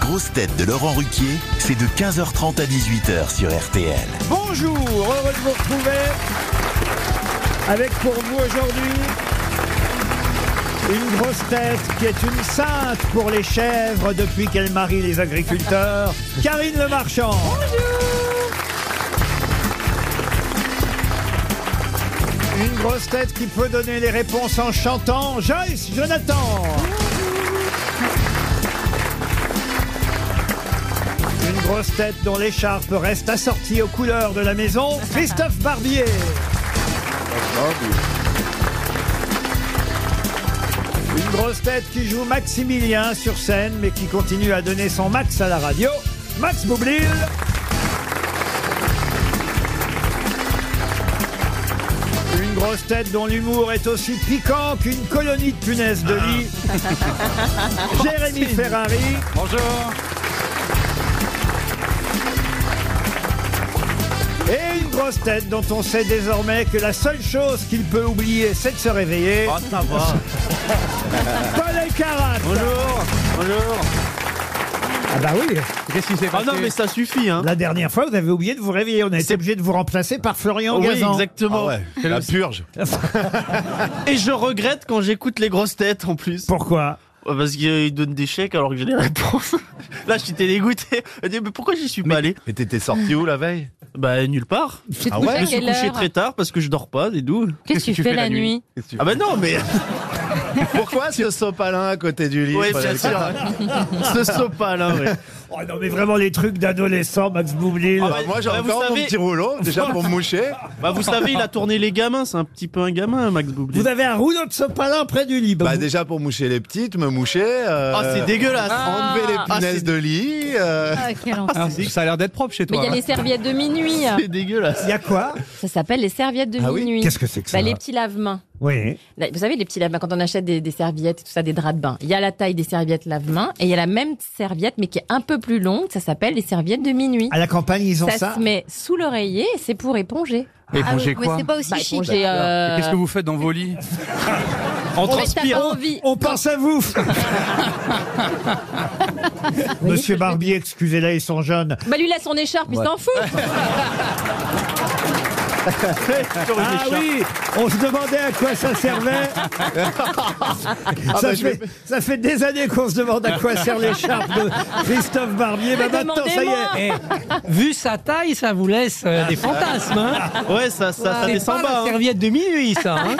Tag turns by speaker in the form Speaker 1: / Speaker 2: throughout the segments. Speaker 1: grosses têtes de Laurent Ruquier, c'est de 15h30 à 18h sur RTL.
Speaker 2: Bonjour, heureux de vous retrouver avec pour vous aujourd'hui une grosse tête qui est une sainte pour les chèvres depuis qu'elle marie les agriculteurs, Karine Le Marchand. Une grosse tête qui peut donner les réponses en chantant, Joyce Jonathan. Une grosse tête dont l'écharpe reste assortie aux couleurs de la maison, Christophe Barbier. Une grosse tête qui joue Maximilien sur scène, mais qui continue à donner son max à la radio, Max Boublil. Une grosse tête dont l'humour est aussi piquant qu'une colonie de punaises de lit, Jérémy Ferrari.
Speaker 3: Bonjour.
Speaker 2: Et une grosse tête dont on sait désormais que la seule chose qu'il peut oublier, c'est de se réveiller.
Speaker 4: Ah,
Speaker 3: Oh, ça va.
Speaker 2: Paul Elkarat
Speaker 3: Bonjour. Bonjour.
Speaker 2: Ah bah oui
Speaker 3: Qu'est-ce qui s'est
Speaker 4: Ah
Speaker 3: passé
Speaker 4: non, mais ça suffit, hein.
Speaker 2: La dernière fois, vous avez oublié de vous réveiller. On a été obligé de vous remplacer par Florian
Speaker 4: Oui,
Speaker 2: Gazan.
Speaker 4: exactement. C'est le-
Speaker 5: purge.
Speaker 4: Et je regrette quand j'écoute les grosses têtes en plus.
Speaker 2: Pourquoi
Speaker 4: Euh, Parce qu'ils donnent des chèques alors que j'ai les réponses. Là, j'étais dégoûté. Je dis, Mais pourquoi j'y suis pas allé
Speaker 5: Mais t'étais sorti où la veille
Speaker 4: Bah, nulle part.
Speaker 6: Tu te
Speaker 5: Ah
Speaker 6: couches
Speaker 5: ouais
Speaker 6: à
Speaker 4: Je me suis
Speaker 6: quelle
Speaker 4: couché
Speaker 6: heure
Speaker 4: très tard parce que je dors pas, et d'où
Speaker 6: Qu'est-ce que tu fais la nuit
Speaker 4: Ah bah non, mais.
Speaker 5: Pourquoi ce sopalin à côté du lit
Speaker 4: Ouais,
Speaker 5: Paul
Speaker 4: bien sûr.
Speaker 5: Alcarat
Speaker 4: Ce sopal, hein, ouais.
Speaker 2: Oh non, mais vraiment les trucs d'adolescent, Max Boublil.
Speaker 5: Bah, Moi j'ai
Speaker 4: Bah, vous
Speaker 5: encore
Speaker 4: savez-
Speaker 5: mon petit rouleau, déjà pour me moucher.
Speaker 4: Bah, vous savez, il a tourné les gamins. C'est un petit peu un gamin, hein, Max Boublil.
Speaker 2: Vous avez un rouleau de sopalin près du lit.
Speaker 5: Bah
Speaker 2: vous-
Speaker 5: déjà pour moucher les petites, me moucher. euh,
Speaker 4: Ah, c'est dégueulasse.
Speaker 5: Enlever les
Speaker 4: Ah,
Speaker 5: punaises
Speaker 4: c'est-
Speaker 5: de lit. euh,
Speaker 6: Ah, quel enfer.
Speaker 3: Ah, ça a l'air d'être propre chez
Speaker 6: Mais il
Speaker 3: toi.
Speaker 6: y
Speaker 2: hein.
Speaker 6: a les serviettes de minuit.
Speaker 4: C'est dégueulasse.
Speaker 2: Il y a quoi
Speaker 6: Ça s'appelle les serviettes de
Speaker 5: Ah oui
Speaker 6: minuit.
Speaker 2: Qu'est-ce que c'est que ça
Speaker 6: bah, les petits lave-mains.
Speaker 2: Ah Oui.
Speaker 6: Là, Vous savez, les petits lave-mains, quand on achète des, des serviettes et tout ça, des draps de bain, il y a la taille des serviettes lave-mains et il y a la même serviette, mais qui est un peu plus longue. Ça s'appelle les serviettes de minuit.
Speaker 2: À la campagne, ils ont
Speaker 6: Ça,
Speaker 2: ça.
Speaker 6: se met sous l'oreiller et c'est pour éponger.
Speaker 3: Et
Speaker 7: Ah
Speaker 3: mangez
Speaker 7: oui, mais
Speaker 3: quoi
Speaker 7: c'est pas aussi
Speaker 6: Bah,
Speaker 7: chic.
Speaker 6: éponger. euh,
Speaker 3: Et Qu'est-ce que vous faites dans vos lits On
Speaker 6: mais t'as
Speaker 3: transpire.
Speaker 6: pas envie.
Speaker 2: On pense à vous Monsieur Barbier, excusez-la, ils sont jeunes.
Speaker 6: Bah, lui, là, son écharpe, il s'en fout.
Speaker 2: Ah oui On se demandait à quoi ça servait. ça,
Speaker 5: Ah, bah, je
Speaker 2: fait, ça fait des années qu'on se demande à quoi sert l'écharpe de Christophe Barbier. Bah,
Speaker 6: Mais
Speaker 2: maintenant, ça y est.
Speaker 8: Eh, vu sa taille, ça vous laisse euh, des fantasmes. Hein
Speaker 4: Ouais, ça, ça, ça
Speaker 8: C'est
Speaker 4: descend
Speaker 8: pas
Speaker 4: bas.
Speaker 8: la
Speaker 4: hein.
Speaker 8: serviette de minuit, ça. hein.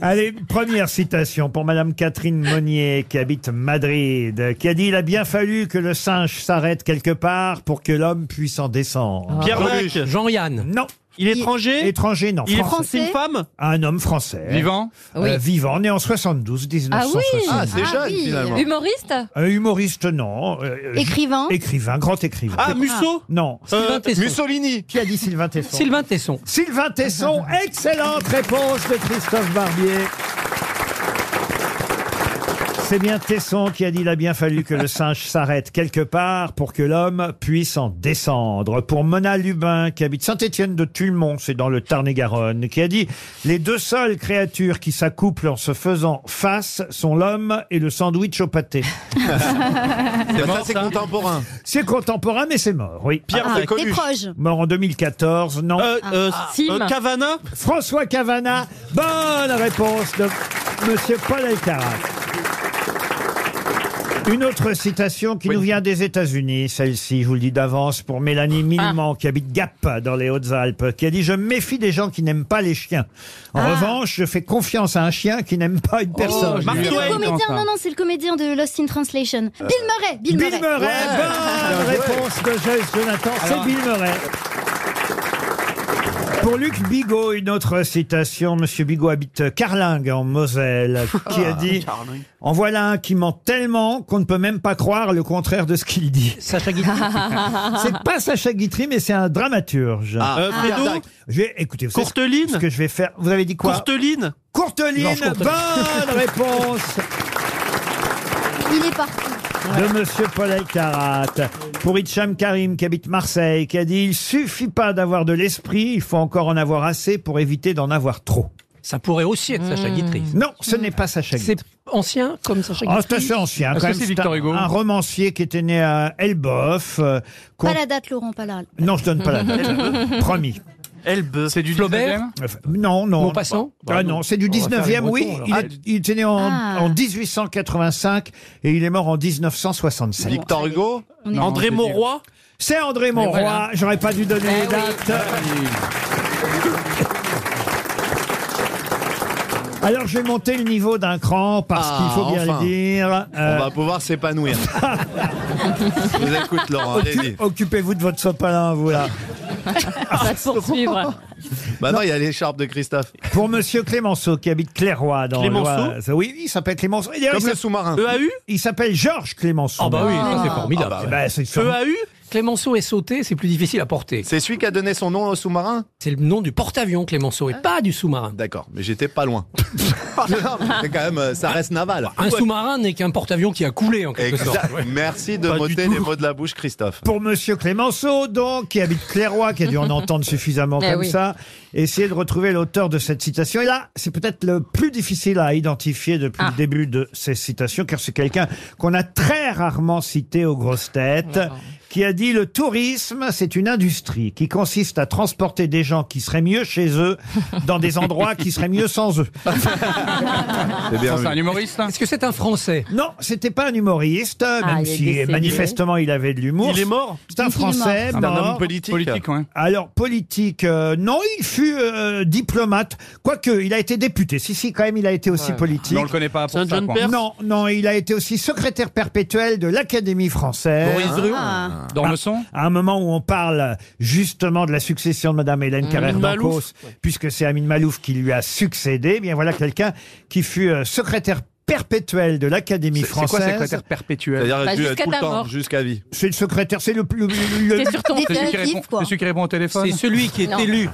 Speaker 2: Allez, première citation pour Madame Catherine Monnier qui habite Madrid, qui a dit Il a bien fallu que le singe s'arrête quelque part pour que l'homme puisse en descendre.
Speaker 4: Pierre
Speaker 5: Coluche.
Speaker 4: Dac.
Speaker 8: Jean-Yann.
Speaker 2: Non,
Speaker 4: Il est étranger.
Speaker 2: étranger, non.
Speaker 4: Il est
Speaker 2: Français.
Speaker 4: français. C'est une femme.
Speaker 2: Un homme français.
Speaker 3: Vivant
Speaker 2: Euh,
Speaker 6: Oui.
Speaker 2: vivant, né en 72,
Speaker 7: Ah oui
Speaker 2: 1972.
Speaker 5: Ah, c'est jeune,
Speaker 7: oui.
Speaker 5: finalement.
Speaker 6: Eh Humoriste
Speaker 2: Un Euh, humoriste, non. Euh,
Speaker 7: Écrivain
Speaker 2: Écrivain, grand écrivain.
Speaker 4: Ah, Musso.
Speaker 2: non.
Speaker 8: Sylvain Tesson.
Speaker 5: Mussolini.
Speaker 2: Qui a dit Sylvain Tesson
Speaker 8: Sylvain Tesson.
Speaker 2: Sylvain Tesson, excellente réponse de Christophe Barbier. C'est bien Tesson qui a dit il a bien fallu que le singe s'arrête quelque part pour que l'homme puisse en descendre. Pour Mona Lubin, qui habite Saint-Étienne de Tulmont, c'est dans le Tarn-et-Garonne, qui a dit les deux seules créatures qui s'accouplent en se faisant face sont l'homme et le sandwich au pâté.
Speaker 5: Bah, ça c'est contemporain.
Speaker 2: C'est contemporain, mais c'est mort, oui.
Speaker 4: Pierre
Speaker 7: Ah,
Speaker 4: Dac.
Speaker 7: t'es proche.
Speaker 2: Mort en 2014, non.
Speaker 4: Euh, euh,
Speaker 6: Sim.
Speaker 4: euh, Cavana.
Speaker 2: François Cavana. Bonne réponse de Monsieur Paul Alcaraz. Une autre citation qui nous vient des États-Unis, celle-ci, je vous le dis d'avance, pour Mélanie Milman, qui habite Gap, dans les Hautes-Alpes, qui a dit Je me méfie des gens qui n'aiment pas les chiens. En revanche, je fais confiance à un chien qui n'aime pas une personne.
Speaker 4: Mark
Speaker 7: C'est le
Speaker 4: Oh, Twain.
Speaker 7: comédien, non, non, c'est le comédien de Lost in Translation. Bill Murray, Bill
Speaker 2: Euh. Bill
Speaker 7: Murray.
Speaker 2: Murray, bonne réponse de Joyce Jonathan, c'est Bill Murray. Pour Luc Bigot, une autre citation. Monsieur Bigot habite Carlingue, en Moselle, qui
Speaker 8: Ah,
Speaker 2: a dit « En voilà un qui ment tellement qu'on ne peut même pas croire le contraire de ce qu'il dit.
Speaker 8: Sacha Guitry. »
Speaker 2: C'est pas Sacha Guitry, mais c'est un dramaturge.
Speaker 8: Ah.
Speaker 4: Euh, Fredo.
Speaker 2: Je vais, écoutez, vous savez ce- ce
Speaker 4: Courteline.
Speaker 2: que je vais faire. Vous avez dit quoi
Speaker 4: Courteline.
Speaker 2: Courteline,
Speaker 8: Non, je comprends
Speaker 2: bonne réponse
Speaker 7: Il est parti.
Speaker 2: de Monsieur Paul Alcarat. Pour Hicham Karim, qui habite Marseille, qui a dit Il suffit pas d'avoir de l'esprit, il faut encore en avoir assez pour éviter d'en avoir trop.
Speaker 8: Ça pourrait aussi être Sacha Guitry.
Speaker 2: Non, ce n'est pas Sacha Guitry.
Speaker 8: C'est ancien comme Sacha
Speaker 2: Ah,
Speaker 8: Guitry.
Speaker 2: c'est assez ancien.
Speaker 3: Est-ce
Speaker 2: quand
Speaker 3: que
Speaker 2: même,
Speaker 3: c'est Victor
Speaker 2: un-
Speaker 3: Hugo
Speaker 2: Un romancier qui était né à Elbeuf. euh, qu'on-
Speaker 7: Pas la date, Laurent, pas la.
Speaker 2: Non, je donne pas la date. Promis.
Speaker 4: Elbe.
Speaker 3: C'est du
Speaker 8: Flaubert
Speaker 3: 19e?
Speaker 2: Enfin, Non, non.
Speaker 8: Maupassant
Speaker 2: Ah non, c'est du
Speaker 8: On va faire les
Speaker 2: 19e, oui.
Speaker 8: Bretons, alors.
Speaker 2: Il, est-
Speaker 4: Ah, du-
Speaker 2: il était né en,
Speaker 7: Ah.
Speaker 2: en 1885 et il est mort en 1967.
Speaker 5: Victor Hugo
Speaker 7: On est-
Speaker 3: Non,
Speaker 4: André
Speaker 3: c'est
Speaker 4: Mauroy
Speaker 2: C'est André Monroy.
Speaker 8: voilà.
Speaker 2: J'aurais pas dû donner
Speaker 8: Eh
Speaker 2: les
Speaker 8: oui.
Speaker 2: dates. Alors, je vais monter le niveau d'un cran parce
Speaker 5: Ah,
Speaker 2: qu'il faut bien
Speaker 5: enfin.
Speaker 2: le dire.
Speaker 5: On
Speaker 2: euh,
Speaker 5: va pouvoir s'épanouir. Je vous écoute, Laurent. Allez-y.
Speaker 2: Occupez-vous de votre sopalin, vous là.
Speaker 6: va te poursuivre.
Speaker 5: Maintenant, Bah il y a l'écharpe de Christophe.
Speaker 2: Pour Monsieur Clémenceau qui habite Clairoy dans
Speaker 4: Clémenceau
Speaker 2: l'Oise. Oui, il s'appelle Clémenceau. Et d'ailleurs,
Speaker 5: Comme
Speaker 2: il
Speaker 5: le
Speaker 2: s'appelle-
Speaker 5: sous-marin.
Speaker 4: EAU
Speaker 2: Il s'appelle Georges Clémenceau.
Speaker 8: Ah bah oui, ça, c'est
Speaker 5: Ah
Speaker 8: formidable. E
Speaker 5: bah
Speaker 2: Eh
Speaker 5: ouais.
Speaker 2: ben, c'est sûr.
Speaker 4: EAU
Speaker 8: Clémenceau est sauté, c'est plus difficile à porter.
Speaker 5: C'est celui qui a donné son nom au sous-marin
Speaker 8: C'est le nom du porte-avions Clémenceau
Speaker 4: Ah.
Speaker 8: et pas du sous-marin.
Speaker 5: D'accord, mais j'étais pas loin. Non, mais c'est quand même, euh, ça reste naval.
Speaker 8: Un sous-marin n'est qu'un porte-avions qui a coulé en quelque sorte.
Speaker 5: Exact. Merci de
Speaker 4: Pas du
Speaker 5: m'ôter
Speaker 4: tout.
Speaker 5: les mots de la bouche, Christophe.
Speaker 2: Pour Monsieur Clémenceau, donc, qui habite Clairoy, qui a dû en entendre suffisamment
Speaker 6: Eh
Speaker 2: comme
Speaker 6: oui.
Speaker 2: ça, essayez de retrouver l'auteur de cette citation. Et là, c'est peut-être le plus difficile à identifier depuis
Speaker 6: Ah.
Speaker 2: le début de ces citations, car c'est quelqu'un qu'on a très rarement cité aux grosses têtes, qui a dit le tourisme, c'est une industrie qui consiste à transporter des gens qui seraient mieux chez eux dans des endroits qui seraient mieux sans eux.
Speaker 5: C'est bien
Speaker 3: Ça,
Speaker 5: vu.
Speaker 3: c'est un humoriste, là
Speaker 8: Est-ce que c'est un Français
Speaker 2: Non, c'était pas un humoriste, même
Speaker 6: Ah, il est
Speaker 2: si
Speaker 6: décédé.
Speaker 2: manifestement il avait de l'humour.
Speaker 4: Il est mort
Speaker 2: C'est un
Speaker 7: Il est mort.
Speaker 2: Français
Speaker 5: C'est un
Speaker 2: mort.
Speaker 5: homme politique.
Speaker 3: Politique, ouais.
Speaker 2: Alors, politique, euh, non, il fut euh, diplomate. Quoique, il a été député. Si, si, quand même, il a été aussi politique.
Speaker 3: Mais on le connaît pas pour
Speaker 4: C'est un
Speaker 3: ça,
Speaker 4: John
Speaker 3: quoi.
Speaker 4: Perse
Speaker 2: Non, non, il a été aussi secrétaire perpétuel de l'Académie française.
Speaker 7: Ah.
Speaker 3: Dormeçon
Speaker 2: À un moment où on parle justement de la succession de Madame Hélène Carrère-Dancos,
Speaker 4: Malouf.
Speaker 2: puisque c'est Amine Malouf qui lui a succédé, eh bien voilà quelqu'un qui fut euh, secrétaire perpétuel de l'Académie
Speaker 5: C'est- c'est quoi,
Speaker 2: française.
Speaker 3: Secrétaire perpétuel. euh,
Speaker 5: C'est-à-dire
Speaker 6: Bah,
Speaker 5: du-
Speaker 6: jusqu'à
Speaker 5: tout le
Speaker 6: ta
Speaker 5: temps,
Speaker 6: mort.
Speaker 5: jusqu'à vie.
Speaker 2: C'est le secrétaire, c'est le plus. le- le-
Speaker 6: T'es sur ton
Speaker 7: Des-
Speaker 3: C'est celui, qui
Speaker 7: Définitif,
Speaker 3: répond-
Speaker 7: quoi.
Speaker 3: c'est celui qui répond au téléphone
Speaker 8: C'est celui qui est
Speaker 6: Non.
Speaker 8: élu.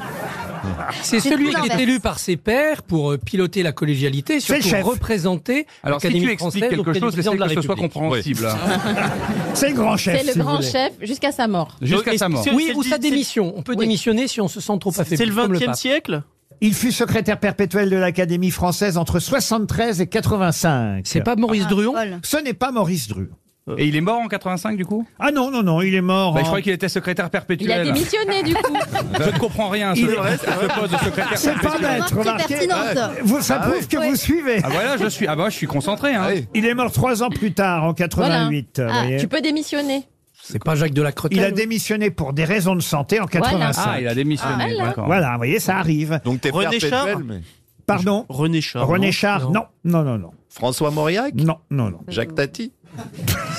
Speaker 8: C'est
Speaker 7: C'est
Speaker 8: celui
Speaker 7: tout
Speaker 8: qui est
Speaker 7: l'inverse.
Speaker 8: élu par ses pairs pour euh, piloter la collégialité et
Speaker 2: C'est le
Speaker 8: surtout
Speaker 2: chef.
Speaker 8: représenter
Speaker 3: Alors si
Speaker 8: l'Académie
Speaker 3: tu expliques
Speaker 8: française
Speaker 3: quelque
Speaker 8: auprès du
Speaker 3: chose,
Speaker 8: président
Speaker 3: essaie
Speaker 8: de la
Speaker 3: que ce soit
Speaker 8: République.
Speaker 3: compréhensible. hein.
Speaker 2: C'est le grand chef.
Speaker 6: C'est le
Speaker 2: si vous
Speaker 6: grand
Speaker 2: voulez.
Speaker 6: chef jusqu'à sa mort.
Speaker 3: Jusqu'à sa mort.
Speaker 4: Est-ce que
Speaker 8: Oui,
Speaker 4: c'est
Speaker 8: ou
Speaker 4: le-
Speaker 8: sa
Speaker 4: c'est-
Speaker 8: démission. On peut
Speaker 6: Oui.
Speaker 8: démissionner si on se sent trop affaibli.
Speaker 4: C'est le
Speaker 8: comme
Speaker 4: 20e
Speaker 8: pape.
Speaker 4: siècle
Speaker 2: Il fut secrétaire perpétuel de l'Académie française entre 73 et 85.
Speaker 8: C'est pas Maurice Druon
Speaker 7: Paul.
Speaker 2: Ce n'est pas Maurice Dru.
Speaker 3: Euh. Et il est mort en 85 du coup
Speaker 2: Ah non, non, non, il est mort.
Speaker 3: bah, Je
Speaker 2: en-
Speaker 3: croyais qu'il était secrétaire
Speaker 6: Il a
Speaker 3: perpétuel.
Speaker 6: démissionné du coup.
Speaker 3: Je ne comprends rien.
Speaker 2: Il
Speaker 3: ce-
Speaker 2: est-
Speaker 3: ce poste de secrétaire
Speaker 2: C'est pas
Speaker 3: perpétuel.
Speaker 2: bête,
Speaker 7: Remarque
Speaker 2: remarquez.
Speaker 7: pertinente.
Speaker 2: Vous, ça
Speaker 5: Ah
Speaker 2: prouve
Speaker 5: oui.
Speaker 2: que
Speaker 7: Ouais.
Speaker 2: vous suivez.
Speaker 3: Ah voilà, je suis. Ah bah je suis concentré. Hein.
Speaker 5: Allez.
Speaker 2: Il est mort trois ans plus tard, en 88.
Speaker 7: Voilà.
Speaker 2: vous
Speaker 7: Ah,
Speaker 2: voyez.
Speaker 6: tu peux démissionner.
Speaker 8: C'est pas Jacques Delacroix.
Speaker 2: Il a démissionné pour des raisons de santé en 85.
Speaker 3: Ah, il a
Speaker 6: Ah,
Speaker 3: démissionné.
Speaker 6: voilà.
Speaker 3: d'accord.
Speaker 2: Voilà, vous voyez, ça arrive.
Speaker 5: Donc t'es
Speaker 4: René Char.
Speaker 5: perpétuel, mais...
Speaker 2: Pardon
Speaker 4: René Char.
Speaker 2: René Char, non, non, non, non,
Speaker 5: François Mauriac
Speaker 2: non, non, non.
Speaker 5: Jacques Tati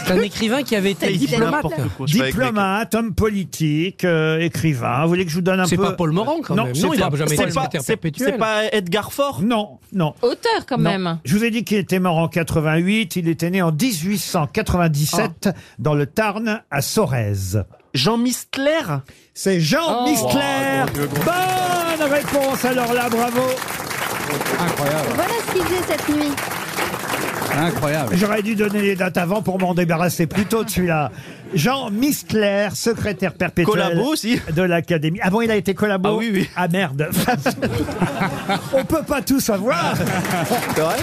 Speaker 8: C'est un écrivain qui avait été
Speaker 7: T'as dit
Speaker 8: diplomate.
Speaker 4: n'importe quoi.
Speaker 5: Je vais avec
Speaker 2: Diplomate, homme politique, euh, écrivain. Vous voulez que je vous donne un peu
Speaker 8: C'est pas Paul Morand quand
Speaker 2: Non,
Speaker 8: même.
Speaker 2: c'est
Speaker 8: Non, il n'a
Speaker 2: pas-
Speaker 8: jamais
Speaker 4: C'est
Speaker 8: été
Speaker 4: pas-
Speaker 8: secrétaire
Speaker 4: c'est-
Speaker 8: perpétuel.
Speaker 4: C'est pas Edgar Faure
Speaker 2: Non, non.
Speaker 6: Auteur quand
Speaker 2: Non.
Speaker 6: même.
Speaker 2: Je vous ai dit qu'il était mort en 88. Il était né en 1897
Speaker 6: Oh.
Speaker 2: dans le Tarn à Sorèze.
Speaker 4: Jean Mistler
Speaker 2: C'est Jean
Speaker 6: Oh.
Speaker 2: Mistler. Bonne réponse. Alors là, bravo.
Speaker 3: Incroyable.
Speaker 7: Voilà ce qu'il faisait cette nuit.
Speaker 3: Incroyable.
Speaker 2: J'aurais dû donner les dates avant pour m'en débarrasser plus tôt de celui-là. Jean Mistler, secrétaire perpétuel
Speaker 4: Collabo aussi
Speaker 2: de l'Académie. Ah bon, il a été collabo
Speaker 4: Ah oui, oui.
Speaker 2: Ah merde. On peut pas tout savoir.
Speaker 5: C'est vrai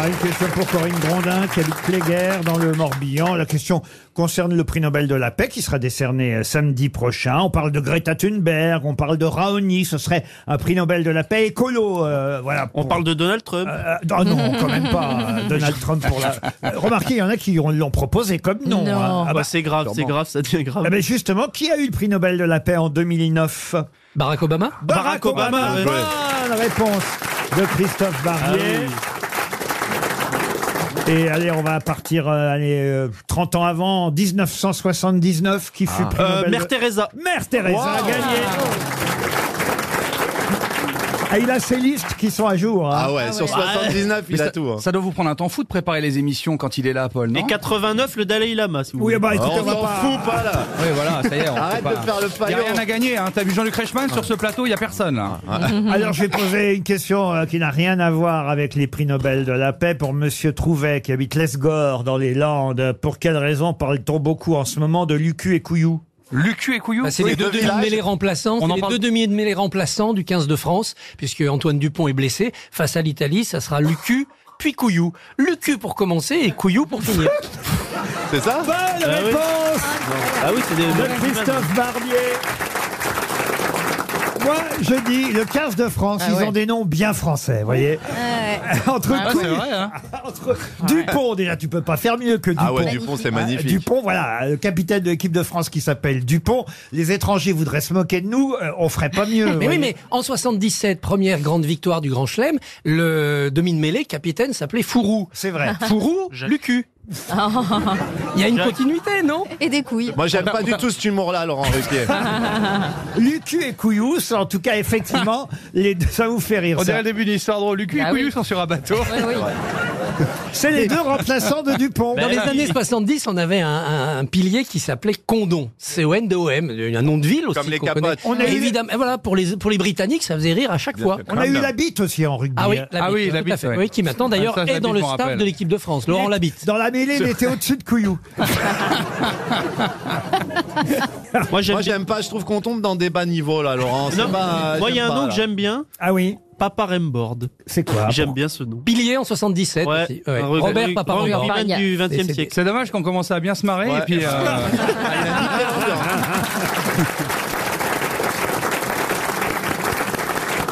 Speaker 2: Ah, une question pour Corinne Grondin qui habite Pléguer dans le Morbihan. La question concerne le prix Nobel de la paix qui sera décerné euh, samedi prochain. On parle de Greta Thunberg, on parle de Raoni, ce serait un prix Nobel de la paix écolo. euh, voilà.
Speaker 4: On
Speaker 2: pour-
Speaker 4: parle de Donald Trump.
Speaker 2: Euh, non, non, quand même pas euh, Donald Trump pour la. Euh, Remarquez, il y en a qui l'ont proposé comme nom.
Speaker 6: Non.
Speaker 2: hein. Ah
Speaker 4: Ah
Speaker 2: bah,
Speaker 4: bah c'est grave, c'est
Speaker 5: sûrement.
Speaker 4: grave, ça devient grave.
Speaker 2: ah bah justement, qui a eu le prix Nobel de la paix en 2009
Speaker 8: Barack Obama
Speaker 4: Barack Obama, ouais.
Speaker 9: Ah.
Speaker 2: Bonne réponse de Christophe Barrier.
Speaker 4: Ah
Speaker 2: Et allez, on va partir euh, allez, euh, 30 ans avant, en 1979, qui fut prix
Speaker 4: Euh,
Speaker 2: Nobel
Speaker 4: Mère
Speaker 2: de-
Speaker 4: Teresa.
Speaker 2: Mère Teresa a gagné. Ah, il a ses listes qui sont à jour. hein.
Speaker 5: Ah ouais, sur
Speaker 6: ouais.
Speaker 5: 79,
Speaker 3: Mais
Speaker 5: il a
Speaker 3: ça,
Speaker 5: tout. hein.
Speaker 3: ça doit vous prendre un temps fou de préparer les émissions quand il est là, Paul, non
Speaker 4: Et 89, le Dalai Lama, si vous
Speaker 2: Oui,
Speaker 4: voulez.
Speaker 2: bah écoutez,
Speaker 5: Ah, on
Speaker 2: on va
Speaker 5: s'en
Speaker 2: pas-
Speaker 5: fout pas là
Speaker 3: Oui, voilà, ça y est. on
Speaker 5: Arrête
Speaker 3: sait pas.
Speaker 5: de faire le
Speaker 3: Y a
Speaker 5: faillot
Speaker 3: rien à gagner, hein. T'as vu Jean-Luc Reichmann sur ce plateau, il y a personne. Là.
Speaker 5: Ah.
Speaker 2: Alors, je vais poser une question euh, qui n'a rien à voir avec les prix Nobel de la paix pour Monsieur Trouvet, qui habite Lesgore, dans les Landes. Pour quelle raison parle-t-on beaucoup en ce moment de Lucu et Couillou
Speaker 3: Lucu et Couillou
Speaker 8: Bah, c'est les deux demi de mêlée remplaçants,
Speaker 3: On
Speaker 8: c'est
Speaker 3: en
Speaker 8: les
Speaker 3: parle-
Speaker 8: deux demi de mêlée remplaçants du 15 de France, puisque Antoine Dupont est blessé. Face à l'Italie, ça sera Lucu, puis Couillou. Lucu pour commencer et Couillou pour finir.
Speaker 5: C'est ça
Speaker 2: Bonne réponse
Speaker 4: Ah oui, c'est des.
Speaker 2: de Christophe Barbier. Moi, je dis, le 15 de France,
Speaker 6: Ah
Speaker 2: ils
Speaker 6: ouais.
Speaker 2: ont des noms bien français, vous voyez. Entre
Speaker 6: Ah ouais,
Speaker 2: couilles-
Speaker 3: C'est vrai, hein
Speaker 2: entre Dupont, déjà, tu peux pas faire mieux que Dupont.
Speaker 5: Ah ouais, Dupont, c'est
Speaker 2: Hein,
Speaker 5: magnifique.
Speaker 2: Dupont, voilà, le capitaine de l'équipe de France qui s'appelle Dupont. Les étrangers voudraient se moquer de nous, euh, on ferait pas mieux. vous
Speaker 8: Mais oui,
Speaker 2: voyez.
Speaker 8: mais en 77, première grande victoire du Grand Chelem, le demi de mêlée capitaine s'appelait Fourou.
Speaker 2: C'est vrai.
Speaker 8: Fourou, Lucu. Il y a une continuité, non
Speaker 7: Et des couilles.
Speaker 5: Moi,
Speaker 8: Ah
Speaker 5: j'aime pas du tout cet humour-là, Laurent Ruquier.
Speaker 2: Lucu et Couillou, sont en tout cas, effectivement, les deux, ça vous fait rire.
Speaker 3: On
Speaker 2: ça.
Speaker 3: dirait le début d'une histoire drôle. Lucu
Speaker 6: Bah
Speaker 3: et Couillou
Speaker 6: oui.
Speaker 3: sont sur un bateau.
Speaker 2: C'est les deux remplaçants de Dupont.
Speaker 3: Ben
Speaker 8: Dans les
Speaker 4: oui.
Speaker 8: années 70, on avait un, un- un pilier qui s'appelait Condon, C-O-N-D-O-M, un nom de ville aussi.
Speaker 5: Comme les
Speaker 8: qu'on
Speaker 5: capotes.
Speaker 8: connaît.
Speaker 2: On a eu-
Speaker 8: Évidemment, et voilà, pour les, pour les Britanniques, ça faisait rire à chaque fois.
Speaker 2: On a eu la bite aussi en rugby.
Speaker 8: Ah oui, la
Speaker 3: Ah oui, la
Speaker 8: bite, tout à
Speaker 3: bite,
Speaker 8: fait.
Speaker 3: ouais.
Speaker 8: Oui, qui maintenant d'ailleurs
Speaker 3: Ah, ça, je
Speaker 8: est
Speaker 3: la
Speaker 8: dans
Speaker 3: bite,
Speaker 8: le
Speaker 3: je m'en
Speaker 8: staff
Speaker 3: rappelle.
Speaker 8: de l'équipe de France. Laurent Labitte.
Speaker 2: Dans la mêlée, il était au-dessus de Couillou.
Speaker 4: Moi, j'aime
Speaker 5: Moi, j'aime pas. Je trouve qu'on tombe dans des bas niveaux, là, Laurent. C'est
Speaker 4: Non,
Speaker 5: pas-
Speaker 4: Moi, il y a un
Speaker 5: pas,
Speaker 4: nom
Speaker 5: là.
Speaker 4: que j'aime bien
Speaker 2: Ah oui,
Speaker 4: Papa Remboard.
Speaker 2: c'est quoi
Speaker 4: J'aime bien ce nom.
Speaker 8: Pilier en 77. aussi. Ouais.
Speaker 4: un re-
Speaker 8: Robert
Speaker 4: un
Speaker 8: Paparubans.
Speaker 4: grand
Speaker 6: Paparubans.
Speaker 4: urbain du
Speaker 8: Et
Speaker 4: 20e
Speaker 8: c'est-
Speaker 4: siècle.
Speaker 3: C'est dommage qu'on commençait à bien se marrer
Speaker 5: Ouais.
Speaker 3: et puis. euh,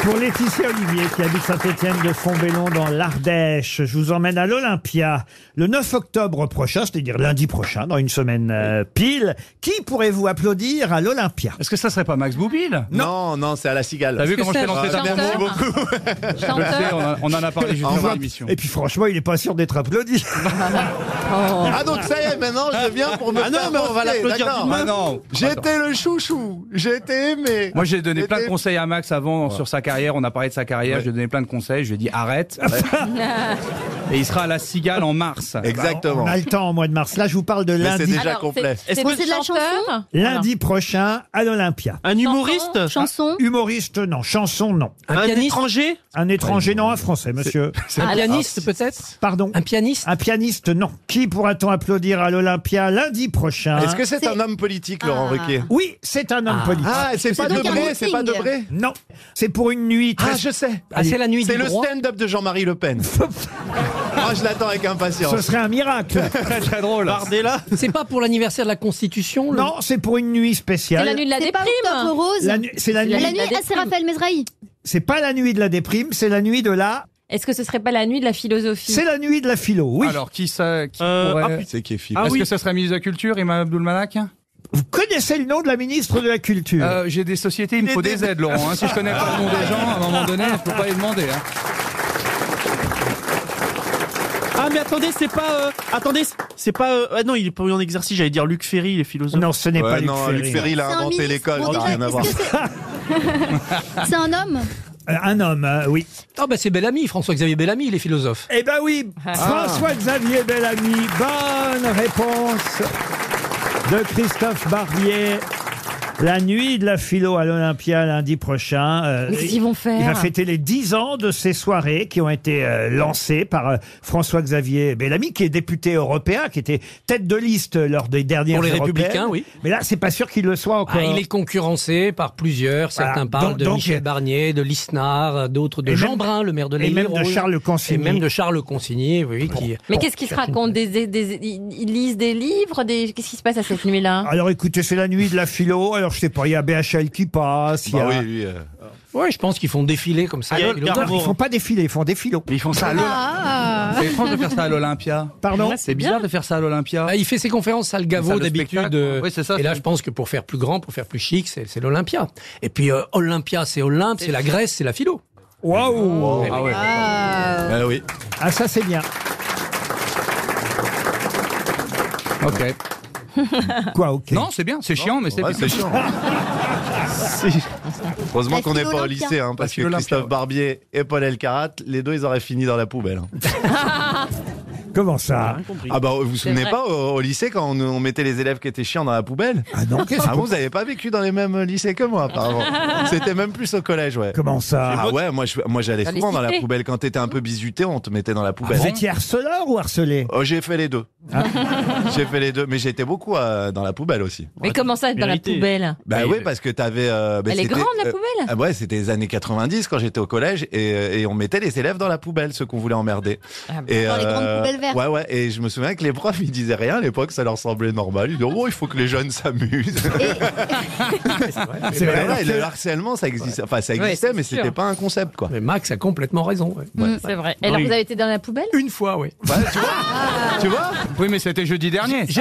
Speaker 2: Pour Laetitia Olivier, qui habite Saint-Étienne de Fontbellon dans l'Ardèche, je vous emmène à l'Olympia le 9 octobre prochain, c'est-à-dire lundi prochain, dans une semaine euh, pile. Qui pourrez-vous applaudir à l'Olympia
Speaker 3: Est-ce que ça serait pas Max Boublil
Speaker 5: Non, non, c'est à la cigale.
Speaker 3: T'as vu comment je t'ai
Speaker 8: c'est
Speaker 3: lancé
Speaker 5: Ah,
Speaker 3: d'un
Speaker 6: chanteur
Speaker 5: Merci beaucoup.
Speaker 3: Je le sais, on, en- on en a parlé juste
Speaker 5: Au
Speaker 3: avant
Speaker 5: revoir.
Speaker 3: l'émission.
Speaker 2: Et puis franchement, il est pas sûr d'être applaudi.
Speaker 5: Ah donc ça y est, maintenant je viens pour me
Speaker 4: Ah non,
Speaker 5: faire
Speaker 4: mais on va
Speaker 5: porter,
Speaker 4: l'applaudir
Speaker 5: d'accord.
Speaker 3: Ah non Attends.
Speaker 5: J'étais le chouchou, j'étais aimé.
Speaker 3: Moi j'ai donné plein de
Speaker 5: J'étais-
Speaker 3: conseils à Max avant sur sa carrière, on a parlé de sa carrière, je lui ai donné plein de conseils, je lui ai dit arrête. Et il sera à la Cigale en mars.
Speaker 5: Exactement.
Speaker 2: On a le temps au mois de mars. Là, je vous parle de
Speaker 5: Mais c'est
Speaker 2: lundi,
Speaker 5: déjà complet.
Speaker 7: Est-ce que c'est de la
Speaker 6: chanson
Speaker 2: lundi prochain à l'Olympia.
Speaker 4: Un humoriste
Speaker 7: Chanson.
Speaker 2: Humoriste, non. Chanson, non.
Speaker 8: Un pianiste,
Speaker 4: étranger
Speaker 2: Un étranger, non. Un français, monsieur.
Speaker 8: un pianiste peut-être
Speaker 2: Pardon.
Speaker 8: Un pianiste
Speaker 2: Un pianiste, non. Qui pourra-t-on applaudir à l'Olympia lundi prochain
Speaker 5: Est-ce que c'est un homme politique, Laurent
Speaker 7: Ah.
Speaker 5: Ruquier
Speaker 2: Oui, c'est un homme politique.
Speaker 5: Ah, c'est pas
Speaker 7: donc un
Speaker 5: Debré, c'est pas
Speaker 7: meeting.
Speaker 5: Debré
Speaker 2: Non, c'est pour une nuit très...
Speaker 5: Ah, je sais.
Speaker 8: Ah, c'est la nuit
Speaker 5: C'est
Speaker 8: du
Speaker 5: le
Speaker 8: droit.
Speaker 5: stand-up de Jean-Marie Le Pen. Moi, je l'attends avec
Speaker 2: Ce
Speaker 5: impatience.
Speaker 2: serait un miracle.
Speaker 3: Très très drôle.
Speaker 4: Bardella
Speaker 8: C'est pas pour l'anniversaire de la Constitution le-
Speaker 2: non, c'est pour une nuit
Speaker 6: C'est
Speaker 2: spéciale.
Speaker 6: la nuit de la
Speaker 7: C'est pas Octobre
Speaker 6: déprime.
Speaker 7: Rose.
Speaker 2: La nu- c'est la,
Speaker 7: La
Speaker 2: nuit.
Speaker 7: nuit,
Speaker 6: La
Speaker 7: ah, c'est
Speaker 6: déprime.
Speaker 7: Raphaël Mesrahi.
Speaker 2: C'est pas la nuit de la déprime, c'est la nuit de la.
Speaker 6: Est-ce que ce serait pas la nuit de la philosophie
Speaker 2: C'est la nuit de la philo. Oui.
Speaker 3: Alors qui ça qui
Speaker 4: Euh,
Speaker 3: pourrait-
Speaker 4: ah, putain.
Speaker 5: C'est Kéfi.
Speaker 4: Ah
Speaker 3: Est-ce
Speaker 4: oui.
Speaker 3: que ce serait ministre de la Culture, Imam Abdul Malak
Speaker 2: Vous connaissez le nom de la ministre de la culture
Speaker 3: Euh, J'ai des sociétés, il me
Speaker 4: Des-
Speaker 3: faut
Speaker 4: des-
Speaker 3: des aides, Laurent. hein. Si je connais pas le nom des gens, à un moment donné, je peux pas les demander. hein.
Speaker 4: Ah, mais attendez, c'est pas. euh, Attendez, c'est pas. euh, Ah non, il est pas eu en exercice, j'allais dire Luc Ferry, il est philosophe.
Speaker 2: Non, ce n'est
Speaker 5: Ouais,
Speaker 2: pas Luc
Speaker 5: non,
Speaker 2: Ferry.
Speaker 5: Luc Ferry, il a
Speaker 7: C'est un
Speaker 5: inventé
Speaker 7: ministre,
Speaker 5: l'école,
Speaker 7: on
Speaker 5: ça n'a
Speaker 7: dirait-
Speaker 5: rien à
Speaker 7: est-ce
Speaker 5: voir.
Speaker 7: que C'est un homme.
Speaker 2: Euh, Un homme, euh, oui.
Speaker 8: Ah bah c'est Bellamy, François-Xavier Bellamy, il est philosophe.
Speaker 2: Eh ben oui,
Speaker 8: Ah.
Speaker 2: François-Xavier Bellamy. Bonne réponse de Christophe Barbier. La nuit de la philo à l'Olympia lundi prochain. Euh,
Speaker 6: Mais qu'est-ce qu'ils vont
Speaker 2: Il va
Speaker 6: faire
Speaker 2: fêter les 10 ans de ces soirées qui ont été euh, lancées par euh, François-Xavier Bellamy, qui est député européen, qui était tête de liste lors des dernières
Speaker 8: Pour les
Speaker 2: européennes.
Speaker 8: Républicains, oui.
Speaker 2: Mais là, c'est pas sûr qu'il le soit encore.
Speaker 8: Ah, il est concurrencé par plusieurs.
Speaker 2: euh, Voilà.
Speaker 8: Certains parlent
Speaker 2: Donc-
Speaker 8: de
Speaker 2: donc-
Speaker 8: Michel Barnier, de Lisnard, d'autres de
Speaker 2: Et
Speaker 8: Jean
Speaker 2: même-
Speaker 8: Brun, le maire de
Speaker 2: et
Speaker 8: Lille.
Speaker 2: même de Charles
Speaker 8: Et
Speaker 2: Consigny.
Speaker 8: même de Charles Consigny, oui, qui...
Speaker 6: Mais qu'est-ce qu'ils se racontent des, des- des- Ils ils lisent des livres des... Qu'est-ce qui se passe à cette nuit-là
Speaker 2: Hein Ah, Alors écoutez, c'est la nuit de la philo. Alors je sais pas, il y a BHL qui passe. il y
Speaker 5: Bah
Speaker 2: a-
Speaker 5: oui, lui. euh,
Speaker 8: Ouais, je pense qu'ils font défiler comme ça.
Speaker 4: Il y a
Speaker 8: les
Speaker 4: le
Speaker 8: philosophes.
Speaker 2: Ils font pas défiler, ils font des philos.
Speaker 3: Mais ils font ça à l'Olympia.
Speaker 10: Ah.
Speaker 3: C'est étrange de faire ça à l'Olympia.
Speaker 2: Pardon
Speaker 3: C'est bizarre de faire ça à l'Olympia.
Speaker 8: Ah, il fait ses conférences salle Gaveau
Speaker 3: Salle de
Speaker 8: d'habitude.
Speaker 3: spectacle.
Speaker 8: euh,
Speaker 3: Oui, c'est ça,
Speaker 8: et là,
Speaker 3: c'est-
Speaker 8: je pense que pour faire plus grand, pour faire plus chic, c'est c'est l'Olympia. Et puis euh, Olympia, c'est Olympe, c'est la Grèce, c'est la philo. Eh
Speaker 2: Waouh
Speaker 3: Ah ouais.
Speaker 5: bah oui.
Speaker 2: Ah ça c'est bien.
Speaker 3: Ok.
Speaker 2: Quoi, ok.
Speaker 3: Non, c'est bien, c'est chiant, mais c'est
Speaker 5: Ouais,
Speaker 3: bien.
Speaker 5: c'est chiant. Heureusement
Speaker 7: La
Speaker 5: qu'on n'est
Speaker 7: philo
Speaker 5: pas au
Speaker 7: Olympia.
Speaker 5: lycée, hein, parce que
Speaker 3: philo Olympia,
Speaker 5: Christophe
Speaker 3: ouais.
Speaker 5: Barbier et Paul Elkarat, les deux, ils auraient fini dans la poubelle. hein.
Speaker 2: Comment ça
Speaker 5: Ah bah vous vous
Speaker 6: C'est
Speaker 5: souvenez
Speaker 6: vrai.
Speaker 5: pas au, au lycée quand on, on mettait les élèves qui étaient chiants dans la poubelle
Speaker 2: Ah non, qu'est-ce
Speaker 5: Ah
Speaker 2: que-
Speaker 5: vous avez pas vécu dans les mêmes lycées que moi apparemment. C'était même plus au collège ouais.
Speaker 2: Comment ça
Speaker 5: Ah ouais, moi je- moi j'allais
Speaker 6: Dans les
Speaker 5: souvent dans la
Speaker 6: cités.
Speaker 5: poubelle quand t'étais un peu bizuté, on te mettait dans la poubelle.
Speaker 2: Ah, Vous étiez harceleur ou harcelé Ah.
Speaker 5: Oh, j'ai fait les deux. j'ai fait les deux, mais j'étais beaucoup euh, dans la poubelle aussi.
Speaker 2: Ah.
Speaker 6: Mais comment ça, être dans la
Speaker 4: vérité.
Speaker 6: poubelle
Speaker 5: Bah
Speaker 4: Mais-
Speaker 5: oui, parce que t'avais. euh, bah,
Speaker 6: Elle est
Speaker 5: c'était-
Speaker 6: grande, la
Speaker 5: euh,
Speaker 6: poubelle
Speaker 5: ah Ouais, c'était les années 90 quand j'étais au collège et, euh, et on mettait les élèves dans la poubelle, ceux qu'on voulait emmerder.
Speaker 6: Ah bon.
Speaker 5: et, euh,
Speaker 7: Dans les grandes poubelles vertes.
Speaker 5: Ouais, ouais, et je me souviens que les profs ils disaient rien à l'époque, ça leur semblait normal. Ils disaient, oh, il faut que les jeunes s'amusent.
Speaker 2: C'est
Speaker 5: Mais
Speaker 2: vrai.
Speaker 5: ouais, le harcèlement, ça existait. Enfin, ça existait,
Speaker 6: c'est
Speaker 5: mais
Speaker 6: sûr.
Speaker 5: c'était pas un concept, quoi. Bah.
Speaker 8: Mais Max a complètement raison. ouais.
Speaker 6: Mmh, C'est vrai. Et alors, vous avez été dans la poubelle
Speaker 8: Une fois, oui.
Speaker 5: Ouais, tu vois Tu vois
Speaker 3: Oui, mais c'était jeudi dernier.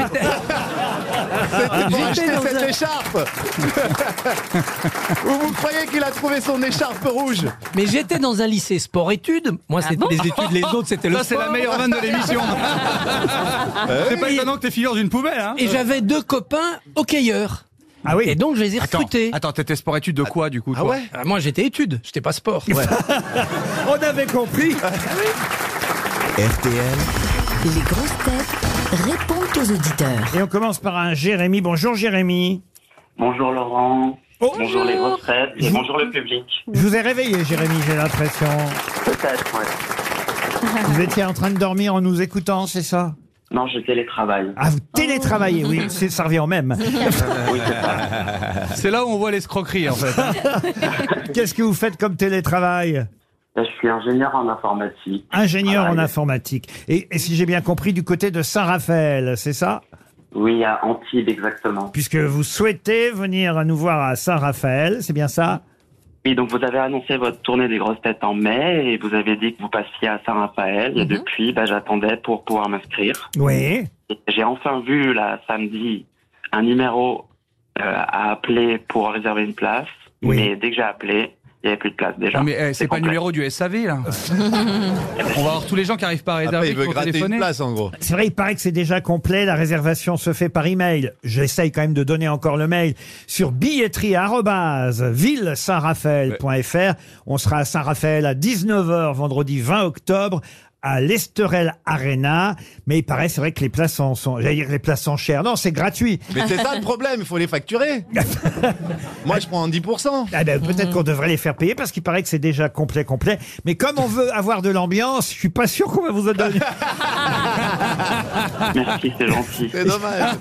Speaker 5: C'était pour acheter cette écharpe Ou vous croyez qu'il a trouvé son écharpe rouge
Speaker 8: Mais j'étais dans un lycée sport-études. Moi, c'était
Speaker 6: bon
Speaker 8: les études, les autres, c'était le
Speaker 3: Ah Ça, c'est
Speaker 8: sport.
Speaker 3: la meilleure vanne de l'émission.
Speaker 5: Bah Eh
Speaker 3: c'est pas
Speaker 8: oui.
Speaker 3: étonnant que t'es figure d'une poubelle, hein.
Speaker 8: Et j'avais deux copains hockeyeurs.
Speaker 2: Ah oui.
Speaker 8: Et donc, je les ai
Speaker 3: Attends,
Speaker 8: recrutés.
Speaker 3: attends, t'étais sport-études de quoi, du coup, toi
Speaker 8: Ah, Moi, j'étais études, j'étais pas sport.
Speaker 2: On avait compris.
Speaker 1: RTL,
Speaker 10: Les grosses têtes répondent aux auditeurs.
Speaker 2: Et on commence par un Jérémy. Bonjour Jérémy.
Speaker 11: Bonjour Laurent.
Speaker 2: Oh.
Speaker 11: Bonjour les recettes et
Speaker 2: Vous-
Speaker 11: bonjour le public.
Speaker 2: Je vous ai réveillé Jérémy, j'ai l'impression.
Speaker 11: Peut-être, ouais.
Speaker 2: Vous étiez en train de dormir en nous écoutant, c'est ça
Speaker 10: Oh.
Speaker 11: Non, je télétravaille.
Speaker 2: Ah, vous télétravaillez, oui, c'est- ça revient en même.
Speaker 11: Oui, c'est ça.
Speaker 3: C'est là où on voit l'escroquerie, en fait. hein.
Speaker 2: Qu'est-ce que vous faites comme télétravail
Speaker 11: Je suis ingénieur en informatique.
Speaker 2: Ingénieur en
Speaker 11: Travail.
Speaker 2: informatique. Et, et si j'ai bien compris, du côté de Saint-Raphaël, c'est ça
Speaker 11: Oui, à Antibes, exactement.
Speaker 2: Puisque vous souhaitez venir nous voir à Saint-Raphaël, c'est bien ça
Speaker 11: Oui, donc vous avez annoncé votre tournée des grosses têtes en mai et vous avez dit que vous passiez à Saint-Raphaël.
Speaker 2: Mhm.
Speaker 11: Et depuis, bah, j'attendais pour pouvoir m'inscrire.
Speaker 2: Oui.
Speaker 11: Et J'ai enfin vu, là, samedi, un numéro euh, à appeler pour réserver une place.
Speaker 2: Oui.
Speaker 11: Mais dès que j'ai appelé, il n'y avait plus de place déjà.
Speaker 3: Non, mais eh, c'est pas le
Speaker 11: complet.
Speaker 3: numéro du SAV, là. on va avoir tous les gens qui arrivent pas à
Speaker 5: Après,
Speaker 3: réserver
Speaker 5: il veut
Speaker 3: pour
Speaker 5: gratter
Speaker 3: téléphoner. Ah
Speaker 5: une place, en gros.
Speaker 2: C'est vrai, il paraît que c'est déjà complet, la réservation se fait par email. J'essaye quand même de donner encore le mail sur billetterie-ville-saint-raphaël.fr. On sera à Saint-Raphaël à 19h vendredi 20 octobre à l'Esterel Arena. Mais il paraît, c'est vrai que les places sont, sont- j'allais dire que les places sont chères. Non, c'est gratuit.
Speaker 5: Mais c'est ça le problème, il faut les facturer. Moi, je prends en 10%.
Speaker 2: Ah ben, peut-être qu'on devrait les faire payer parce qu'il paraît que c'est déjà complet, complet. Mais comme on veut avoir de l'ambiance, je suis pas sûr qu'on va vous en donner.
Speaker 11: Merci, c'est gentil.
Speaker 5: C'est dommage.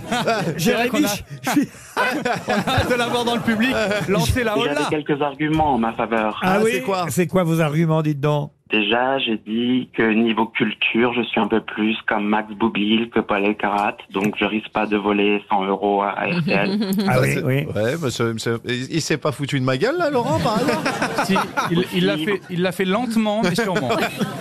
Speaker 2: Jérémy,
Speaker 3: qu'on a-
Speaker 2: je suis-
Speaker 3: Hâte de l'avoir dans le public. Lancez la
Speaker 11: J'avais
Speaker 3: holla.
Speaker 11: quelques arguments en ma faveur.
Speaker 2: Ah,
Speaker 5: Euh, Ah,
Speaker 2: oui,
Speaker 5: c'est quoi
Speaker 2: c'est quoi vos arguments, dites donc
Speaker 11: Déjà, j'ai dit que niveau culture, je suis un peu plus comme Max Boublil que Paul Elkarat, donc je risque pas de voler 100 euros à à RTL.
Speaker 2: Ah
Speaker 5: Ça, Bah,
Speaker 2: oui,
Speaker 5: c'est-
Speaker 2: oui.
Speaker 5: Ouais, mais c'est- c'est- il il s'est pas foutu de ma gueule, là, Laurent, par hasard
Speaker 3: Si, il il l'a fait, il l'a fait lentement, mais sûrement.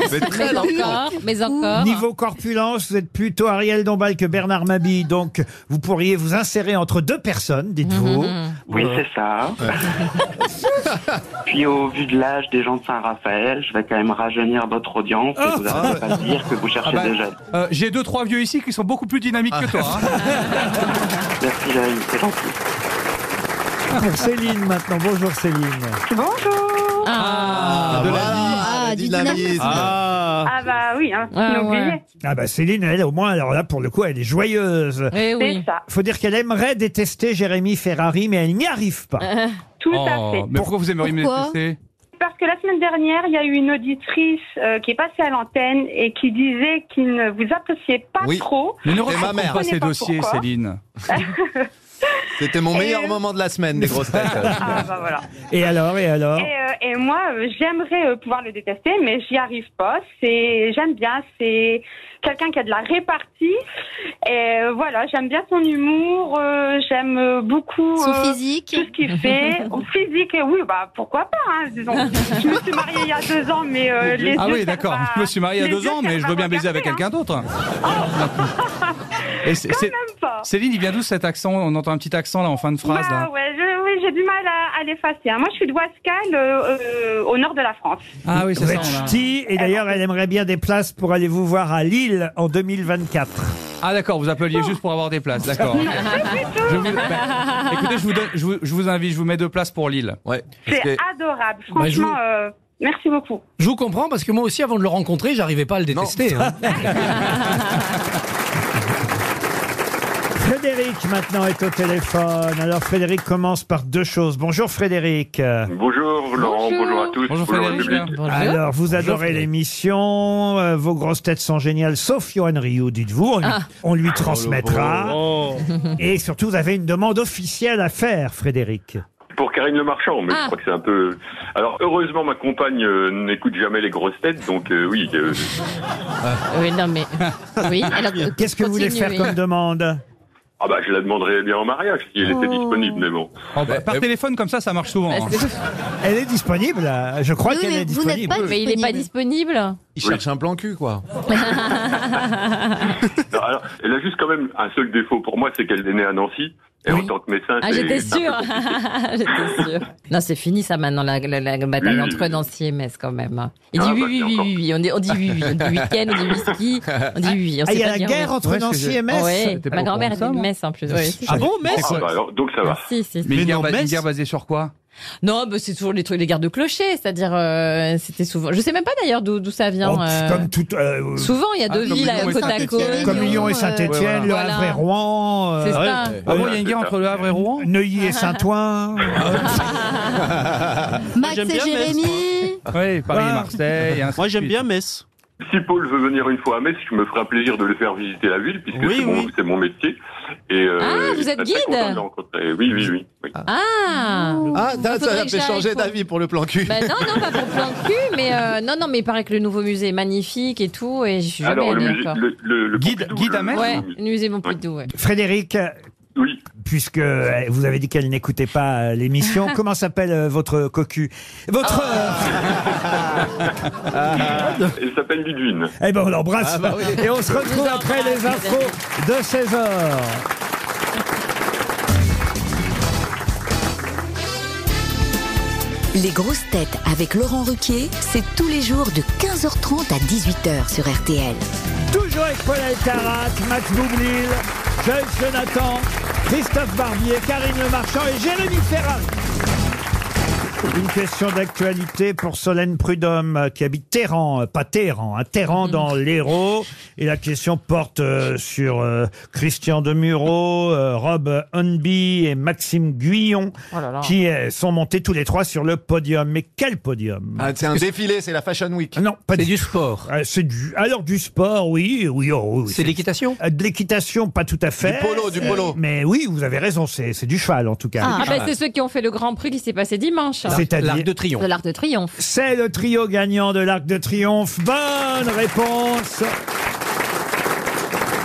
Speaker 5: C'est très
Speaker 6: Mais
Speaker 5: long.
Speaker 6: encore, mais encore.
Speaker 2: Niveau corpulence, vous êtes plutôt Ariel Dombal que Bernard Mabille, donc vous pourriez vous insérer entre deux personnes, dites-vous.
Speaker 6: Mhm.
Speaker 11: Oui, c'est ça. Puis au vu de l'âge des gens de Saint-Raphaël, je vais quand même rajeunir votre audience et vous arrêtez pas de dire que vous cherchez
Speaker 3: Ah bah,
Speaker 11: des jeunes.
Speaker 3: euh, J'ai deux, trois vieux ici qui sont beaucoup plus dynamiques
Speaker 5: Ah.
Speaker 3: que toi. hein.
Speaker 11: Merci Jérémy, c'est gentil.
Speaker 2: Pour Céline maintenant, bonjour Céline.
Speaker 6: Ah,
Speaker 5: Ah,
Speaker 3: de la
Speaker 5: voilà,
Speaker 3: vie.
Speaker 7: Ah,
Speaker 5: le
Speaker 7: du
Speaker 5: dynamisme.
Speaker 11: Ah,
Speaker 12: bah oui, hein.
Speaker 6: Ah,
Speaker 12: sinon,
Speaker 6: ouais.
Speaker 12: oubliez.
Speaker 2: Ah bah Céline, elle au moins, alors là pour le coup, elle est joyeuse.
Speaker 6: eh
Speaker 12: C'est
Speaker 6: oui.
Speaker 12: ça,
Speaker 2: Faut dire qu'elle aimerait détester Jérémy Ferrari, mais elle n'y arrive pas.
Speaker 12: Euh, tout à
Speaker 3: Oh,
Speaker 12: fait.
Speaker 3: mais pourquoi vous aimeriez me
Speaker 7: Pourquoi
Speaker 3: détester
Speaker 12: Parce que la semaine dernière, il y a eu une auditrice euh, qui est passée à l'antenne et qui disait qu'il ne vous appréciait pas
Speaker 5: Oui.
Speaker 12: trop.
Speaker 3: Mais ne
Speaker 5: Et ma
Speaker 3: raconte
Speaker 5: mère.
Speaker 3: pas
Speaker 12: Je
Speaker 3: ces
Speaker 12: connais pas
Speaker 3: dossiers,
Speaker 12: pourquoi.
Speaker 3: Céline.
Speaker 5: C'était mon meilleur
Speaker 12: Et-
Speaker 5: moment de la semaine des grosses têtes.
Speaker 12: Ah bah voilà.
Speaker 2: Et alors, et alors
Speaker 12: Et, euh, et moi, euh, j'aimerais euh, pouvoir le détester, mais j'y arrive pas. C'est, j'aime bien, c'est quelqu'un qui a de la répartie. Et euh, voilà, j'aime bien son humour. euh, j'aime euh, beaucoup.
Speaker 7: Son
Speaker 12: euh,
Speaker 7: physique.
Speaker 12: tout ce qu'il fait. En physique, oui, bah pourquoi pas. Hein, disons. Je me suis mariée il y a deux ans, mais euh, les
Speaker 3: Ah
Speaker 12: yeux,
Speaker 3: oui,
Speaker 12: ça
Speaker 3: d'accord.
Speaker 12: va-
Speaker 3: Je me suis marié il y a
Speaker 12: les
Speaker 3: deux
Speaker 12: yeux,
Speaker 3: ans,
Speaker 12: ça
Speaker 3: mais je
Speaker 12: va
Speaker 3: veux bien baiser
Speaker 12: regarder,
Speaker 3: avec
Speaker 12: hein.
Speaker 3: quelqu'un d'autre. Et c'est- c'est-
Speaker 12: Même pas.
Speaker 3: Céline, il vient d'où cet accent On entend un petit accent là en fin de phrase.
Speaker 12: Bah
Speaker 3: là.
Speaker 12: ouais, je- oui, j'ai du mal à, à l'effacer. hein. Moi, je suis de Wascal, euh, euh, au nord de la France.
Speaker 3: Ah oui,
Speaker 2: Vous
Speaker 3: c'est ça.
Speaker 2: êtes
Speaker 3: on a-
Speaker 2: ch'ti, et d'ailleurs, elle aimerait bien des places pour aller vous voir à Lille en 2024.
Speaker 3: Ah d'accord, vous appeliez juste pour avoir des places, d'accord. Je vous- bah, écoutez, je vous, donne- je, vous, je vous invite, je vous mets deux places pour Lille.
Speaker 5: Ouais. parce
Speaker 12: C'est
Speaker 5: que-
Speaker 12: adorable.
Speaker 8: Bah, je vous-
Speaker 12: Franchement, euh, Merci beaucoup.
Speaker 8: Je vous comprends parce que moi aussi, avant de le rencontrer, j'arrivais pas à le détester. hein.
Speaker 2: Frédéric maintenant est au téléphone. Alors Frédéric commence par deux choses. Bonjour Frédéric.
Speaker 13: Bonjour Laurent, bonjour, à tous, bonjour, au public.
Speaker 2: Alors, vous adorez l'émission, euh, vos grosses têtes sont géniales, sauf Johan Rioux, dites-vous, on, lui-
Speaker 13: Ah.
Speaker 2: on lui transmettra.
Speaker 13: Oh.
Speaker 2: Et surtout, vous avez une demande officielle à faire, Frédéric.
Speaker 13: Pour Karine Le Marchand, mais
Speaker 6: Ah.
Speaker 13: je crois que c'est un peu. Alors heureusement, ma compagne euh, n'écoute jamais les grosses têtes, donc euh, oui. euh,
Speaker 6: Oui, non, mais. Oui, alors. euh,
Speaker 2: Qu'est-ce que vous voulez faire comme demande
Speaker 13: Ah bah je la demanderais bien en mariage si elle
Speaker 6: Oh.
Speaker 13: était disponible, mais bon.
Speaker 3: Par téléphone, comme ça, ça marche souvent. hein.
Speaker 2: Elle est disponible, euh, je crois
Speaker 6: Oui,
Speaker 2: qu'elle
Speaker 6: mais
Speaker 2: est
Speaker 6: vous n'êtes
Speaker 2: disponible.
Speaker 6: pas Mais il n'est pas disponible.
Speaker 5: Il cherche un plan cul, quoi.
Speaker 13: Non, alors, elle a juste quand même un seul défaut pour moi, c'est qu'elle est née à Nancy. Et en tant que médecin,
Speaker 6: Ah,
Speaker 13: c'est-
Speaker 6: j'étais
Speaker 13: c'est un peu
Speaker 6: sûre. j'étais sûre. Non, c'est fini ça maintenant, la, la- la bataille
Speaker 13: Oui.
Speaker 6: entre Nancy et Metz quand même. Il dit
Speaker 13: Ah,
Speaker 6: oui,
Speaker 13: bah,
Speaker 6: oui,
Speaker 13: tiens,
Speaker 6: oui,
Speaker 13: encore.
Speaker 6: oui, oui, on dit, on dit oui, oui, on dit week-end, on dit whisky, on dit oui, oui. On
Speaker 2: Ah,
Speaker 6: sait
Speaker 2: il y a
Speaker 6: pas
Speaker 2: la
Speaker 6: dire
Speaker 2: guerre
Speaker 6: Metz.
Speaker 2: entre Ouais, Nancy c'est- et Metz
Speaker 6: Ouais,
Speaker 2: T'étais pas
Speaker 6: ma
Speaker 2: au courant
Speaker 6: grand-mère
Speaker 2: de
Speaker 6: était de Metz en plus. ouais.
Speaker 3: Ah bon, Metz
Speaker 13: Ah, bah, alors, donc ça va.
Speaker 6: Si, si, si.
Speaker 3: Mais une guerre, bas- une guerre basée sur quoi
Speaker 6: Non, bah, c'est toujours les trucs, les guerres de clochers, c'est-à-dire euh, c'était souvent. Je sais même pas d'ailleurs d'où d'où ça vient.
Speaker 2: Oh,
Speaker 6: euh.
Speaker 2: Comme tout, euh,
Speaker 6: Souvent, il y a deux villes euh, côte à côte.
Speaker 2: Comme Lyon et
Speaker 6: euh,
Speaker 2: Saint-Étienne, Le
Speaker 6: voilà.
Speaker 2: Havre et Rouen. euh,
Speaker 6: C'est ça.
Speaker 3: Ah bon, il y a une guerre entre Le Havre et Rouen
Speaker 2: Neuilly et Saint-Ouen.
Speaker 13: Bah,
Speaker 7: Max
Speaker 4: J'aime
Speaker 7: et
Speaker 4: bien Metz,
Speaker 7: Jérémy.
Speaker 3: Oui, Paris,
Speaker 2: Ah.
Speaker 4: Ouais.
Speaker 3: Marseille.
Speaker 4: Moi, j'aime bien Metz.
Speaker 13: Si Paul veut venir une fois à Metz, je me ferai un plaisir de le faire visiter la ville, puisque c'est mon, c'est mon métier. Et, euh,
Speaker 6: Ah, vous
Speaker 13: il serait
Speaker 6: êtes
Speaker 13: très
Speaker 6: guide
Speaker 13: content de le rencontrer. Oui, oui, oui. oui.
Speaker 6: Ah
Speaker 5: Ah,
Speaker 6: Faudrait
Speaker 5: t'as
Speaker 6: que
Speaker 5: fait
Speaker 6: j'aille
Speaker 5: changer
Speaker 6: pour-
Speaker 5: d'avis pour le plan cul.
Speaker 6: Bah non, non, pas pour plan de cul, mais euh, non, non, mais il paraît que le nouveau musée est magnifique et tout, et je suis jamais
Speaker 13: Alors, le,
Speaker 6: allée
Speaker 13: musée-
Speaker 6: encore.
Speaker 13: le, le- le Pompidou, le-
Speaker 6: Ouais, le musée Pompidou, ouais.
Speaker 2: Frédéric, puisque euh, vous avez dit qu'elle n'écoutait pas euh, l'émission, comment s'appelle euh, votre cocu Votre...
Speaker 13: Elle Ah. s'appelle Ludwine.
Speaker 2: Eh ben on l'embrasse
Speaker 13: Ah bah oui.
Speaker 2: et on se retrouve
Speaker 13: On vous
Speaker 2: après les
Speaker 13: embrasse,
Speaker 2: infos de 16h.
Speaker 10: Les grosses têtes avec Laurent Ruquier, c'est tous les jours de 15h30 à 18h sur RTL.
Speaker 2: Toujours avec Paul Elkarat, Max Boublil, Joyce Jonathan, Christophe Barbier, Karine Le Marchand et Jérémy Ferrari. Une question d'actualité pour Solène Prudhomme euh, qui habite Téhéran, euh, pas Téhéran, hein, Téhéran dans l'Hérault. Et la question porte euh, sur euh, Christian Demureau, euh, Rob Hunby et Maxime Guyon qui euh, sont montés tous les trois sur le podium. Mais quel podium
Speaker 5: Ah, c'est un défilé, c'est la Fashion Week.
Speaker 2: Non, pas
Speaker 5: du
Speaker 2: sport. c'est du alors du sport, oui, oui, oh, oui,
Speaker 5: C'est de l'équitation
Speaker 2: Euh, De l'équitation, pas tout à fait.
Speaker 5: polo, du
Speaker 2: Euh,
Speaker 5: polo.
Speaker 2: Mais oui, vous avez raison, c'est c'est du cheval en tout cas.
Speaker 6: Ah, bah, c'est ceux qui ont fait le Grand Prix qui s'est passé dimanche.
Speaker 2: C'est-à-dire- L'Arc de
Speaker 6: Triomphe. De l'Arc de Triomphe.
Speaker 2: C'est le trio gagnant de l'Arc de Triomphe. Bonne réponse.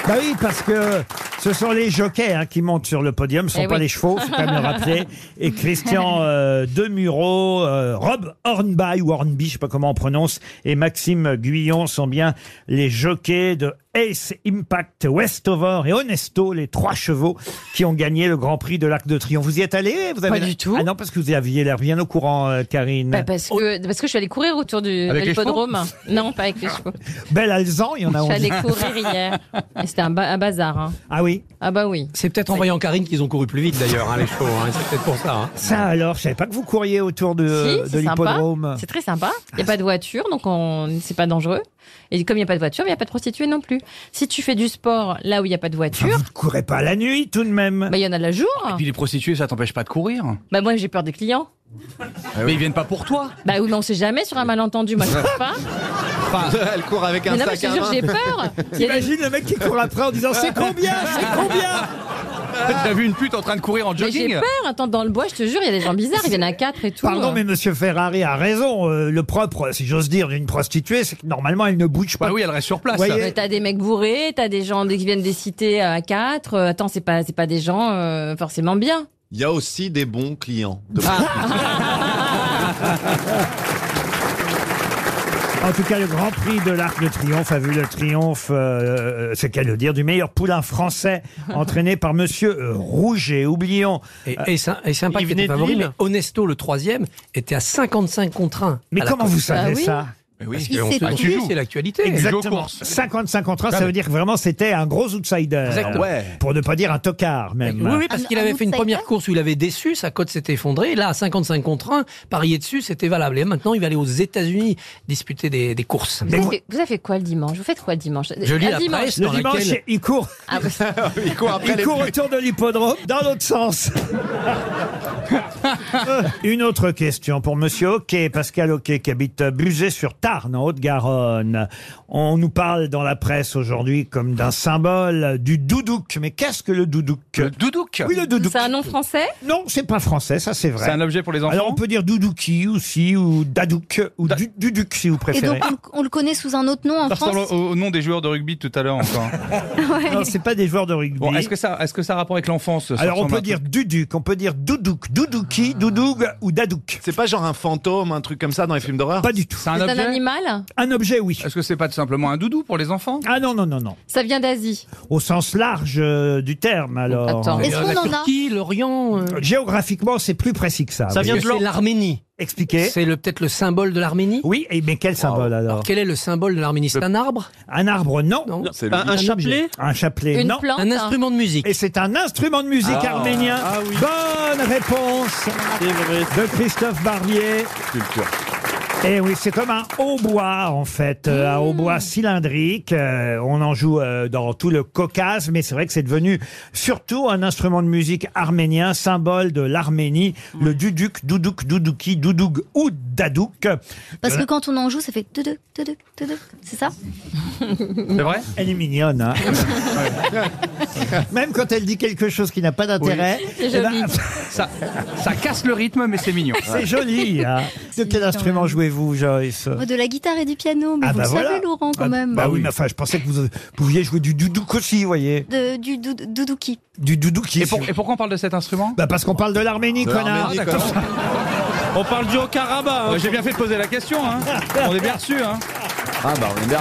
Speaker 2: Bah oui, parce que ce sont les jockeys hein, qui montent sur le podium, ce sont
Speaker 14: Eh
Speaker 2: pas
Speaker 14: oui.
Speaker 2: les chevaux, faut quand même le rappeler. Et Christian euh, Demureau, euh, Rob Hornby, ou Hornby, je sais pas comment on prononce, et Maxime Guyon sont bien les jockeys de Ace Impact, Westover et Honesto, les trois chevaux qui ont gagné le Grand Prix de l'Arc de Triomphe. Vous y êtes allé vous avez
Speaker 6: Pas du
Speaker 2: tout. Ah non, parce que vous aviez l'air bien au courant, euh, Karine.
Speaker 6: Bah, parce, que, parce que je suis allée courir autour du
Speaker 2: Avec
Speaker 6: de
Speaker 2: les chevaux
Speaker 6: l'hippodrome. Non, pas avec les chevaux.
Speaker 2: Belle Alzan, il y en a
Speaker 6: Je suis allée
Speaker 2: onze.
Speaker 6: courir hier. Et c'était un, ba- un bazar. hein.
Speaker 2: Ah oui
Speaker 6: Ah bah oui.
Speaker 8: C'est peut-être en voyant Karine qu'ils ont couru plus vite d'ailleurs, hein, les chevaux. hein. C'est peut-être pour ça. hein.
Speaker 2: Ça alors, je savais pas que vous couriez autour
Speaker 6: Ah. Si,
Speaker 2: de, Euh, de
Speaker 6: c'est sympa.
Speaker 2: l'hippodrome. Ah.
Speaker 6: C'est très sympa. Il n'y a pas de voiture, donc on... c'est pas dangereux. Et comme il n'y a pas de voiture, il n'y a pas de prostituée non plus. Si tu fais du sport là où il n'y a pas de voiture,
Speaker 2: Courez pas la nuit tout de même.
Speaker 6: bah, il y en a la jour.
Speaker 3: Puis les prostituées, ça t'empêche pas de courir.
Speaker 6: Bah, moi, j'ai peur des clients.
Speaker 3: Mais ils viennent pas pour toi.
Speaker 6: Bah oui, mais on sait jamais sur un malentendu, moi je sais pas.
Speaker 5: Elle court avec
Speaker 6: Mais
Speaker 5: un
Speaker 6: non,
Speaker 5: sac
Speaker 6: mais je te
Speaker 5: à
Speaker 6: jure,
Speaker 5: main.
Speaker 6: j'ai peur. Il y a des-
Speaker 2: Imagine le mec qui court après en disant c'est combien, c'est combien.
Speaker 3: T'as vu une pute en train de courir en
Speaker 6: Mais j'ai
Speaker 3: jogging
Speaker 6: peur, attends, dans le bois, je te jure, il y a des gens bizarres, ils viennent à quatre et tout. euh.
Speaker 2: Pardon, mais Monsieur Ferrari a raison. Euh, le propre, si j'ose dire, d'une prostituée, c'est que normalement elle ne bouge pas.
Speaker 3: Bah oui, elle reste sur place.
Speaker 6: Mais T'as des mecs bourrés, t'as des gens qui viennent des cités à quatre. Euh, Attends, c'est pas, c'est pas des gens euh, forcément bien.
Speaker 5: Il y a aussi des bons clients. De-
Speaker 2: En tout cas, le Grand Prix de l'Arc de Triomphe a vu le triomphe, euh, euh, c'est qu'à le dire, du meilleur poulain français entraîné par Monsieur euh, Rouget. Oublions.
Speaker 8: Et, et, Saint- et Saint-Pac
Speaker 2: Il
Speaker 8: était
Speaker 2: venait de
Speaker 8: favori, mais
Speaker 2: Lille.
Speaker 8: Honesto, le troisième, était à 55 contre 1.
Speaker 2: Mais comment vous savez ça
Speaker 8: oui,
Speaker 2: Bah Parce qu'il on sait sait tout.
Speaker 8: tu
Speaker 2: tout.
Speaker 8: joues, c'est l'actualité.
Speaker 2: Exactement. 55 contre 1, ça veut dire que vraiment c'était un gros outsider.
Speaker 8: Exact, ouais.
Speaker 2: Pour ne pas dire un tocard même.
Speaker 8: Oui, oui, parce
Speaker 6: Ah,
Speaker 8: qu'il avait fait une première course où il avait déçu, sa cote s'était effondrée. Là, à 55 contre 1, parier dessus, c'était valable. Et maintenant, il va aller aux États-Unis disputer des, des courses.
Speaker 6: Vous, avez fait, vous avez fait quoi le dimanche Vous faites quoi le dimanche
Speaker 8: Je lis
Speaker 6: Un
Speaker 8: la
Speaker 6: dimanche.
Speaker 8: presse dans Le dimanche, laquelle-
Speaker 2: il court.
Speaker 6: Ah, oui.
Speaker 2: Il court,
Speaker 6: après les pluies.
Speaker 2: autour de l'hippodrome dans l'autre sens. Une autre question pour Monsieur Hockey, Pascal Hockey, qui habite Buzet-sur-Tarn, en Haute-Garonne. On nous parle dans la presse aujourd'hui comme d'un symbole du doudouk. Mais qu'est-ce que le doudouk Le
Speaker 3: doudouk
Speaker 2: Oui, le doudouk.
Speaker 6: C'est un nom français
Speaker 2: Non, c'est pas français, ça c'est vrai.
Speaker 3: C'est un objet pour les enfants
Speaker 2: Alors on peut dire doudouki aussi, ou dadouk, ou du- duduk si vous
Speaker 7: Et
Speaker 2: préférez.
Speaker 7: donc, on, le- on le connaît sous un autre nom en
Speaker 3: Ça ressemble
Speaker 7: France.
Speaker 3: au, au nom des joueurs de rugby tout à l'heure encore.
Speaker 2: Non, c'est pas des joueurs de rugby.
Speaker 3: Bon, est-ce que ça, est-ce que ça a rapport avec l'enfance ça
Speaker 2: Alors on
Speaker 3: ressemble à
Speaker 2: peut
Speaker 3: un
Speaker 2: dire
Speaker 3: truc
Speaker 2: duduk, on peut dire doudouk, doudouki, doudoug ou dadouk.
Speaker 5: C'est pas genre un fantôme, un truc comme ça dans les films d'horreur
Speaker 2: Pas du tout.
Speaker 3: C'est un
Speaker 6: C'est un
Speaker 3: objet
Speaker 6: animal
Speaker 2: Un objet, oui.
Speaker 3: Est-ce que c'est pas tout simplement un doudou pour les enfants
Speaker 2: Ah non, non, non, non.
Speaker 6: Ça vient d'Asie.
Speaker 2: Au sens large euh, du terme, alors.
Speaker 6: Attends. Est-ce
Speaker 2: Euh,
Speaker 6: qu'on
Speaker 2: la
Speaker 6: en a
Speaker 2: Turquie,
Speaker 6: euh.
Speaker 8: l'Orient.
Speaker 2: le- Géographiquement, c'est plus précis que ça.
Speaker 8: Ça
Speaker 2: oui.
Speaker 8: vient de Ah, C'est l'Or- l'Arménie.
Speaker 2: Expliquez.
Speaker 8: C'est le- peut-être le symbole de l'Arménie
Speaker 2: Oui, et- mais quel symbole alors
Speaker 8: Quel est le symbole de l'Arménie C'est un arbre
Speaker 2: Un arbre, non.
Speaker 8: C'est Un- le- un chapelet
Speaker 2: Un chapelet,
Speaker 8: Une
Speaker 2: non.
Speaker 8: plante Un instrument de musique.
Speaker 2: Et c'est un instrument de musique
Speaker 8: Ah.
Speaker 2: arménien. Bonne réponse de Christophe Barbier. Et oui, c'est comme un hautbois en fait, euh,
Speaker 8: Mmh.
Speaker 2: un hautbois cylindrique. Euh, on en joue euh, dans tout le Caucase, mais c'est vrai que c'est devenu surtout un instrument de musique arménien, symbole de l'Arménie, le duduk, doudouk, doudouki, doudoug ou dadouk. Euh,
Speaker 7: Parce que quand on en joue, ça fait tout deux, tout deux, tout deux. C'est ça
Speaker 3: C'est vrai
Speaker 2: Elle est mignonne. hein. Même quand elle dit quelque chose qui n'a pas d'intérêt, eh ben,
Speaker 3: ça, ça casse le rythme, mais c'est mignon.
Speaker 2: c'est joli. hein. De quel instrument jouez-vous, Joyce
Speaker 7: De la guitare et du piano, mais
Speaker 2: Ah,
Speaker 7: Oh, vous
Speaker 2: bah
Speaker 7: le savez,
Speaker 2: voilà.
Speaker 7: Laurent, quand même.
Speaker 2: Bah oui, mais enfin, je pensais que vous pouviez jouer du doudouk aussi, vous voyez.
Speaker 7: De- du dou- doudouki.
Speaker 2: Du doudouki.
Speaker 3: Et, pour- et pourquoi on parle de cet instrument
Speaker 2: Bah parce qu'on parle de l'Arménie,
Speaker 3: De
Speaker 2: connard. Ah,
Speaker 3: l'Arménie, On parle du
Speaker 2: hein.
Speaker 3: Haut-Karabakh. J'ai bien fait de poser la question. hein. On est bien reçu. Hein.
Speaker 5: Ah bah on est bien.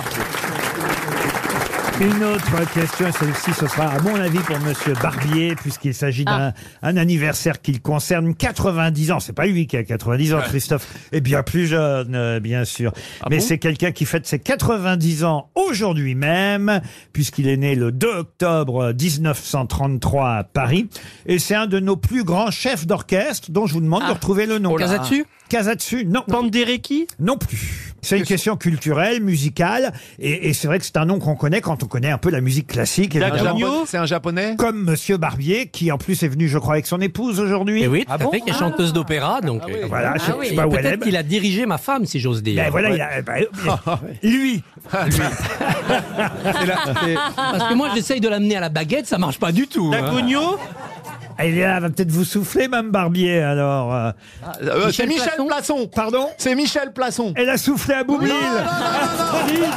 Speaker 2: Une autre question, et celle-ci, ce sera à mon avis pour Monsieur Barbier, puisqu'il s'agit
Speaker 14: Ah.
Speaker 2: d'un un anniversaire qu'il concerne, 90 ans. C'est pas lui qui a 90 ans,
Speaker 14: Ouais. Ah
Speaker 2: Christophe, et bien plus jeune, euh, bien sûr. Mais
Speaker 14: bon
Speaker 2: c'est quelqu'un qui fête ses 90 ans aujourd'hui même, puisqu'il est né le 2 octobre 1933 à Paris, et c'est un de nos plus grands chefs d'orchestre, dont je vous
Speaker 14: Ah.
Speaker 2: demande de retrouver le nom.
Speaker 8: Oh là. Casatsu
Speaker 2: Casatsu, non. Panderecki Non plus. C'est une question culturelle, musicale, et, et c'est vrai que c'est un nom qu'on connaît quand on connaît un peu la musique classique. évidemment.
Speaker 5: C'est un japonais
Speaker 2: Comme Monsieur Barbier, qui en plus est venu, je crois, avec son épouse aujourd'hui.
Speaker 8: Et Eh oui,
Speaker 5: Ah
Speaker 8: tout à fait,
Speaker 2: Ah.
Speaker 8: qui est chanteuse d'opéra. Donc, euh,
Speaker 2: Voilà, je- je sais
Speaker 8: Et
Speaker 2: pas où elle est.
Speaker 8: Peut-être qu'il a dirigé ma femme, si j'ose dire.
Speaker 2: Ben voilà, il a- ben,
Speaker 8: Ah
Speaker 2: lui.
Speaker 8: Parce que moi, j'essaye de l'amener à la baguette, ça marche pas du tout. hein.
Speaker 2: Elle est là, Eh elle va peut-être vous souffler, même Barbier, alors. euh.
Speaker 5: euh, c'est Michel Michel Plasson.
Speaker 2: Pardon
Speaker 5: C'est Michel Plasson.
Speaker 2: Elle a soufflé à Boublil.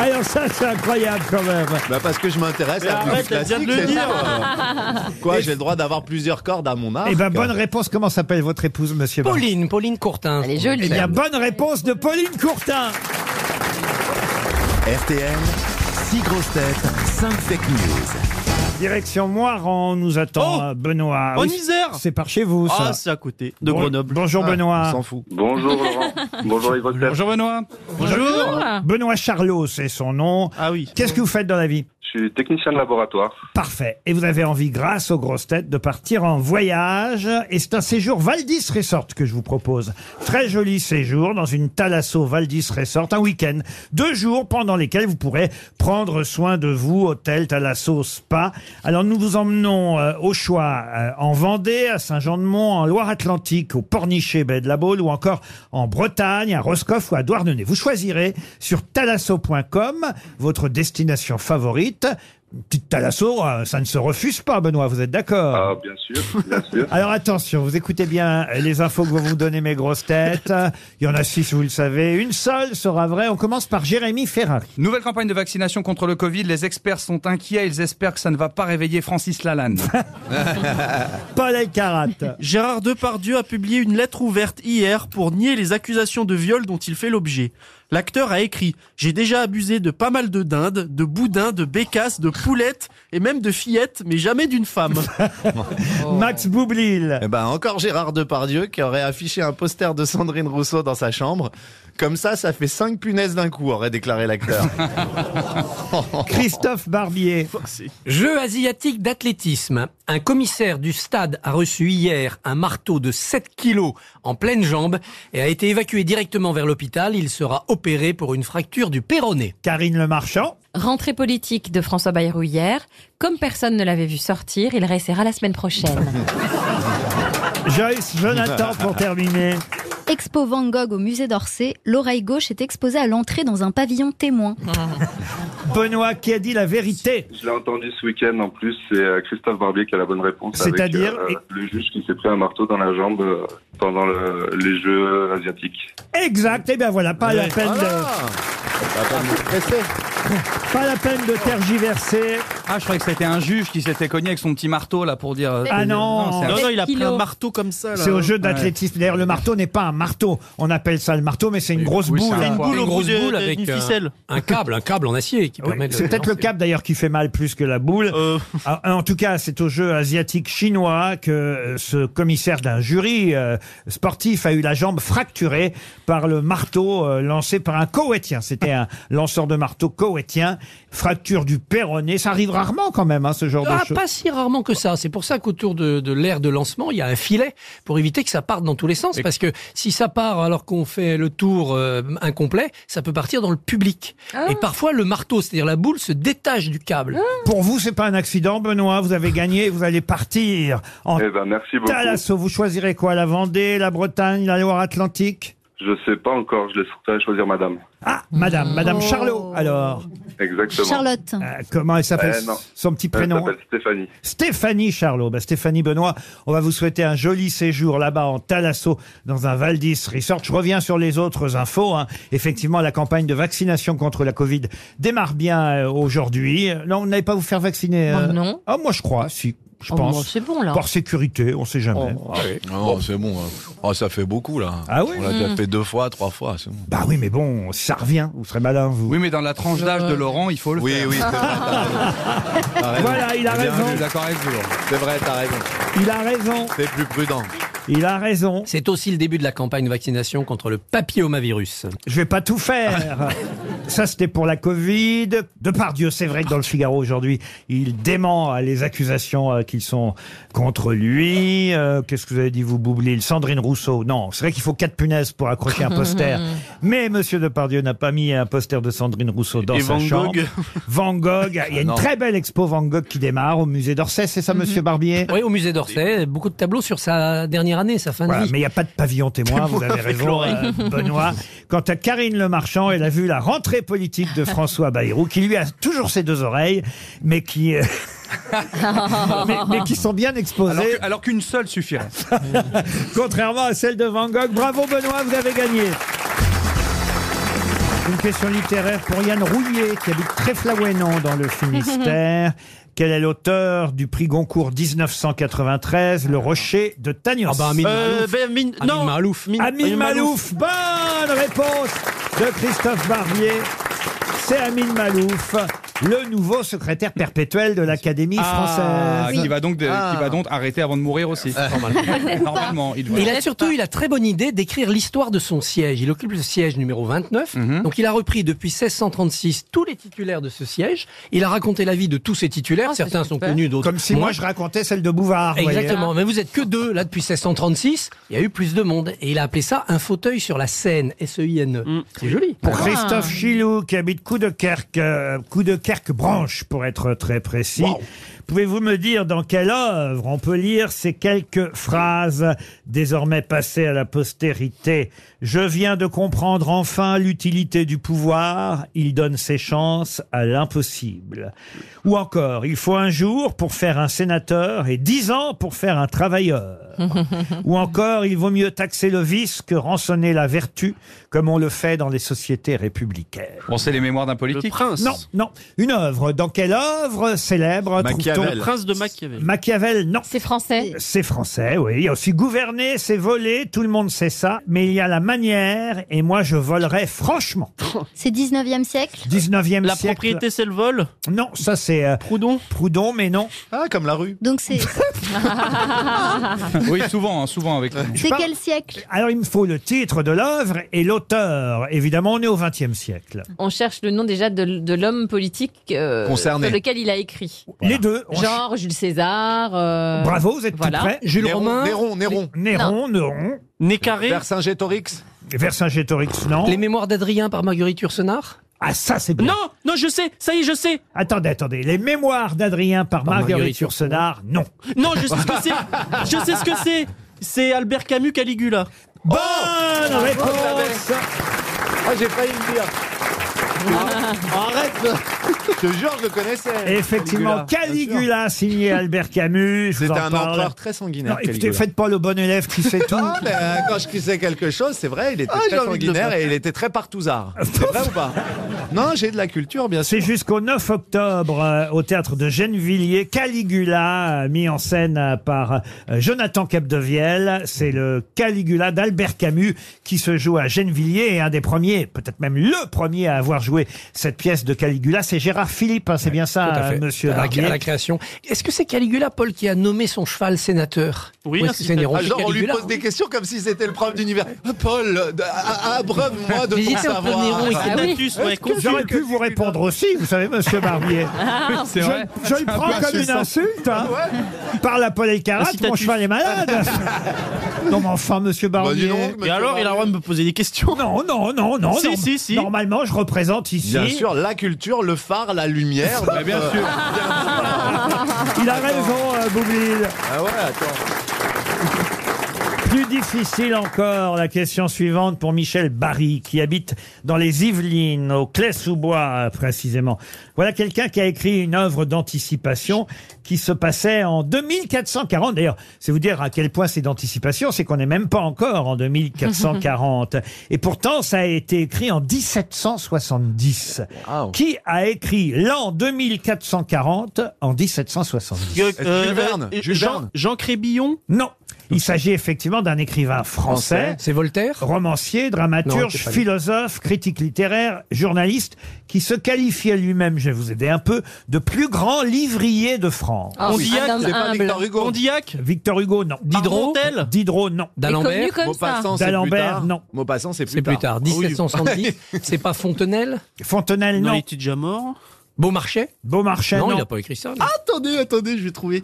Speaker 2: Ah, Alors ça, c'est incroyable quand même.
Speaker 5: Bah parce que je m'intéresse
Speaker 2: Mais
Speaker 5: à la
Speaker 2: arrête,
Speaker 5: musique
Speaker 2: elle vient de
Speaker 5: classique. c'est
Speaker 2: le dire.
Speaker 5: ça. Quoi, j'ai le droit d'avoir plusieurs cordes à mon arc.
Speaker 2: Eh
Speaker 4: Ah,
Speaker 2: ben, bonne réponse. Comment s'appelle votre épouse, monsieur Barbier
Speaker 8: Pauline, Pauline Courtin. Elle est
Speaker 2: Eh bien, bonne réponse de Pauline Courtin.
Speaker 1: RTL, 6 grosses têtes, 5 fake news.
Speaker 2: Direction Moiran, nous attend euh, Benoît.
Speaker 4: En
Speaker 2: Oui,
Speaker 4: Isère
Speaker 2: C'est par chez vous, ça.
Speaker 4: Oh Ah, c'est à côté, de
Speaker 2: Bon-
Speaker 4: Grenoble.
Speaker 2: Bonjour,
Speaker 4: Ah,
Speaker 2: Benoît.
Speaker 4: on s'en fout.
Speaker 13: Bonjour Laurent. Bonjour les grosses têtes.
Speaker 3: Bonjour Benoît.
Speaker 2: Bonjour. Benoît Charlot, c'est son nom.
Speaker 4: Ah oui.
Speaker 2: Qu'est-ce que vous faites dans la vie
Speaker 13: Je suis technicien de laboratoire.
Speaker 2: Parfait. Et vous avez envie, grâce aux grosses têtes, de partir en voyage. Et c'est un séjour Valdis Resort que je vous propose. Très joli séjour dans une Thalasso Valdis Resort, un week-end. Deux jours pendant lesquels vous pourrez prendre soin de vous, hôtel, Thalasso, spa. Alors nous vous emmenons euh, au choix euh, en Vendée, à Saint-Jean-de-Mont, en Loire-Atlantique, au Pornichet, baie de la Baule, ou encore en Bretagne, à Roscoff ou à Douarnenez. Vous choisirez sur thalasso.com votre destination favorite. Une Petite thalasso, euh, ça ne se refuse pas, Benoît, vous êtes d'accord
Speaker 13: Ah, bien sûr, bien sûr.
Speaker 2: Alors attention, vous écoutez bien les infos que vont vous donner mes grosses têtes. Il y en a six, vous le savez. Une seule sera vraie. On commence par Jérémy Ferrari.
Speaker 3: Nouvelle campagne de vaccination contre le Covid. Les experts sont inquiets. Ils espèrent que ça ne va pas réveiller Francis Lalanne.
Speaker 2: Paul Elkarat.
Speaker 4: Gérard Depardieu a publié une lettre ouverte hier pour nier les accusations de viol dont il fait l'objet. L'acteur a écrit J'ai déjà abusé de pas mal de dindes, de boudins, de bécasses, de poulettes et même de fillettes, mais jamais d'une femme.
Speaker 2: Max Boublil.
Speaker 5: Eh ben encore Gérard Depardieu qui aurait affiché un poster de Sandrine Rousseau dans sa chambre. Comme ça, ça fait cinq punaises d'un coup, aurait déclaré l'acteur.
Speaker 2: Ah Christophe Barbier.
Speaker 8: Jeux asiatiques d'athlétisme. Un commissaire du stade a reçu hier un marteau de 7 kilos en pleine jambe et a été évacué directement vers l'hôpital. Il sera opéré pour une fracture du péroné.
Speaker 2: Karine Le Marchand.
Speaker 6: Rentrée politique de François Bayrou hier. Comme personne ne l'avait vu sortir, il restera la semaine prochaine.
Speaker 2: Joyce Jonathan pour terminer.
Speaker 7: Expo Van Gogh au musée d'Orsay, l'oreille gauche est exposée à l'entrée dans un pavillon témoin.
Speaker 2: Benoît qui a dit la vérité.
Speaker 13: Je l'ai entendu ce week-end en plus, c'est euh, Christophe Barbier qui a la bonne réponse.
Speaker 2: C'est-à-dire
Speaker 13: avec, euh, Le juge qui s'est pris un marteau dans la jambe euh, pendant le- les Jeux asiatiques.
Speaker 2: Exact. Et Eh bien voilà, pas la peine de. Pas la peine de tergiverser.
Speaker 3: Ah, je croyais que c'était un juge qui s'était cogné avec son petit marteau là pour dire. euh,
Speaker 2: Ah
Speaker 3: c'est-
Speaker 2: non.
Speaker 3: c'est un-
Speaker 2: Non, non, il a pris un Kilos.
Speaker 4: marteau comme ça.
Speaker 2: C'est au jeu d'athlétisme. D'ailleurs, le marteau n'est pas un marteau. On appelle ça le marteau, mais c'est une grosse
Speaker 8: Oui,
Speaker 2: boule.
Speaker 8: ça a
Speaker 2: hein.
Speaker 8: quoi. Une grosse boule avec euh, un câble, un câble en acier qui permet de.
Speaker 2: Ah C'est peut-être le cap d'ailleurs qui fait mal plus que la boule. Ah, En tout cas, c'est au jeu asiatique chinois que euh, ce commissaire d'un jury euh, sportif a eu la jambe fracturée par le marteau euh, lancé par un koweïtien. C'était un lanceur de marteau koweïtien. Fracture du péroné. Ça arrive rarement quand même, hein, ce genre
Speaker 8: Ah,
Speaker 2: de choses.
Speaker 8: pas si rarement que ça. C'est pour ça qu'autour de, de l'aire de lancement, il y a un filet pour éviter que ça parte dans tous les sens. Parce que si ça part alors qu'on fait le tour euh, incomplet, ça peut partir dans le public. Et parfois, le marteau, c'est-à-dire la boule, se détache du câble.
Speaker 2: Pour vous, c'est pas un accident, Benoît. Vous avez gagné, vous allez partir en
Speaker 13: Eh ben merci beaucoup.
Speaker 2: Talasso. Vous choisirez quoi La Vendée, la Bretagne, la Loire-Atlantique
Speaker 13: Je sais pas encore, je laisse ça choisir madame.
Speaker 2: Ah, Madame, Madame Charlot, alors.
Speaker 13: Exactement.
Speaker 2: Euh, comment elle s'appelle
Speaker 13: Eh, non.
Speaker 2: Son petit
Speaker 13: Elle
Speaker 2: prénom.
Speaker 13: s'appelle Stéphanie.
Speaker 2: Stéphanie Charlot. Bah, Stéphanie Benoît, on va vous souhaiter un joli séjour là-bas en Talasso, dans un Valdis Resort. Je reviens sur les autres infos. hein. Effectivement, la campagne de vaccination contre la Covid démarre bien euh, aujourd'hui. Non, vous n'allez pas vous faire vacciner
Speaker 6: Oh, non.
Speaker 2: Ah, moi, je crois, si. Je
Speaker 6: Oh,
Speaker 2: pense.
Speaker 6: moi, c'est bon, là. Oh.
Speaker 2: Par sécurité, on sait jamais.
Speaker 5: Non, c'est Oh, ah bon. Oh, ça fait beaucoup là.
Speaker 2: Ah oui
Speaker 5: On l'a déjà
Speaker 2: Mm.
Speaker 5: fait deux fois, trois fois. c'est bon.
Speaker 2: Bah oui, mais bon, ça revient. Vous serez malin, vous.
Speaker 3: Oui, mais dans la tranche d'âge de Laurent, il faut le faire.
Speaker 5: Eh oui, c'est vrai, T'as raison.
Speaker 2: Voilà, il a
Speaker 5: Bien
Speaker 2: raison.
Speaker 5: vu.
Speaker 3: Je suis d'accord avec vous. Laurent.
Speaker 5: C'est vrai, t'as raison.
Speaker 2: Il a raison.
Speaker 5: T'es plus prudent.
Speaker 2: Il a raison.
Speaker 8: C'est aussi le début de la campagne de vaccination contre le papillomavirus.
Speaker 2: Je vais pas tout faire. Ça, c'était pour la Covid. De par Dieu, c'est vrai que dans le Figaro aujourd'hui, il dément euh, les accusations euh, qui sont contre lui. Euh, Qu'est-ce que vous avez dit, vous, Boublil Sandrine Rousseau. Non, c'est vrai qu'il faut quatre punaises pour accrocher un poster. Mais Monsieur Depardieu n'a pas mis un poster de Sandrine Rousseau dans
Speaker 4: Et
Speaker 2: sa
Speaker 4: Van
Speaker 2: chambre.
Speaker 4: Gogh Ah
Speaker 2: Van Gogh. Il y a une
Speaker 8: Non.
Speaker 2: très belle expo Van Gogh qui démarre au musée d'Orsay, c'est ça, Monsieur Barbier
Speaker 8: Oui, au musée d'Orsay, beaucoup de tableaux sur sa dernière année, sa fin
Speaker 2: Voilà,
Speaker 8: de vie.
Speaker 2: mais il n'y a pas de pavillon témoin, vous avez
Speaker 8: Avec
Speaker 2: raison,
Speaker 8: l'oreille.
Speaker 2: euh, Benoît. Quant à Karine Le Marchand, elle a vu la rentrée politique de François Bayrou, qui lui a toujours ses deux oreilles, mais qui, euh, mais, mais qui sont bien
Speaker 3: Alors
Speaker 2: exposées,
Speaker 3: que- Alors qu'une seule suffirait.
Speaker 2: contrairement à celle de Van Gogh. Bravo Benoît, vous avez gagné. Une question littéraire pour Yann Rouillet, qui habite Tréflaouénan dans le Finistère. Quel est l'auteur du prix Goncourt 1993, Le Rocher de Tagnos
Speaker 8: Ah bah, Amin
Speaker 4: Euh, Malouf. ben, Amin- Amin non.
Speaker 8: Malouf.
Speaker 4: Min-
Speaker 2: Amine
Speaker 4: Amin
Speaker 2: Malouf. bah
Speaker 4: Malouf.
Speaker 2: Bonne réponse de Christophe Barbier. C'est Amine Malouf, le nouveau secrétaire perpétuel de l'Académie
Speaker 3: Ah,
Speaker 2: française.
Speaker 3: qui va donc de- qui va donc arrêter avant de mourir aussi. Normalement. Normalement, il doit.
Speaker 8: Il a surtout eu la très bonne idée d'écrire l'histoire de son siège. Il occupe le siège numéro 29.
Speaker 2: Mhm.
Speaker 8: Donc il a repris depuis 1636 tous les titulaires de ce siège. Il a raconté la vie de tous ces titulaires. Certains sont connus, d'autres
Speaker 2: Comme si moi, je racontais celle de Bouvard. vous voyez.
Speaker 8: Exactement, mais vous êtes que deux là depuis 1636. Il y a eu plus de monde et il a appelé ça un fauteuil sur la Seine, E S-E-I-N-E. C'est joli.
Speaker 2: Pour Christophe Chilou, qui habite Coudekerque, euh, Coudekerque-Branche, pour être très précis. Pouvez-vous me dire dans quelle œuvre on peut lire ces quelques phrases désormais passées à la postérité Je viens de comprendre enfin l'utilité du pouvoir, il donne ses chances à l'impossible. Ou encore, il faut un jour pour faire un sénateur et dix ans pour faire un travailleur. Ou encore, il vaut mieux taxer le vice que rançonner la vertu, comme on le fait dans les sociétés républicaines.
Speaker 3: Bon, c'est les mémoires d'un politique.
Speaker 2: Non, non. Une œuvre. Dans quelle œuvre célèbre trouve-t-on Machiavel.
Speaker 4: Le prince de Machiavel.
Speaker 2: Machiavel, non.
Speaker 6: C'est français.
Speaker 2: C'est français, oui. Il y a aussi gouverner, c'est voler, tout le monde sait ça. Mais il y a la manière, et moi je volerais franchement.
Speaker 7: C'est 19e siècle
Speaker 2: 19e
Speaker 4: La
Speaker 2: siècle.
Speaker 4: propriété, c'est le vol
Speaker 2: Non, ça c'est. Proudhon Proudhon, mais non.
Speaker 5: Ah, comme la rue.
Speaker 7: Donc c'est.
Speaker 3: Oui, souvent, hein, souvent avec.
Speaker 7: c'est quel siècle
Speaker 2: Alors il me faut le titre de l'œuvre et l'auteur. Évidemment, on est au XXe siècle.
Speaker 6: On cherche le nom déjà de, de l'homme politique euh,
Speaker 2: Concerné.
Speaker 6: sur lequel il a écrit.
Speaker 2: Les deux. on
Speaker 6: Genre Jules César. euh,
Speaker 2: Bravo, vous êtes tout
Speaker 6: voilà.
Speaker 2: prêts.
Speaker 5: Néron, Néron, Néron.
Speaker 2: Néron, Néron.
Speaker 4: Nécaré.
Speaker 5: Vercingétorix.
Speaker 2: Vercingétorix, non.
Speaker 8: Les mémoires d'Adrien par Marguerite Ursenard
Speaker 2: Ah, ça, c'est bien.
Speaker 4: Non, non, je sais, ça y est, je sais.
Speaker 2: Attendez, attendez. Les mémoires d'Adrien par, Marguerite,
Speaker 8: Marguerite
Speaker 2: Ursenard, non.
Speaker 4: Non, je sais ce que c'est. Je sais ce que c'est. C'est Albert Camus Caligula.
Speaker 2: Bonne
Speaker 5: Oh, je l'avais.
Speaker 2: réponse
Speaker 5: Ah, j'ai failli le dire. Ah, Arrête Je te jure, je le connaissais.
Speaker 2: Effectivement, Caligula, signé Albert Camus. je vous
Speaker 5: C'était
Speaker 2: en
Speaker 5: un
Speaker 2: parle.
Speaker 5: empereur très sanguinaire,
Speaker 2: Non, écoutez,
Speaker 5: Caligula.
Speaker 2: faites pas le bon élève qui sait tout.
Speaker 5: Ah, mais, euh, quand je crissais quelque chose, c'est vrai, il était
Speaker 2: Ah, j'ai
Speaker 5: très
Speaker 2: envie de le
Speaker 5: sanguinaire
Speaker 2: faire.
Speaker 5: et il était très partouzard. C'est vrai ou pas Non, j'ai de la culture, bien sûr.
Speaker 2: C'est jusqu'au 9 octobre euh, au théâtre de Gennevilliers. Caligula, euh, mis en scène euh, par euh, Jonathan Capdevielle. C'est le Caligula d'Albert Camus qui se joue à Gennevilliers. Et un des premiers, peut-être même le premier à avoir joué cette pièce de Caligula, c'est Gérard Philippe. hein, c'est bien ça,
Speaker 8: Tout à
Speaker 2: euh,
Speaker 8: fait.
Speaker 2: monsieur
Speaker 8: à la,
Speaker 2: Barbier.
Speaker 8: à la création. Est-ce que c'est Caligula, Paul, qui a nommé son cheval sénateur
Speaker 4: Oui,
Speaker 8: Ou est-ce
Speaker 4: ainsi
Speaker 8: que c'est
Speaker 4: que-
Speaker 8: Néron
Speaker 5: Ah,
Speaker 8: C'est
Speaker 5: genre, on lui
Speaker 8: Caligula,
Speaker 5: pose des questions comme si c'était le prof d'univers. Ah, Paul, euh, a- a- abreuve-moi de
Speaker 8: J'hésitais
Speaker 5: ton
Speaker 8: entre
Speaker 5: savoir.
Speaker 8: Néron et
Speaker 5: Ah,
Speaker 4: C'est
Speaker 8: oui.
Speaker 4: Natus, ouais, confus.
Speaker 2: J'aurais pu vous répondre aussi, vous savez, monsieur Barbier.
Speaker 6: Ah,
Speaker 2: Je, je le prends
Speaker 5: Ah,
Speaker 2: comme une insulte. hein. Par la Paul Elkarat, mon
Speaker 4: Incitatif.
Speaker 2: cheval est malade. non, mais enfin, monsieur
Speaker 5: Bah, dis
Speaker 2: Barbier.
Speaker 5: donc,
Speaker 4: Et
Speaker 5: monsieur
Speaker 4: alors, il a le droit de me poser des questions.
Speaker 2: Non, non, non, non.
Speaker 4: Si,
Speaker 2: norm-
Speaker 4: si, si.
Speaker 2: Normalement, je représente ici.
Speaker 5: Bien sûr, la culture, le phare, la lumière.
Speaker 3: Mais bien sûr.
Speaker 2: Il a raison, euh, Boublil.
Speaker 5: Ah ouais, attends.
Speaker 2: Plus difficile encore, la question suivante pour Michel Barry, qui habite dans les Yvelines, au Clay-sous-Bois euh, précisément. Voilà quelqu'un qui a écrit une œuvre d'anticipation qui se passait en 2440. D'ailleurs, c'est vous dire à quel point c'est d'anticipation, c'est qu'on n'est même pas encore en 2440. Et pourtant, ça a été écrit en 1770.
Speaker 5: Wow.
Speaker 2: Qui a écrit l'an 2440 en 1770
Speaker 4: Euh, euh,
Speaker 5: Jules Verne,
Speaker 4: euh,
Speaker 5: Jules
Speaker 4: Jean,
Speaker 5: Verne.
Speaker 4: Jean Crébillon
Speaker 2: Non. Il s'agit effectivement d'un écrivain français,
Speaker 8: C'est Voltaire
Speaker 2: romancier,
Speaker 8: Non,
Speaker 2: dramaturge,
Speaker 8: c'est pas lui.
Speaker 2: philosophe, critique littéraire, journaliste, qui se qualifiait lui-même, je vais vous aider un peu, de plus grand livrier de France.
Speaker 6: Ah,
Speaker 4: Pondillac,
Speaker 6: un homme
Speaker 5: C'est pas
Speaker 6: humble.
Speaker 5: Victor Hugo.
Speaker 4: Condillac
Speaker 2: Victor Hugo, non.
Speaker 8: Diderot
Speaker 4: Armentel
Speaker 2: Diderot, non.
Speaker 8: D'Alembert
Speaker 6: connu comme ça.
Speaker 5: Maupassant, c'est plus
Speaker 2: D'Alembert,
Speaker 5: tard.
Speaker 2: non.
Speaker 5: Maupassant, c'est plus
Speaker 8: C'est
Speaker 5: tard.
Speaker 8: plus tard, 1770. c'est pas Fontenelle
Speaker 2: Fontenelle,
Speaker 4: Non,
Speaker 2: non.
Speaker 4: il était déjà mort.
Speaker 8: Beaumarchais
Speaker 2: Beaumarchais, non.
Speaker 8: Non, il n'a pas écrit ça. lui.
Speaker 5: Attendez, attendez, je vais trouver.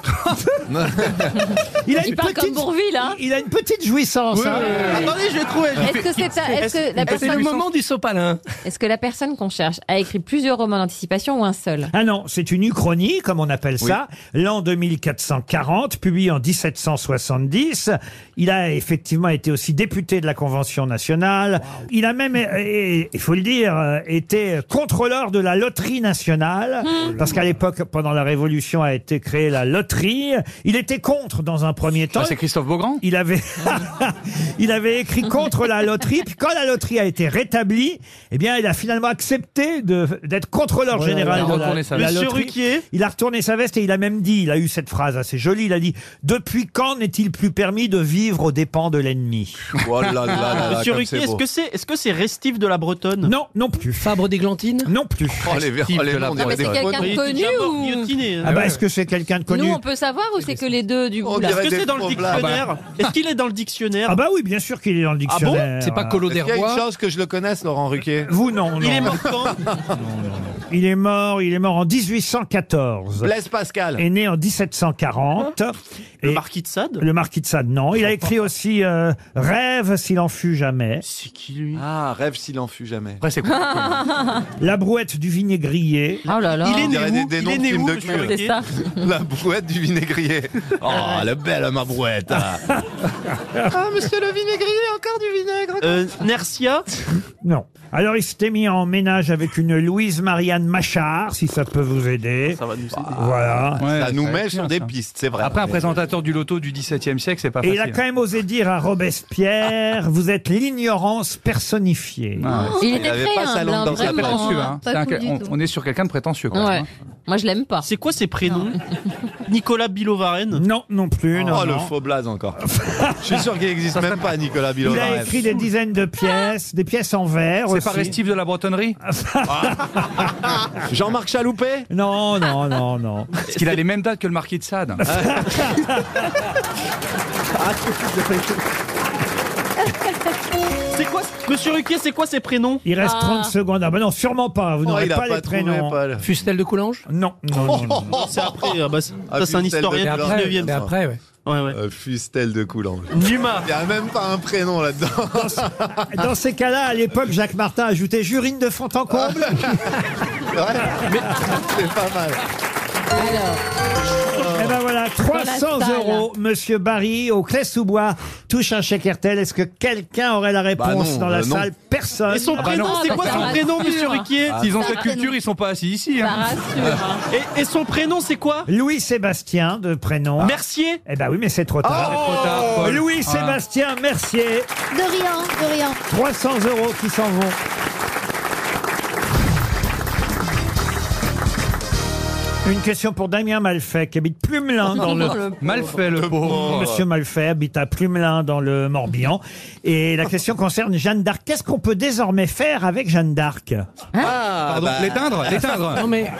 Speaker 2: Il a
Speaker 6: Il parle comme Bourvil, hein.
Speaker 2: Il a une petite jouissance. hein.
Speaker 4: Attendez, je vais trouver.
Speaker 6: Est-ce que, c'est un- est-ce que
Speaker 8: C'est
Speaker 6: la
Speaker 8: le
Speaker 6: personne,
Speaker 8: moment du sopalin.
Speaker 6: est-ce que la personne qu'on cherche a écrit plusieurs romans d'anticipation ou un seul
Speaker 2: Ah non, c'est une uchronie, comme on appelle ça, l'an 2440, publié en 1770. Il a effectivement été aussi député de la Convention nationale. Il a même, euh, euh, il faut le dire, euh, été contrôleur de la loterie nationale,
Speaker 3: Oh
Speaker 2: parce qu'à l'époque, pendant la Révolution, a été créée la loterie. Il était contre dans un premier temps.
Speaker 3: Ah, c'est Christophe Beaugrand
Speaker 2: Il avait, il avait écrit contre la loterie. Puis quand la loterie a été rétablie, eh bien, il a finalement accepté de- d'être contrôleur
Speaker 8: Voilà,
Speaker 2: général
Speaker 8: il a
Speaker 2: de la,
Speaker 3: retourné sa
Speaker 2: de la
Speaker 4: veste. Monsieur
Speaker 2: loterie.
Speaker 4: Ruquier.
Speaker 2: Il a retourné sa veste et il a même dit, il a eu cette phrase assez jolie, il a dit « Depuis quand n'est-il plus permis de vivre aux dépens de l'ennemi
Speaker 5: Oh là là là là,
Speaker 4: Monsieur
Speaker 5: comme
Speaker 4: Ruquier,
Speaker 5: c'est
Speaker 4: Ah. est-ce
Speaker 5: beau.
Speaker 4: que c'est est-ce que c'est Restif de la Bretonne ?»
Speaker 2: Non, non plus.
Speaker 8: Fabre d'Églantine
Speaker 2: Non plus.
Speaker 5: Oh les verres, oh, les noms, on
Speaker 6: Non,
Speaker 5: dirait
Speaker 6: mais c'est
Speaker 5: des
Speaker 6: quelqu'un
Speaker 5: photos.
Speaker 4: Il
Speaker 6: de
Speaker 4: était déjà mort,
Speaker 6: connu ou
Speaker 4: guillotiné, hein.
Speaker 2: Ah bah, est-ce que c'est quelqu'un de
Speaker 6: Nous,
Speaker 2: connu
Speaker 6: on peut savoir ou c'est que les deux du
Speaker 5: On
Speaker 6: coup là
Speaker 5: dirait-
Speaker 4: Est-ce que
Speaker 5: des
Speaker 4: c'est dans le
Speaker 5: problèmes. Ah bah.
Speaker 4: dictionnaire Est-ce qu'il est dans le dictionnaire
Speaker 2: Ah bah oui, bien sûr qu'il est dans le
Speaker 4: Ah bon
Speaker 2: dictionnaire. Euh,
Speaker 8: C'est pas Collot
Speaker 5: Est-ce qu'il y a une
Speaker 8: d'Herbois
Speaker 5: chance que je le connaisse, Laurent Ruquier
Speaker 2: Vous, non, non.
Speaker 4: Il est mort quand
Speaker 2: Il est mort, il est mort en 1814.
Speaker 5: Blaise Pascal.
Speaker 2: Est né en 1740.
Speaker 4: Le
Speaker 2: Et-
Speaker 4: marquis de Sade
Speaker 2: Le marquis de Sade, non. Il a écrit aussi euh, Rêve s'il en fut jamais,
Speaker 4: C'est qui lui
Speaker 5: Ah, rêve s'il en fut jamais.
Speaker 3: Après, c'est quoi
Speaker 2: La brouette du vinaigrier,
Speaker 6: Oh là là.
Speaker 4: Il est
Speaker 5: On dirait
Speaker 4: né où
Speaker 5: des- des
Speaker 4: Il
Speaker 5: noms
Speaker 4: est
Speaker 5: de
Speaker 4: né
Speaker 5: films
Speaker 4: où
Speaker 5: de
Speaker 4: Monsieur
Speaker 5: cul.
Speaker 4: Ruquier
Speaker 6: C'est ça.
Speaker 5: La brouette du vinaigrier. Oh, le bel homme à brouette. hein. ah, monsieur le vinaigrier, encore du vinaigre.
Speaker 4: Euh, Nercia
Speaker 2: non. Alors il s'était mis en ménage avec une Louise Marianne Machard, si ça peut vous aider.
Speaker 4: Ça va nous aider.
Speaker 2: Voilà.
Speaker 3: Ouais,
Speaker 5: ça nous
Speaker 3: va
Speaker 5: met
Speaker 3: être
Speaker 5: sur
Speaker 3: bien,
Speaker 5: des
Speaker 3: ça.
Speaker 5: pistes, c'est vrai.
Speaker 3: Après, un battant du loto du XVIIe siècle, c'est pas
Speaker 2: Et
Speaker 3: facile.
Speaker 2: il a quand même osé dire à Robespierre, vous êtes l'ignorance personnifiée.
Speaker 6: Il était avait prêt, pas hein, sa langue dans sa
Speaker 3: C'est
Speaker 6: vraiment, poche.
Speaker 3: prétentieux,
Speaker 6: hein.
Speaker 3: hein.
Speaker 6: Pas
Speaker 3: C'est un-
Speaker 6: cool du
Speaker 3: on,
Speaker 6: tout.
Speaker 3: on est sur quelqu'un de prétentieux. Quoi.
Speaker 6: Ouais. Moi, je l'aime pas.
Speaker 4: C'est quoi ces prénoms Nicolas Bilovaren
Speaker 2: Non, non plus.
Speaker 5: Oh,
Speaker 2: non,
Speaker 5: le
Speaker 2: non.
Speaker 5: faux blaze encore. Je suis sûr qu'il n'existe même pas, Nicolas
Speaker 2: Il
Speaker 5: Bilovarev.
Speaker 2: a écrit des dizaines de pièces, des pièces en verre
Speaker 3: C'est
Speaker 2: aussi.
Speaker 3: pas restif de la bretonnerie
Speaker 5: Jean-Marc Chaloupé
Speaker 2: Non, non, non, non.
Speaker 3: Parce qu'il a les mêmes dates que le marquis de Sade.
Speaker 4: C'est quoi Monsieur Ruquier, c'est quoi ses prénoms
Speaker 2: Il reste 30 secondes. Ah ben non, sûrement pas. Vous
Speaker 4: Oh,
Speaker 2: n'aurez
Speaker 4: il a
Speaker 2: pas,
Speaker 4: pas
Speaker 2: les
Speaker 4: trouvé,
Speaker 2: prénoms.
Speaker 4: Paul.
Speaker 8: Fustel de Coulanges
Speaker 2: Non, non,
Speaker 4: Oh,
Speaker 2: non, non.
Speaker 4: C'est après, ah bah, c'est-
Speaker 5: Ah,
Speaker 4: ça c'est un
Speaker 5: Fustel de
Speaker 4: historien du
Speaker 5: Coulanges.
Speaker 4: 19e. ça.
Speaker 8: ouais.
Speaker 4: Ouais, ouais.
Speaker 5: Euh, Fustel de Coulanges.
Speaker 4: Numa.
Speaker 5: Il n'y a même pas un prénom là-dedans.
Speaker 2: Dans ces cas-là, à l'époque, Jacques Martin ajoutait Jurine de Fontencomble.
Speaker 5: C'est pas mal.
Speaker 2: Et ben voilà, 300
Speaker 5: Dans la salle.
Speaker 2: euros, Monsieur Barry, au Clé-sous-Bois, touche un chèque RTL. Est-ce que quelqu'un aurait la réponse
Speaker 5: non,
Speaker 2: dans la
Speaker 5: bah non.
Speaker 2: salle Personne.
Speaker 4: Et
Speaker 3: Ah
Speaker 4: son
Speaker 3: bah
Speaker 4: prénom, c'est quoi son prénom, monsieur Ruquier
Speaker 3: S'ils ont cette culture, ils sont pas assis ici. hein.
Speaker 4: Et, et son prénom, c'est quoi
Speaker 2: Louis-Sébastien, de prénom.
Speaker 4: Mercier Oh
Speaker 2: Eh ben oui, mais c'est trop tard.
Speaker 3: C'est trop tard, Paul.
Speaker 4: Ah.
Speaker 3: Voilà.
Speaker 2: Louis-Sébastien Mercier,
Speaker 7: De rien, de rien.
Speaker 2: 300 euros qui s'en vont. Une question pour Damien Malfait, qui habite Plumelin dans le...
Speaker 3: Mal fait Oh, le pauvre.
Speaker 2: Monsieur Malfait habite à Plumelin dans le Morbihan. Et la question concerne Jeanne d'Arc. Qu'est-ce qu'on peut désormais faire avec Jeanne d'Arc
Speaker 5: Ah,
Speaker 3: Pardon,
Speaker 5: bah,
Speaker 3: l'éteindre L'éteindre
Speaker 8: Non mais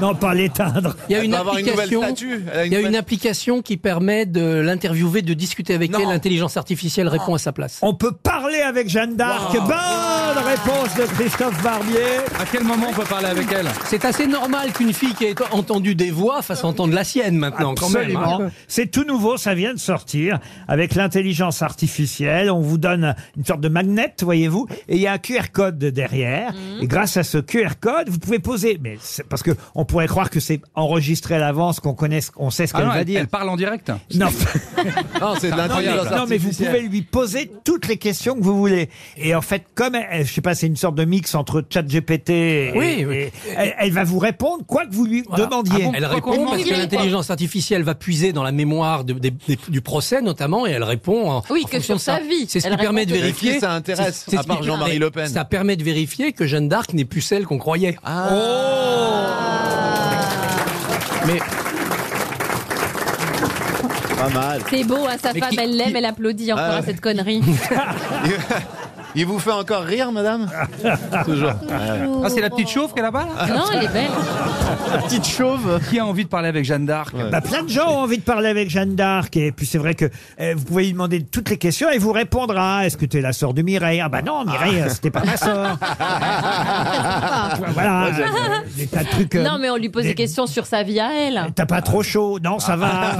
Speaker 2: Non, pas l'éteindre.
Speaker 8: il y a une
Speaker 5: doit avoir une nouvelle
Speaker 8: application.
Speaker 5: statue. Elle a une
Speaker 8: Il y a une
Speaker 5: nouvelle-
Speaker 8: application qui permet de l'interviewer, de discuter avec elle. L'intelligence artificielle répond à sa place.
Speaker 2: On peut parler avec Jeanne d'Arc. Bonne réponse de Christophe Barbier.
Speaker 3: À quel moment on peut parler avec elle
Speaker 8: C'est assez normal qu'une fille qui ait entendu des voix fasse entendre la sienne maintenant, quand même.
Speaker 2: Absolument.
Speaker 8: hein.
Speaker 2: C'est tout nouveau, ça vient de sortir avec l'intelligence artificielle. On vous donne une sorte de magnet, voyez-vous, et il y a un QR code derrière.
Speaker 8: Mm.
Speaker 2: Et grâce à ce QR code, vous pouvez poser. Mais c'est parce que on pourrait croire que c'est enregistré à l'avance, qu'on connaît, ce- on sait ce
Speaker 3: Ah
Speaker 2: qu'elle
Speaker 3: non,
Speaker 2: va
Speaker 3: elle,
Speaker 2: dire.
Speaker 3: elle parle en direct.
Speaker 2: Non.
Speaker 3: Ah,
Speaker 5: Non, c'est de l'intelligence
Speaker 2: Non, mais vous pouvez
Speaker 5: artificielle.
Speaker 2: lui poser toutes les questions que vous voulez. Et en fait, comme elle- elle- je sais pas, c'est une sorte de mix entre chat GPT et,
Speaker 8: Oui, oui.
Speaker 2: et- elle, elle va vous répondre quoi que vous lui Ah demandiez.
Speaker 8: Elle répond parce que l'intelligence artificielle va puiser dans la mémoire de- des- des- du procès notamment et elle répond en,
Speaker 6: Oui,
Speaker 8: en
Speaker 6: que
Speaker 8: fonction
Speaker 6: sur
Speaker 8: de ça.
Speaker 6: sa vie.
Speaker 8: C'est ce
Speaker 6: Elle
Speaker 8: qui permet de
Speaker 6: raconte-
Speaker 8: vérifier.
Speaker 5: Qui ça intéresse,
Speaker 8: c'est- c'est
Speaker 5: à
Speaker 8: ce
Speaker 5: part
Speaker 8: qui-
Speaker 5: Jean-Marie Le Pen Ah.
Speaker 8: Ça permet de vérifier que Jeanne d'Arc n'est plus celle qu'on croyait. Oh. Mais
Speaker 5: Pas mal.
Speaker 6: C'est beau, hein, sa
Speaker 8: Mais
Speaker 6: femme,
Speaker 8: qui-
Speaker 6: elle l'aime,
Speaker 8: qui-
Speaker 6: elle applaudit encore
Speaker 5: Ah
Speaker 6: à
Speaker 5: ouais.
Speaker 6: cette connerie.
Speaker 5: Il vous fait encore rire, madame Toujours.
Speaker 3: Ah, c'est la petite chauve qui est là-bas là
Speaker 6: non, elle est belle.
Speaker 4: La petite chauve.
Speaker 3: Qui a envie de parler avec Jeanne d'Arc
Speaker 2: Bah, plein de gens ont envie de parler avec Jeanne d'Arc. Et puis c'est vrai que euh, vous pouvez lui demander toutes les questions et vous répondra. Est-ce que tu es la sœur de Mireille Ah bah non, Mireille, euh, c'était pas ma sœur. voilà, euh, des tas de trucs. euh,
Speaker 6: Non, mais on lui pose des questions sur sa vie à elle.
Speaker 2: T'as pas trop chaud Non, ça va.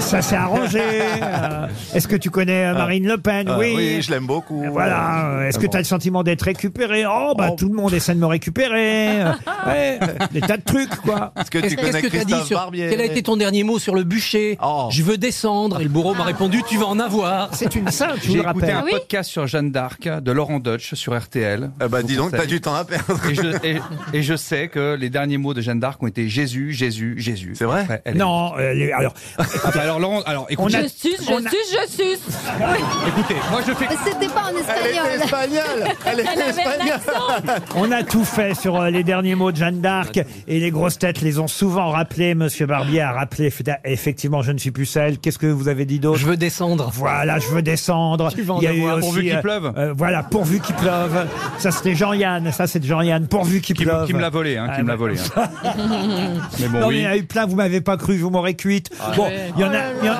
Speaker 2: ça s'est arrangé. Euh, Est-ce que tu connais euh, Marine Le Pen
Speaker 5: Euh,
Speaker 2: Oui.
Speaker 5: je l'aime beaucoup.
Speaker 2: Voilà. Euh, Est-ce que tu as le sentiment d'être récupéré Oh, bah tout le monde essaie de me récupérer. Euh, ouais, des tas de trucs, quoi.
Speaker 5: Est-ce que
Speaker 8: qu'est-ce
Speaker 5: tu connais
Speaker 8: qu'est-ce que tu as dit
Speaker 5: Christophe
Speaker 8: sur
Speaker 5: Barbier
Speaker 8: Quel a été ton dernier mot sur le bûcher
Speaker 5: Oh.
Speaker 8: Je veux descendre. Et le bourreau m'a répondu Tu vas en avoir.
Speaker 2: Ah. C'est une sainte, je vous
Speaker 3: J'ai
Speaker 2: le
Speaker 3: écouté
Speaker 2: rappelle. Ah
Speaker 3: un
Speaker 6: Oui.
Speaker 3: podcast sur Jeanne d'Arc de Laurent Deutsch sur RTL.
Speaker 5: Eh ben, dis donc,
Speaker 3: Je vous
Speaker 5: t'as du temps à perdre.
Speaker 3: conseille. Et je, et- et je sais que les derniers mots de Jeanne d'Arc ont été Jésus, Jésus, Jésus.
Speaker 5: C'est vrai
Speaker 3: Après, elle est-
Speaker 2: Non, euh, les- alors,
Speaker 3: Ah bah alors Laurent, alors
Speaker 2: On
Speaker 3: écoutez,
Speaker 2: a-
Speaker 6: Je suce, je
Speaker 2: on a-
Speaker 6: suce, je suce.
Speaker 3: écoutez, moi je fais
Speaker 7: C'était pas en
Speaker 5: Elle était
Speaker 7: espagnol.
Speaker 5: espagnole Elle
Speaker 6: Elle
Speaker 5: était
Speaker 6: avait
Speaker 5: espagnole
Speaker 2: On a tout fait sur euh, les derniers mots de Jeanne d'Arc et les grosses têtes les ont souvent rappelés. Monsieur Barbier a rappelé fait- effectivement, je ne suis plus celle. Qu'est-ce que vous avez dit d'autre
Speaker 8: Je veux descendre.
Speaker 2: Voilà, je veux descendre.
Speaker 8: Tu vas en
Speaker 3: avoir, pourvu qu'il
Speaker 2: euh,
Speaker 3: pleuve.
Speaker 2: euh, voilà, pourvu qu'il pleuve. Ça c'était Jean-Yann. Ça c'est de Jean-Yann. Pourvu qu'il
Speaker 3: qui, me-
Speaker 2: pleuve.
Speaker 3: qui me l'a volé, hein, qui
Speaker 2: Ah,
Speaker 3: me l'a
Speaker 2: ouais.
Speaker 3: volé. hein. mais bon,
Speaker 2: non, mais il
Speaker 3: oui.
Speaker 2: y en a eu plein. Vous m'avez pas cru, vous m'aurez cuite. Bon, il y en a. il y en-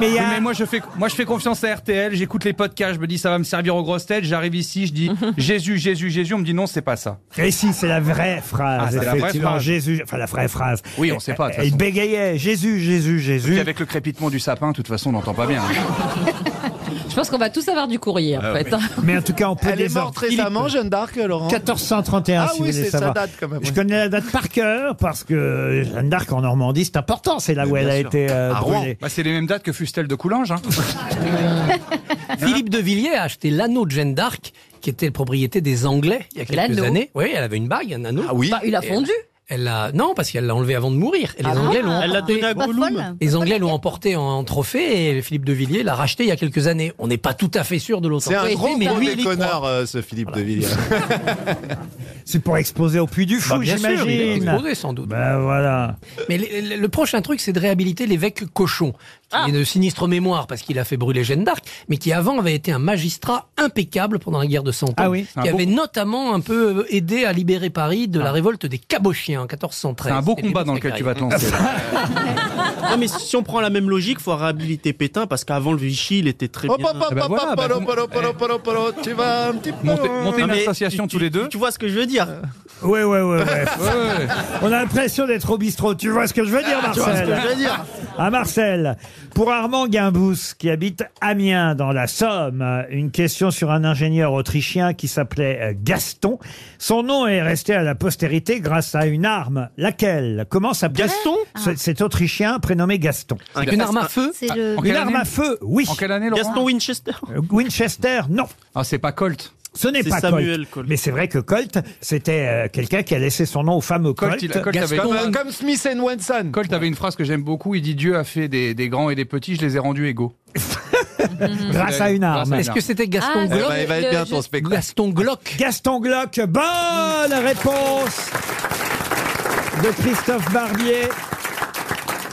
Speaker 2: Mais il y
Speaker 3: Ah Oui,
Speaker 2: a.
Speaker 3: mais moi je fais moi je fais confiance à RTL, j'écoute les podcasts, je me dis ça va me servir aux grosses têtes, j'arrive ici, je dis Jésus, Jésus, Jésus, on me dit non, c'est pas ça.
Speaker 2: Et si, c'est la vraie
Speaker 3: Ah,
Speaker 2: phrase.
Speaker 3: c'est la vraie
Speaker 2: effectivement,
Speaker 3: phrase.
Speaker 2: Jésus. Enfin, la vraie phrase.
Speaker 3: Oui, on sait pas, de toute
Speaker 2: Il
Speaker 3: façon.
Speaker 2: bégayait. Jésus, Jésus, Jésus.
Speaker 3: Puis avec le crépitement du sapin, de toute façon, on n'entend pas bien. hein.
Speaker 6: Je pense qu'on va tous avoir du courrier, en fait. hein.
Speaker 2: Mais en tout cas, on peut
Speaker 5: Elle est
Speaker 2: désor-
Speaker 5: morte récemment, Jeanne d'Arc, Laurent
Speaker 2: 1431,
Speaker 5: Ah
Speaker 2: si
Speaker 5: oui,
Speaker 2: vous voulez
Speaker 5: c'est sa
Speaker 2: savoir.
Speaker 5: date, quand même,
Speaker 2: Je
Speaker 5: oui.
Speaker 2: connais la date par cœur parce que Jeanne d'Arc en Normandie, c'est important. C'est là où elle a
Speaker 5: sûr.
Speaker 2: été euh,
Speaker 5: À Rouen.
Speaker 2: brûlée.
Speaker 3: Bah, c'est les mêmes dates que Fustel de Coulanges. Hein.
Speaker 8: Philippe de Villiers a acheté l'anneau de Jeanne d'Arc, qui était la propriété des Anglais il y a quelques
Speaker 6: L'anneau.
Speaker 8: années. Oui, elle avait une bague, un anneau.
Speaker 5: Ah oui
Speaker 6: Bah, il a fondu.
Speaker 8: Elle l'a non parce qu'elle l'a enlevé avant de mourir. Et les
Speaker 4: Ah bon
Speaker 8: Anglais l'ont
Speaker 4: Elle l'a donné à
Speaker 8: emporté-
Speaker 4: Gollum. Pas folle.
Speaker 8: Les Anglais l'ont emporté en, en trophée et Philippe de Villiers l'a racheté il y a quelques années. On n'est pas tout à fait sûr de l'autre.
Speaker 5: C'est un
Speaker 8: Oui,
Speaker 5: gros
Speaker 8: mais
Speaker 5: gros
Speaker 8: lui, il y croit.
Speaker 5: déconneur, euh, ce Philippe de Villiers.
Speaker 2: C'est pour exposer au puits du fou,
Speaker 8: Bah, bien sûr, il est
Speaker 2: j'imagine.
Speaker 8: exposé, sans doute.
Speaker 2: Ben voilà.
Speaker 8: Mais le, le- le prochain truc, c'est de réhabiliter l'évêque Cochon, qui est de sinistre mémoire parce qu'il a fait brûler Jeanne d'Arc, mais qui avant avait été un magistrat impeccable pendant la guerre de Cent Ans,
Speaker 3: Ah oui.
Speaker 8: qui
Speaker 3: Un beau-
Speaker 8: avait notamment un peu euh, aidé à libérer Paris de la révolte des Cabochiens en 1413.
Speaker 3: C'est un beau
Speaker 8: C'était
Speaker 3: combat dans
Speaker 8: Louis
Speaker 3: lequel tu vas te
Speaker 8: Zachary.
Speaker 3: lancer.
Speaker 4: Non, mais si on prend la même logique, faut réhabiliter Pétain parce qu'avant le Vichy, il était très
Speaker 5: Hop,
Speaker 4: bien.
Speaker 5: hop, hop,
Speaker 2: ben
Speaker 4: Ah bah
Speaker 5: hop,
Speaker 4: voilà,
Speaker 5: hop,
Speaker 4: bah,
Speaker 5: hop,
Speaker 4: vous-
Speaker 5: hop, hop, hop, hop, hop, hop, tu vas un petit peu
Speaker 3: Montez-
Speaker 5: loin.
Speaker 3: montez une
Speaker 5: Ah, mais-
Speaker 3: association tous les deux.
Speaker 4: Tu vois ce que je veux dire
Speaker 2: Euh, Ouais, ouais, ouais, ouais.
Speaker 3: Ouais.
Speaker 2: On a l'impression d'être au bistrot. Tu vois ce que je veux dire,
Speaker 4: Ah, tu vois
Speaker 2: Marcel
Speaker 4: ce que je veux dire.
Speaker 2: À Marcel. Pour Armand Guimbous, qui habite Amiens, dans la Somme, une question sur un ingénieur autrichien qui s'appelait euh, Gaston. Son nom est resté à la postérité grâce à une arme. Laquelle Comment s'appelle Gaston Cet autrichien prénommé Gaston.
Speaker 4: Un Une gas- arme à un- feu
Speaker 7: C'est le-
Speaker 3: En quelle
Speaker 2: Une arme
Speaker 3: année
Speaker 2: à feu, oui.
Speaker 3: En quelle année, Laurent
Speaker 4: Gaston Winchester.
Speaker 2: Euh, Winchester, non.
Speaker 3: Ah, c'est pas Colt.
Speaker 2: Ce n'est
Speaker 4: C'est
Speaker 2: pas
Speaker 4: Samuel
Speaker 2: Colt.
Speaker 4: Colt.
Speaker 2: Mais c'est vrai que Colt, c'était euh, quelqu'un qui a laissé son nom au fameux Colt.
Speaker 3: Colt, il a- Colt
Speaker 2: Gaston-
Speaker 3: avait-
Speaker 5: Comme, comme Smith and Wesson.
Speaker 3: Colt avait une phrase que j'aime beaucoup. Il dit Dieu a fait des, des grands et des petits, je les ai rendus égaux.
Speaker 2: Mmh. Grâce à une arme.
Speaker 8: Est-ce que c'était Gaston
Speaker 6: Ah,
Speaker 5: Eh ben,
Speaker 8: Glock
Speaker 5: il va être
Speaker 6: Le-
Speaker 5: bien
Speaker 6: je-
Speaker 5: ton spectacle.
Speaker 8: Gaston Glock
Speaker 2: Gaston Glock, bonne réponse de Christophe Barbier.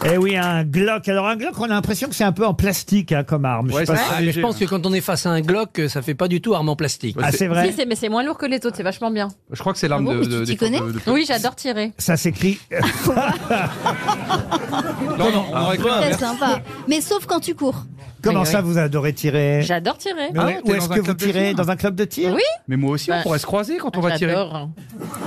Speaker 2: Eh oui, un Glock. Alors un Glock, on a l'impression que c'est un peu en plastique hein, comme arme. Je
Speaker 3: Ouais,
Speaker 2: sais pas
Speaker 3: c'est
Speaker 2: si-
Speaker 3: ça.
Speaker 8: Ah, mais je
Speaker 3: léger,
Speaker 8: pense que quand on est face à un Glock, ça fait pas du tout arme en plastique.
Speaker 2: Ah, c'est vrai.
Speaker 6: Si, c'est- mais c'est moins lourd que les autres, c'est vachement bien.
Speaker 3: Je crois que c'est l'arme
Speaker 7: Ah bon,
Speaker 3: de,
Speaker 7: mais tu
Speaker 3: de-
Speaker 7: t'y
Speaker 3: des-
Speaker 7: connais
Speaker 3: de- de-
Speaker 6: Oui, j'adore tirer.
Speaker 2: Ça s'écrit.
Speaker 3: Non, non, on aurait cru
Speaker 7: C'est
Speaker 3: l'inverse.
Speaker 7: sympa. Mais sauf quand tu cours.
Speaker 2: hein, Comment
Speaker 6: Oui,
Speaker 2: ça,
Speaker 6: oui.
Speaker 2: vous adorez tirer
Speaker 6: J'adore tirer.
Speaker 2: Mais
Speaker 3: Ah
Speaker 2: oui,
Speaker 3: ouais,
Speaker 2: Ou
Speaker 3: t'es
Speaker 2: est-ce
Speaker 3: dans un
Speaker 2: que vous
Speaker 3: club de
Speaker 2: tirez
Speaker 3: tir
Speaker 2: dans un club de tir
Speaker 6: Oui,
Speaker 3: Mais moi aussi, on
Speaker 6: Bah,
Speaker 3: pourrait se croiser quand on va tirer.
Speaker 6: j'adore. hein.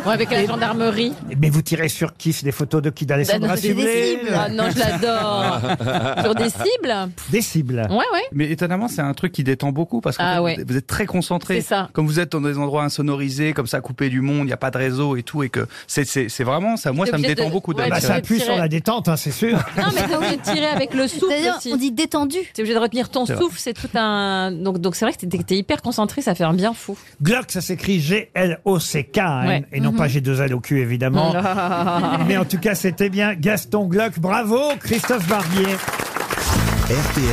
Speaker 6: Moi, avec la gendarmerie.
Speaker 2: Mais vous tirez sur qui C'est des photos de qui D'Alessandra
Speaker 6: Sur
Speaker 2: Sublet
Speaker 6: Ah non, je l'adore. Sur des cibles
Speaker 2: Des cibles.
Speaker 6: Ouais, ouais.
Speaker 3: Mais étonnamment, c'est un truc qui détend beaucoup parce que
Speaker 6: Ah ouais.
Speaker 3: vous êtes très concentré.
Speaker 6: C'est ça.
Speaker 3: Comme vous êtes dans des endroits insonorisés, comme ça, coupé du monde, il n'y a pas de réseau et tout, et que c'est- c'est c'est vraiment ça. Moi,
Speaker 6: T'es
Speaker 3: ça me
Speaker 6: obligé
Speaker 3: détend
Speaker 6: de-
Speaker 3: beaucoup
Speaker 6: ouais,
Speaker 3: d'aller
Speaker 2: Bah,
Speaker 6: tu
Speaker 2: ça
Speaker 6: fais
Speaker 3: tirer.
Speaker 2: appuie
Speaker 6: tirer.
Speaker 2: sur la détente, hein, c'est sûr.
Speaker 6: Non, mais t'es obligé de tirer avec le souffle
Speaker 7: C'est-à-dire,
Speaker 6: aussi.
Speaker 7: on dit détendu.
Speaker 6: T'es obligé de retenir ton souffle, c'est tout un. Donc, donc c'est vrai que t'es, t'es hyper concentré, ça fait un bien fou.
Speaker 2: Glock, ça s'écrit G-L-O-C-K, hein,
Speaker 6: Ouais. Mhm. Oh
Speaker 2: et non pas G2L au cul,
Speaker 7: Oh
Speaker 2: évidemment. Mais en tout cas, c'était bien Gaston Glock. Bravo, Christophe Barbier.
Speaker 1: RTL,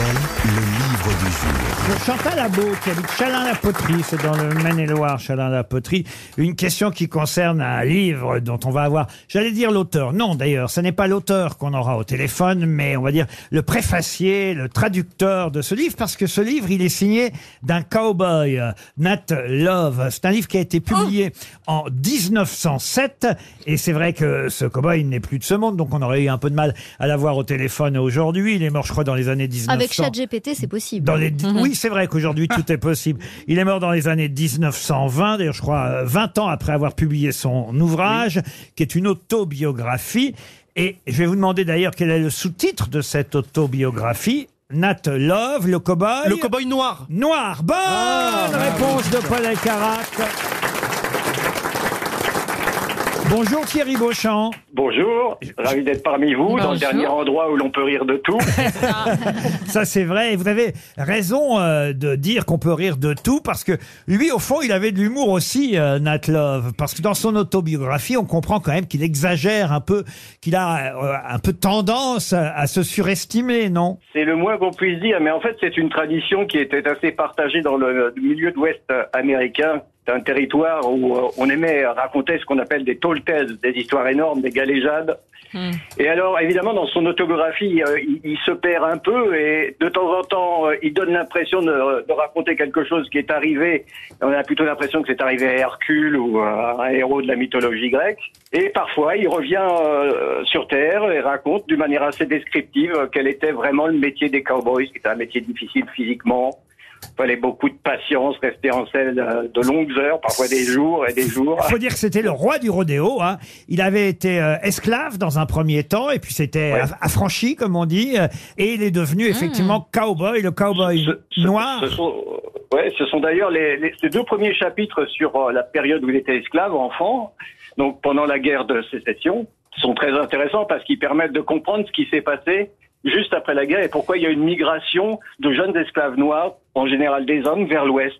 Speaker 1: le livre du jour.
Speaker 2: Pour Chantal Labo, qui habite Chalin-la-Poterie, c'est dans le Maine-et-Loire, Chalin-la-Poterie, une question qui concerne un livre dont on va avoir, j'allais dire l'auteur, non d'ailleurs, ce n'est pas l'auteur qu'on aura au téléphone, mais on va dire le préfacier, le traducteur de ce livre, parce que ce livre, il est signé d'un cowboy, euh, Nat Love. C'est un livre qui a été publié en 1907, et c'est vrai que ce cowboy n'est plus de ce monde, donc on aurait eu un peu de mal à l'avoir au téléphone aujourd'hui. Il est mort, je crois, dans les années 1900.
Speaker 7: Avec ChatGPT, c'est possible. Mhm.
Speaker 2: Dans les... Oui, c'est vrai qu'aujourd'hui tout est possible. Il est mort dans les années 1920, d'ailleurs je crois euh, 20 ans après avoir publié son ouvrage, qui est une autobiographie. Et je vais vous demander d'ailleurs quel est le sous-titre de cette autobiographie. Nat Love, le cowboy.
Speaker 4: Le cowboy noir. Ah, bah
Speaker 2: Noir. Bonne réponse de Paul Alcarat. Bonjour Thierry Beauchamp.
Speaker 14: Bonjour, ravi d'être parmi vous, dans
Speaker 6: Bonjour.
Speaker 14: le dernier endroit où l'on peut rire de tout.
Speaker 2: Ça, c'est vrai. Et vous avez raison euh, de dire qu'on peut rire de tout parce que lui, au fond, il avait de l'humour aussi, euh, Nat Love. Parce que dans son autobiographie, on comprend quand même qu'il exagère un peu, qu'il a euh, un peu tendance à, à se surestimer, non
Speaker 14: C'est le moins qu'on puisse dire, mais en fait c'est une tradition qui était assez partagée dans le milieu de l'Ouest américain. C'est un territoire où euh, on aimait raconter ce qu'on appelle des toltèses, des histoires énormes, des galéjades. Et alors, évidemment, dans son autobiographie, euh, il, il se perd un peu et de temps en temps, euh, il donne l'impression de, de raconter quelque chose qui est arrivé. On a plutôt l'impression que c'est arrivé à Hercule ou à un héros de la mythologie grecque. Et parfois, il revient euh, sur Terre et raconte d'une manière assez descriptive euh, quel était vraiment le métier des cowboys, qui était un métier difficile physiquement. Il fallait beaucoup de patience, rester en selle euh, de longues heures, parfois des jours et des jours.
Speaker 2: Il faut dire que c'était le roi du rodéo. hein. Il avait été euh, esclave dans un premier temps et puis c'était
Speaker 14: Ouais.
Speaker 2: aff- affranchi, comme on dit. euh, Et il est devenu effectivement cowboy, le cowboy
Speaker 14: Ce- ce-
Speaker 2: noir.
Speaker 14: Ce sont, ouais, ce sont d'ailleurs les, les- ces deux premiers chapitres sur euh, la période où il était esclave, enfant, donc pendant la guerre de sécession, sont très intéressants parce qu'ils permettent de comprendre ce qui s'est passé juste après la guerre et pourquoi il y a une migration de jeunes esclaves noirs, en général des hommes, vers l'Ouest,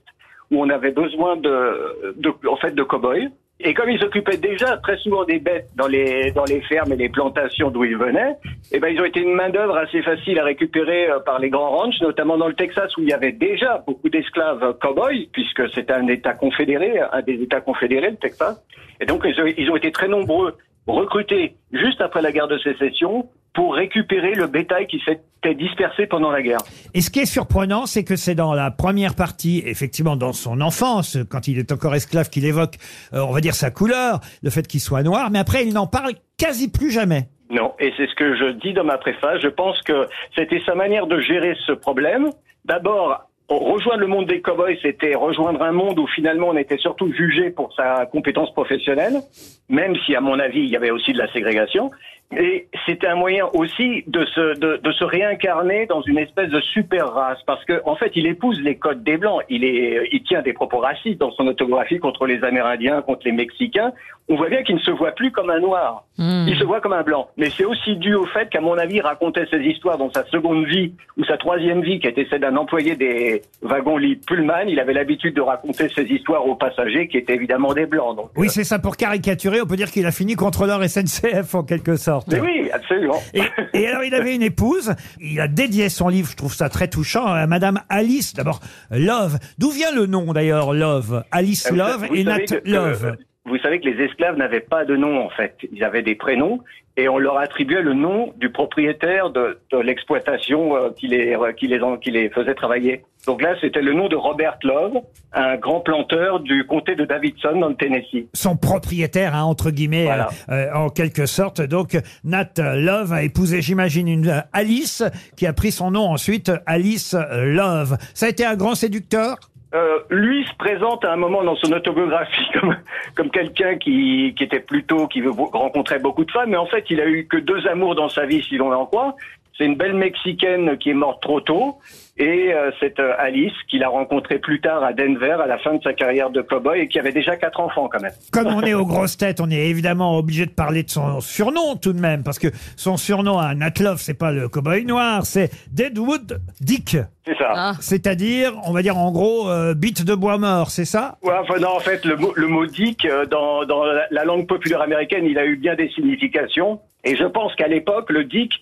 Speaker 14: où on avait besoin de, de en fait, de cow-boys Et comme ils s'occupaient déjà très souvent des bêtes dans les, dans les fermes et les plantations d'où ils venaient, eh ben, ils ont été une main-d'œuvre assez facile à récupérer euh, par les grands ranchs, notamment dans le Texas où il y avait déjà beaucoup d'esclaves cow-boys, puisque c'était un État confédéré, un des États confédérés, le Texas. Et donc, ils ont, ils ont été très nombreux recrutés juste après la guerre de sécession pour récupérer le bétail qui s'était dispersé pendant la guerre.
Speaker 2: Et ce qui est surprenant, c'est que c'est dans la première partie, effectivement dans son enfance, quand il est encore esclave, qu'il évoque, euh, on va dire, sa couleur, le fait qu'il soit noir, mais après, il n'en parle quasi plus jamais.
Speaker 14: Non, et c'est ce que je dis dans ma préface. Je pense que c'était sa manière de gérer ce problème. D'abord, rejoindre le monde des cowboys, c'était rejoindre un monde où finalement on était surtout jugé pour sa compétence professionnelle, même si à mon avis il y avait aussi de la ségrégation. Et c'était un moyen aussi de se, de, de se réincarner dans une espèce de super race, parce que en fait, il épouse les codes des blancs. Il est, il tient des propos racistes dans son autographie contre les Amérindiens, contre les Mexicains. On voit bien qu'il ne se voit plus comme un noir. Il se voit comme un blanc. Mais c'est aussi dû au fait qu'à mon avis, il racontait ses histoires dans sa seconde vie ou sa troisième vie, qui était celle d'un employé des wagons-lits Pullman. Il avait l'habitude de raconter ses histoires aux passagers, qui étaient évidemment des blancs. Donc.
Speaker 2: Oui, c'est ça, pour caricaturer, on peut dire qu'il a fini contrôleur SNCF en quelque sorte.
Speaker 14: Mais oui, absolument.
Speaker 2: Et, et alors, il avait une épouse. Il a dédié son livre, je trouve ça très touchant, à Madame Alice. D'abord, Love. D'où vient le nom d'ailleurs, Love Alice
Speaker 14: Vous sa-
Speaker 2: Love
Speaker 14: Euh, vous
Speaker 2: et Nat
Speaker 14: savez que- que-
Speaker 2: Love.
Speaker 14: Vous savez que les esclaves n'avaient pas de nom en fait. Ils avaient des prénoms et on leur attribuait le nom du propriétaire de, de l'exploitation euh, qui les euh, qui les en- qui les faisait travailler. Donc là, c'était le nom de Robert Love, un grand planteur du comté de Davidson dans le Tennessee.
Speaker 2: Son propriétaire, hein, entre guillemets, euh, euh, en quelque sorte. Donc, Nat Love a épousé, j'imagine, une euh, Alice qui a pris son nom ensuite, euh, Alice Love. Ça a été un grand séducteur
Speaker 14: Euh, lui se présente à un moment dans son autobiographie comme, comme quelqu'un qui, qui était plutôt, qui rencontrait beaucoup de femmes, mais en fait, il a eu que deux amours dans sa vie, si l'on en croit. C'est une belle Mexicaine qui est morte trop tôt, et euh, cette euh, Alice qu'il a rencontrée plus tard à Denver, à la fin de sa carrière de cowboy, et qui avait déjà quatre enfants quand même.
Speaker 2: Comme on est aux grosses têtes, on est évidemment obligé de parler de son surnom tout de même, parce que son surnom à Nat Love, c'est pas le cowboy noir, c'est Deadwood Dick.
Speaker 14: C'est ça.
Speaker 2: C'est-à-dire, on va dire en gros, euh, bite de bois mort, c'est ça
Speaker 14: Ouais, enfin, non, en fait, le mot, le mot dick, euh, dans, dans la la langue populaire américaine, il a eu bien des significations. Et je pense qu'à l'époque, le dick,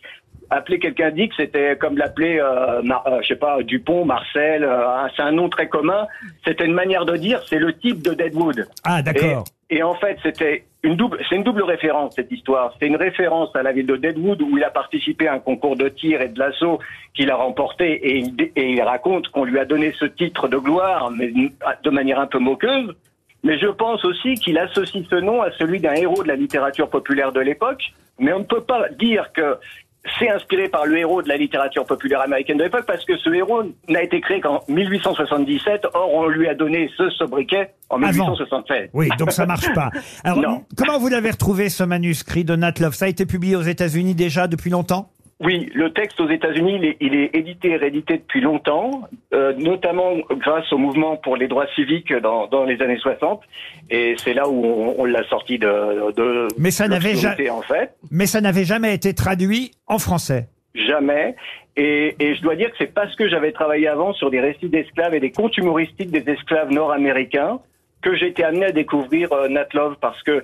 Speaker 14: appeler quelqu'un dick, c'était comme l'appeler, euh, Mar- euh, je sais pas, Dupont, Marcel, euh, un- c'est un nom très commun. C'était une manière de dire, c'est le type de Deadwood.
Speaker 2: Ah, d'accord.
Speaker 14: Et, et en fait, c'était une double, c'est une double référence, cette histoire. C'est une référence à la ville de Deadwood où il a participé à un concours de tir et de l'assaut qu'il a remporté et il, dé- et il raconte qu'on lui a donné ce titre de gloire, mais de manière un peu moqueuse. Mais je pense aussi qu'il associe ce nom à celui d'un héros de la littérature populaire de l'époque. Mais on ne peut pas dire que c'est inspiré par le héros de la littérature populaire américaine de l'époque parce que ce héros n'a été créé qu'en 1877. Or, on lui a donné ce sobriquet en 1876.
Speaker 2: Oui, donc ça marche pas. Alors,
Speaker 14: Non.
Speaker 2: comment vous l'avez retrouvé ce manuscrit de Nat Love Ça a été publié aux États-Unis déjà depuis longtemps
Speaker 14: Oui, le texte aux États-Unis, il est, il est édité et réédité depuis longtemps, euh, notamment grâce au mouvement pour les droits civiques dans, dans les années 60. Et c'est là où on, on l'a sorti de, de
Speaker 2: Mais ça n'avait ja-
Speaker 14: l'obscurité, en fait.
Speaker 2: Mais ça n'avait jamais été traduit en français.
Speaker 14: Jamais. Et, et je dois dire que c'est parce que j'avais travaillé avant sur des récits d'esclaves et des contes humoristiques des esclaves nord-américains que j'ai été amené à découvrir euh, Nat Love parce que,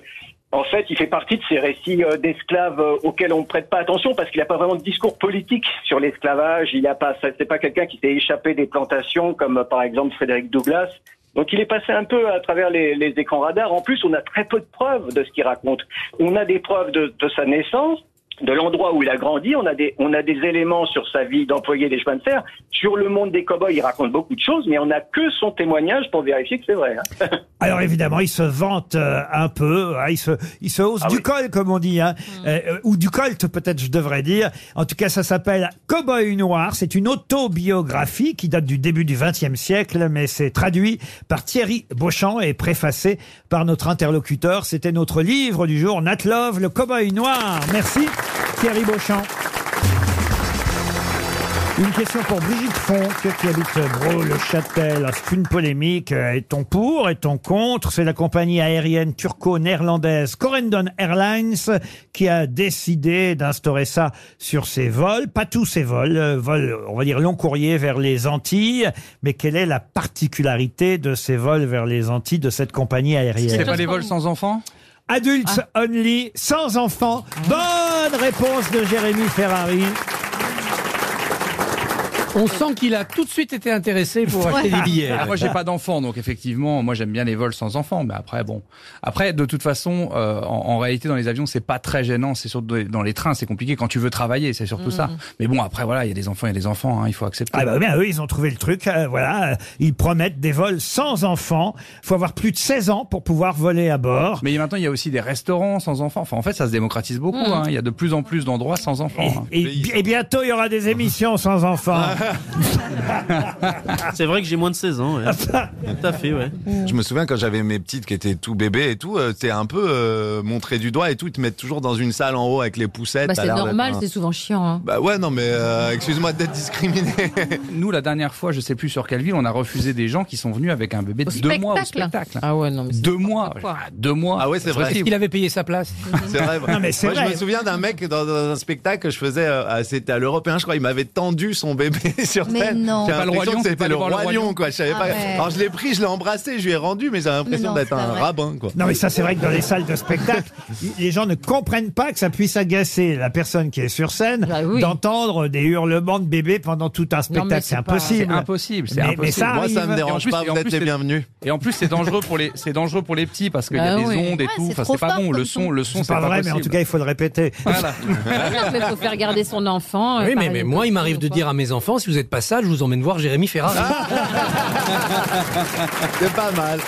Speaker 14: en fait, il fait partie de ces récits euh, d'esclaves euh, auxquels on ne prête pas attention parce qu'il n'a pas vraiment de discours politique sur l'esclavage. Il n'a pas, c'est pas quelqu'un qui s'est échappé des plantations comme euh, par exemple Frédéric Douglass. Donc il est passé un peu à travers les, les écrans radars. En plus, on a très peu de preuves de ce qu'il raconte. On a des preuves de- de sa naissance, de l'endroit où il a grandi, on a des, on a des éléments sur sa vie d'employé des chemins de fer. Sur le monde des cow-boys, il raconte beaucoup de choses, mais on n'a que son témoignage pour vérifier que c'est vrai. hein.
Speaker 2: Alors évidemment, il se vante euh, un peu, hein, il, se, il se hausse du col, comme on dit, hein, euh, euh, ou du colt peut-être, je devrais dire. En tout cas, ça s'appelle Cowboy Noir. C'est une autobiographie qui date du début du XXe siècle, mais c'est traduit par Thierry Beauchamp et préfacé par notre interlocuteur. C'était notre livre du jour, Nat Love, le Cowboy Noir. Merci Thierry Beauchamp. Une question pour Brigitte Fonck, qui habite Brault-le-Châtel. Alors, C'est une polémique. Euh, Est-on pour Est-on contre C'est la compagnie aérienne turco-néerlandaise Corendon Airlines qui a décidé d'instaurer ça sur ses vols. Pas tous ses vols, euh, vols, on va dire, long courrier vers les Antilles. Mais quelle est la particularité de ces vols vers les Antilles de cette compagnie aérienne
Speaker 3: C'est pas les vols sans enfants
Speaker 2: Adults only, sans enfants. Bonne réponse de Jérémy Ferrari.
Speaker 8: On sent qu'il a tout de suite été intéressé pour acheter des billets.
Speaker 3: Ah, moi, j'ai pas d'enfant, donc effectivement, moi j'aime bien les vols sans enfant. Mais après, bon, après, de toute façon, euh, en, en réalité, dans les avions, c'est pas très gênant. C'est surtout dans les trains, c'est compliqué quand tu veux travailler, c'est surtout
Speaker 2: Mhm.
Speaker 3: ça. Mais bon, après, voilà, il y a des enfants, il y a des enfants, hein, il faut accepter.
Speaker 2: Ah bah bien, eux, ils ont trouvé le truc. euh, voilà, euh, ils promettent des vols sans enfants. faut avoir plus de 16 ans pour pouvoir voler à bord.
Speaker 3: Mais maintenant, il y a aussi des restaurants sans enfants. Enfin, en fait, ça se démocratise beaucoup.
Speaker 2: Mhm.
Speaker 3: hein. Il y a de plus en plus d'endroits sans enfants. hein.
Speaker 2: Et, bi- et bientôt, il y aura des émissions sans enfants.
Speaker 4: C'est vrai que j'ai moins de 16 ans. ouais. Tout à fait, ouais.
Speaker 5: Je me souviens quand j'avais mes petites qui étaient tout bébés et tout, euh, t'es un peu euh, montré du doigt et tout, ils te mettent toujours dans une salle en haut avec les poussettes.
Speaker 6: Bah,
Speaker 5: Eh, t'as
Speaker 6: c'est
Speaker 5: l'air d'être
Speaker 6: normal,
Speaker 5: un-
Speaker 6: c'est souvent chiant. hein.
Speaker 5: Bah ouais, non mais euh, excuse-moi d'être discriminé.
Speaker 3: Nous, la dernière fois, je sais plus sur quelle ville, on a refusé des gens qui sont venus avec un bébé de deux mois au spectacle.
Speaker 6: Ah ouais, non, mais
Speaker 3: deux mois. Ah, Deux mois. Ah
Speaker 5: ouais, c'est vrai.
Speaker 3: possible.
Speaker 5: Il
Speaker 8: avait payé sa place.
Speaker 5: C'est vrai. vrai. Moi, je me souviens d'un mec dans, dans un spectacle que je faisais, euh, à- c'était à l'Européen, je crois, il m'avait tendu son bébé sur
Speaker 7: Mais
Speaker 5: scène.
Speaker 7: non.
Speaker 5: J'ai
Speaker 7: Pas le
Speaker 5: l'impression
Speaker 7: roi lion,
Speaker 5: que
Speaker 7: faut pas
Speaker 5: c'était
Speaker 7: aller
Speaker 5: le
Speaker 7: voir
Speaker 5: roi lion, quoi. Je savais
Speaker 7: Ah
Speaker 5: pas.
Speaker 7: ouais.
Speaker 5: Alors je l'ai pris, je l'ai embrassé, je lui ai rendu, mais j'ai l'impression
Speaker 7: non,
Speaker 5: d'être
Speaker 7: c'est pas
Speaker 5: un
Speaker 7: vrai.
Speaker 5: rabbin, quoi.
Speaker 2: Non mais ça c'est vrai que dans les salles de spectacle, i- les gens ne comprennent pas que ça puisse agacer la personne qui est sur scène d'entendre des hurlements de bébé pendant tout un spectacle. C'est impossible.
Speaker 3: C'est impossible. c'est
Speaker 2: Mais- mais
Speaker 3: impossible.
Speaker 2: ça arrive.
Speaker 5: dérange
Speaker 3: Et en plus-
Speaker 5: pas,
Speaker 3: et en
Speaker 5: vous
Speaker 3: plus,
Speaker 5: êtes les
Speaker 3: c'est-
Speaker 5: bienvenus.
Speaker 3: Et en plus, c'est dangereux pour les, c'est dangereux pour les petits parce qu'il
Speaker 2: Ah
Speaker 3: y a des
Speaker 2: oui.
Speaker 3: ondes et
Speaker 2: Ouais,
Speaker 3: tout.
Speaker 2: c'est
Speaker 3: Enfin,
Speaker 2: trop
Speaker 3: c'est pas
Speaker 2: fort
Speaker 3: bon.
Speaker 2: comme
Speaker 3: Le son, le son,
Speaker 2: C'est pas vrai, mais en tout cas, il faut le répéter.
Speaker 6: Non, mais faut faire garder son enfant. euh,
Speaker 8: Oui, mais,
Speaker 6: par
Speaker 8: mais
Speaker 6: une
Speaker 8: moi, il
Speaker 6: personne
Speaker 8: m'arrive
Speaker 6: ou
Speaker 8: de
Speaker 6: quoi.
Speaker 8: dire à mes enfants, si vous êtes pas sage, je vous emmène voir Jérémy Ferrari.
Speaker 5: C'est pas mal.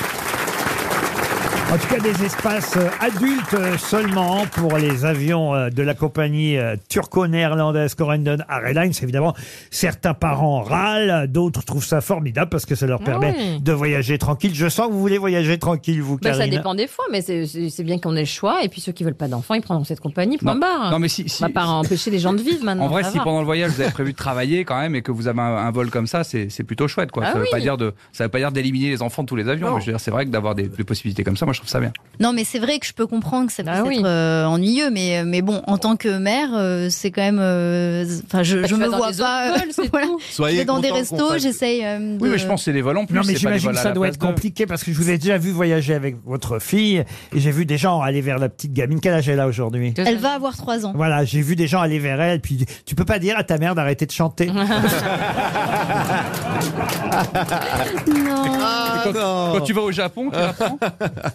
Speaker 2: En tout cas, des espaces euh, adultes euh, seulement pour les avions euh, de la compagnie euh, turco-néerlandaise Corendon Airlines. Évidemment, certains parents râlent, d'autres trouvent ça formidable parce que ça leur permet
Speaker 6: oui.
Speaker 2: de voyager tranquille. Je sens que vous voulez voyager tranquille, vous,
Speaker 6: Bah, ça
Speaker 2: Karine.
Speaker 6: dépend des fois, mais c'est- c'est c'est bien qu'on ait le choix. Et puis ceux qui veulent pas d'enfants, ils prendront cette compagnie. Point
Speaker 3: Non.
Speaker 6: barre.
Speaker 3: Non, mais si- si-
Speaker 6: On va pas empêcher les gens de vivre maintenant.
Speaker 3: En vrai,
Speaker 6: ça
Speaker 3: si
Speaker 6: va.
Speaker 3: pendant le voyage vous avez prévu de travailler quand même et que vous avez un, un vol comme ça, c'est c'est plutôt chouette quoi.
Speaker 7: Ah
Speaker 3: ça veut
Speaker 7: oui.
Speaker 3: pas dire de, ça veut pas dire d'éliminer les enfants de tous les avions. mais je veux dire, c'est vrai que d'avoir des, des possibilités comme ça, moi je trouve ça bien.
Speaker 7: Non, mais c'est vrai que je peux comprendre que ça peut
Speaker 6: Ah
Speaker 7: être euh, ennuyeux, mais, mais bon, en tant que mère, euh, c'est quand même. euh, Enfin, je,
Speaker 6: Bah,
Speaker 7: je
Speaker 6: tu
Speaker 7: me
Speaker 6: vas dans
Speaker 7: vois
Speaker 6: des
Speaker 7: pas.
Speaker 6: autres vols, c'est
Speaker 7: voilà.
Speaker 6: tout.
Speaker 7: je
Speaker 3: Soyez
Speaker 7: vais dans
Speaker 3: content
Speaker 7: des
Speaker 3: qu'on
Speaker 7: restos,
Speaker 3: fasse-
Speaker 7: j'essaye. euh,
Speaker 3: Oui,
Speaker 7: de-
Speaker 3: mais je pense que c'est les vols en plus.
Speaker 2: Non, mais
Speaker 3: c'est pas les
Speaker 2: j'imagine
Speaker 3: vols
Speaker 2: que
Speaker 3: à
Speaker 2: ça
Speaker 3: la
Speaker 2: doit
Speaker 3: place
Speaker 2: être
Speaker 3: de-
Speaker 2: compliqué parce que je vous ai déjà vu voyager avec votre fille et j'ai vu des gens aller vers la petite gamine. Quel âge elle a aujourd'hui
Speaker 7: Elle va avoir 3 ans.
Speaker 2: Voilà, j'ai vu des gens aller vers elle, puis tu peux pas dire à ta mère d'arrêter de chanter.
Speaker 3: Et Quand, quand tu vas au Japon, tu l'apprends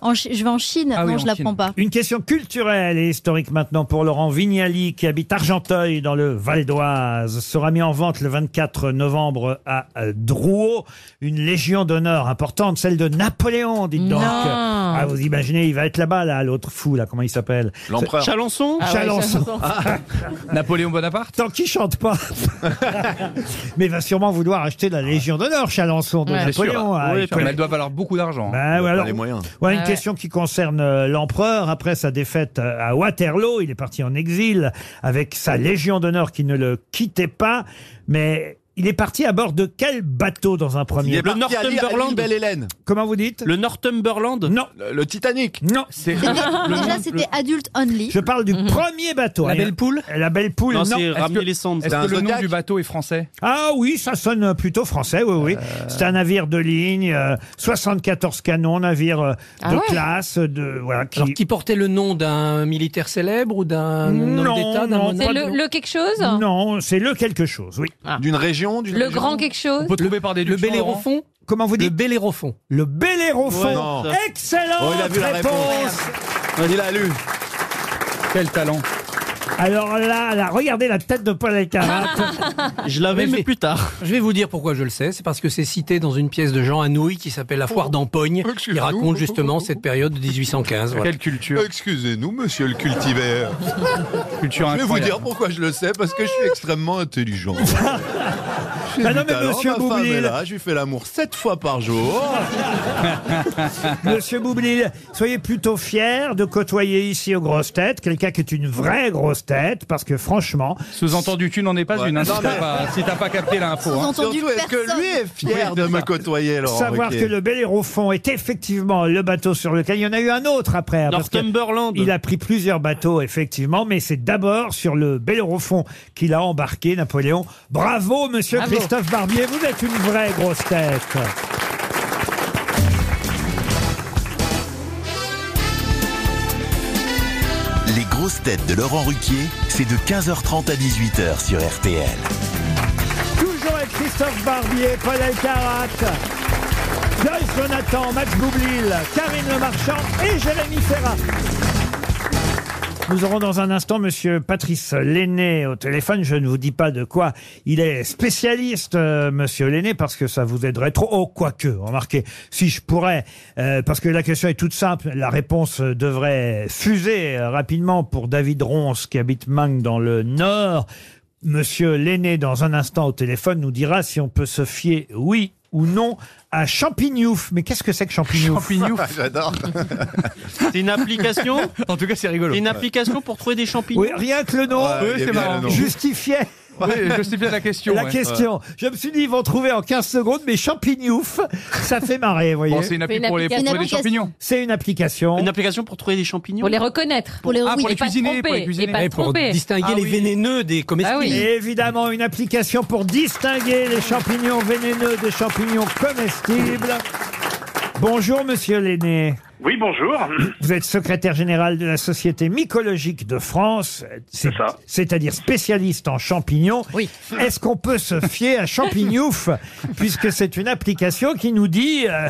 Speaker 7: En Chi- je vais en Chine,
Speaker 2: Ah
Speaker 7: non,
Speaker 2: oui, en
Speaker 7: je la prends
Speaker 2: Chine.
Speaker 7: pas.
Speaker 2: Une question culturelle et historique maintenant pour Laurent Vignali qui habite Argenteuil dans le Val d'Oise sera mis en vente le 24 novembre à euh, Drouot une légion d'honneur importante celle de Napoléon dites donc
Speaker 4: Non.
Speaker 2: ah, vous imaginez il va être là-bas là l'autre fou là comment il s'appelle
Speaker 4: L'empereur. Chalençon Ah ouais,
Speaker 2: Chalençon
Speaker 4: Chalençon.
Speaker 3: Napoléon Bonaparte
Speaker 2: tant qu'il chante pas mais il va sûrement vouloir acheter la légion d'honneur Chalençon de
Speaker 3: C'est sûr.
Speaker 2: Napoléon ah,
Speaker 3: Oui,
Speaker 2: il
Speaker 3: mais
Speaker 2: connaît-
Speaker 3: elle doit valoir beaucoup d'argent. hein.
Speaker 2: Ah ouais, alors- Ouais, une
Speaker 3: Ah ouais.
Speaker 2: question qui concerne euh, l'empereur. Après sa défaite euh, à Waterloo, il est parti en exil avec sa Légion d'honneur qui ne le quittait pas. Mais il est parti à bord de quel bateau dans un premier
Speaker 5: Il est
Speaker 2: temps
Speaker 5: parti à l'île- à l'île Belle-Hélène.
Speaker 2: Comment vous dites
Speaker 4: Le Northumberland
Speaker 2: Non.
Speaker 5: Le, le Titanic.
Speaker 2: Non.
Speaker 5: C'est
Speaker 7: C'était- Déjà, c'était adulte only.
Speaker 2: Je parle du premier bateau.
Speaker 3: Mhm. La
Speaker 2: Il y a-
Speaker 3: Belle Poule
Speaker 2: La Belle Poule, non.
Speaker 3: Est-ce que- Est-ce que le nom du bateau est français
Speaker 2: Ah oui, ça sonne plutôt français, oui, oui.
Speaker 8: Euh.
Speaker 2: C'est un navire de ligne, euh, 74 canons, navire euh,
Speaker 8: Ah
Speaker 2: de
Speaker 8: ouais
Speaker 2: classe, de, voilà, qui...
Speaker 8: Alors, qui portait le nom d'un militaire célèbre ou d'un homme
Speaker 2: Non,
Speaker 8: d'État, d'un
Speaker 2: non,
Speaker 8: monarque
Speaker 6: C'est le, le quelque chose
Speaker 2: Non, c'est le quelque chose, oui.
Speaker 5: D'une région,
Speaker 6: Le grand quelque chose
Speaker 3: peut trouver par des
Speaker 8: Le
Speaker 3: ductions,
Speaker 8: Bélérophon
Speaker 2: Comment vous dites
Speaker 8: Le Bélérophon.
Speaker 2: Le Bélérophon.
Speaker 8: Ouais.
Speaker 2: Excellente
Speaker 8: Oh, il a vu la
Speaker 2: réponse.
Speaker 5: Il a lu.
Speaker 3: Quel talent
Speaker 2: Alors là, là, regardez la tête de Paul Alcarat.
Speaker 4: Je l'avais, mais plus tard.
Speaker 8: Je vais vous dire pourquoi je le sais. C'est parce que c'est cité dans une pièce de Jean Anouilh qui s'appelle La Foire d'Empogne. Il raconte justement cette période de 1815. voilà.
Speaker 3: Quelle culture
Speaker 5: Excusez-nous, monsieur le cultivaire.
Speaker 3: Culture
Speaker 5: Je vais vous
Speaker 3: incroyable. Ah
Speaker 5: dire pourquoi je le sais, parce que je suis extrêmement intelligent. J'ai
Speaker 2: Ah
Speaker 5: du
Speaker 2: non, mais
Speaker 5: talent,
Speaker 2: monsieur
Speaker 5: ma femme
Speaker 2: Boublil.
Speaker 5: est là, je lui fais l'amour sept fois par jour.
Speaker 2: Monsieur Boublil, soyez plutôt fier de côtoyer ici aux grosses têtes quelqu'un qui est une vraie grosse tête, parce que franchement,
Speaker 3: Sous-entendu, tu n'en es pas
Speaker 2: Ouais.
Speaker 3: une, hein, si
Speaker 2: Non,
Speaker 3: t'as
Speaker 2: mais-
Speaker 3: pas, si t'as pas capté l'info. hein.
Speaker 5: Surtout, est-ce que lui est fier
Speaker 2: Oui,
Speaker 5: de
Speaker 2: c'est
Speaker 5: me
Speaker 2: ça.
Speaker 5: côtoyer, Laurent
Speaker 2: Savoir
Speaker 5: Ruquier
Speaker 2: que le Bellérophon est effectivement le bateau sur lequel il y en a eu un autre après. hein, parce que Il a pris plusieurs bateaux, effectivement, mais c'est d'abord sur le Bellérophon qu'il a embarqué Napoléon. Bravo, monsieur
Speaker 9: Bravo.
Speaker 2: Christophe Barbier, vous êtes une vraie grosse tête.
Speaker 1: Les grosses têtes de Laurent Ruquier, c'est de 15h30 à 18h sur RTL.
Speaker 2: Toujours avec Christophe Barbier, Paul Elkarat, Joyce Jonathan, Max Boublil, Karine Le Marchand et Jérémy Ferrat. Nous aurons dans un instant Monsieur Patrice Lenné au téléphone. Je ne vous dis pas de quoi il est spécialiste, euh, Monsieur Lenné, parce que ça vous aiderait trop. Oh, quoique, remarquez, si je pourrais, euh, parce que la question est toute simple. La réponse euh, devrait fuser euh, rapidement pour David Ronce qui habite Mang dans le Nord. Monsieur Lenné, dans un instant au téléphone, nous dira si on peut se fier, oui ou non, à Champignouf. Mais qu'est-ce que c'est que Champignouf
Speaker 3: Ah,
Speaker 5: J'adore.
Speaker 4: C'est une application
Speaker 3: En tout cas, c'est rigolo.
Speaker 4: C'est une application pour trouver des champignons
Speaker 2: Oui, rien que le nom,
Speaker 3: Ouais, il y a bien le nom.
Speaker 2: justifiait.
Speaker 3: Oui, justifiait la question,
Speaker 2: La
Speaker 3: ouais.
Speaker 2: question.
Speaker 3: Ouais.
Speaker 2: Je me suis dit, ils vont trouver en 15 secondes, mais champignouf, ça fait marrer, vous voyez.
Speaker 3: Bon, c'est une appli C'est une pour les- pour application. trouver des champignons.
Speaker 2: C'est une application.
Speaker 4: Une application pour trouver des champignons
Speaker 6: Pour les reconnaître.
Speaker 4: Ah,
Speaker 6: oui,
Speaker 4: pour
Speaker 6: et
Speaker 4: les
Speaker 6: pas
Speaker 4: cuisiner,
Speaker 6: tromper,
Speaker 4: pour les cuisiner.
Speaker 6: et
Speaker 2: Eh,
Speaker 6: pas
Speaker 4: Et pour
Speaker 6: tromper.
Speaker 4: distinguer Ah les oui.
Speaker 8: vénéneux des comestibles.
Speaker 6: Ah oui.
Speaker 2: Évidemment, une application pour distinguer les champignons vénéneux des champignons comestibles. Bonjour, monsieur l'aîné.
Speaker 15: Oui, bonjour.
Speaker 2: Vous êtes secrétaire général de la Société mycologique de France, c'est
Speaker 15: ça.
Speaker 2: C'est-à-dire spécialiste en champignons.
Speaker 15: Oui.
Speaker 2: Est-ce qu'on peut se fier à Champignouf puisque c'est une application qui nous dit, euh,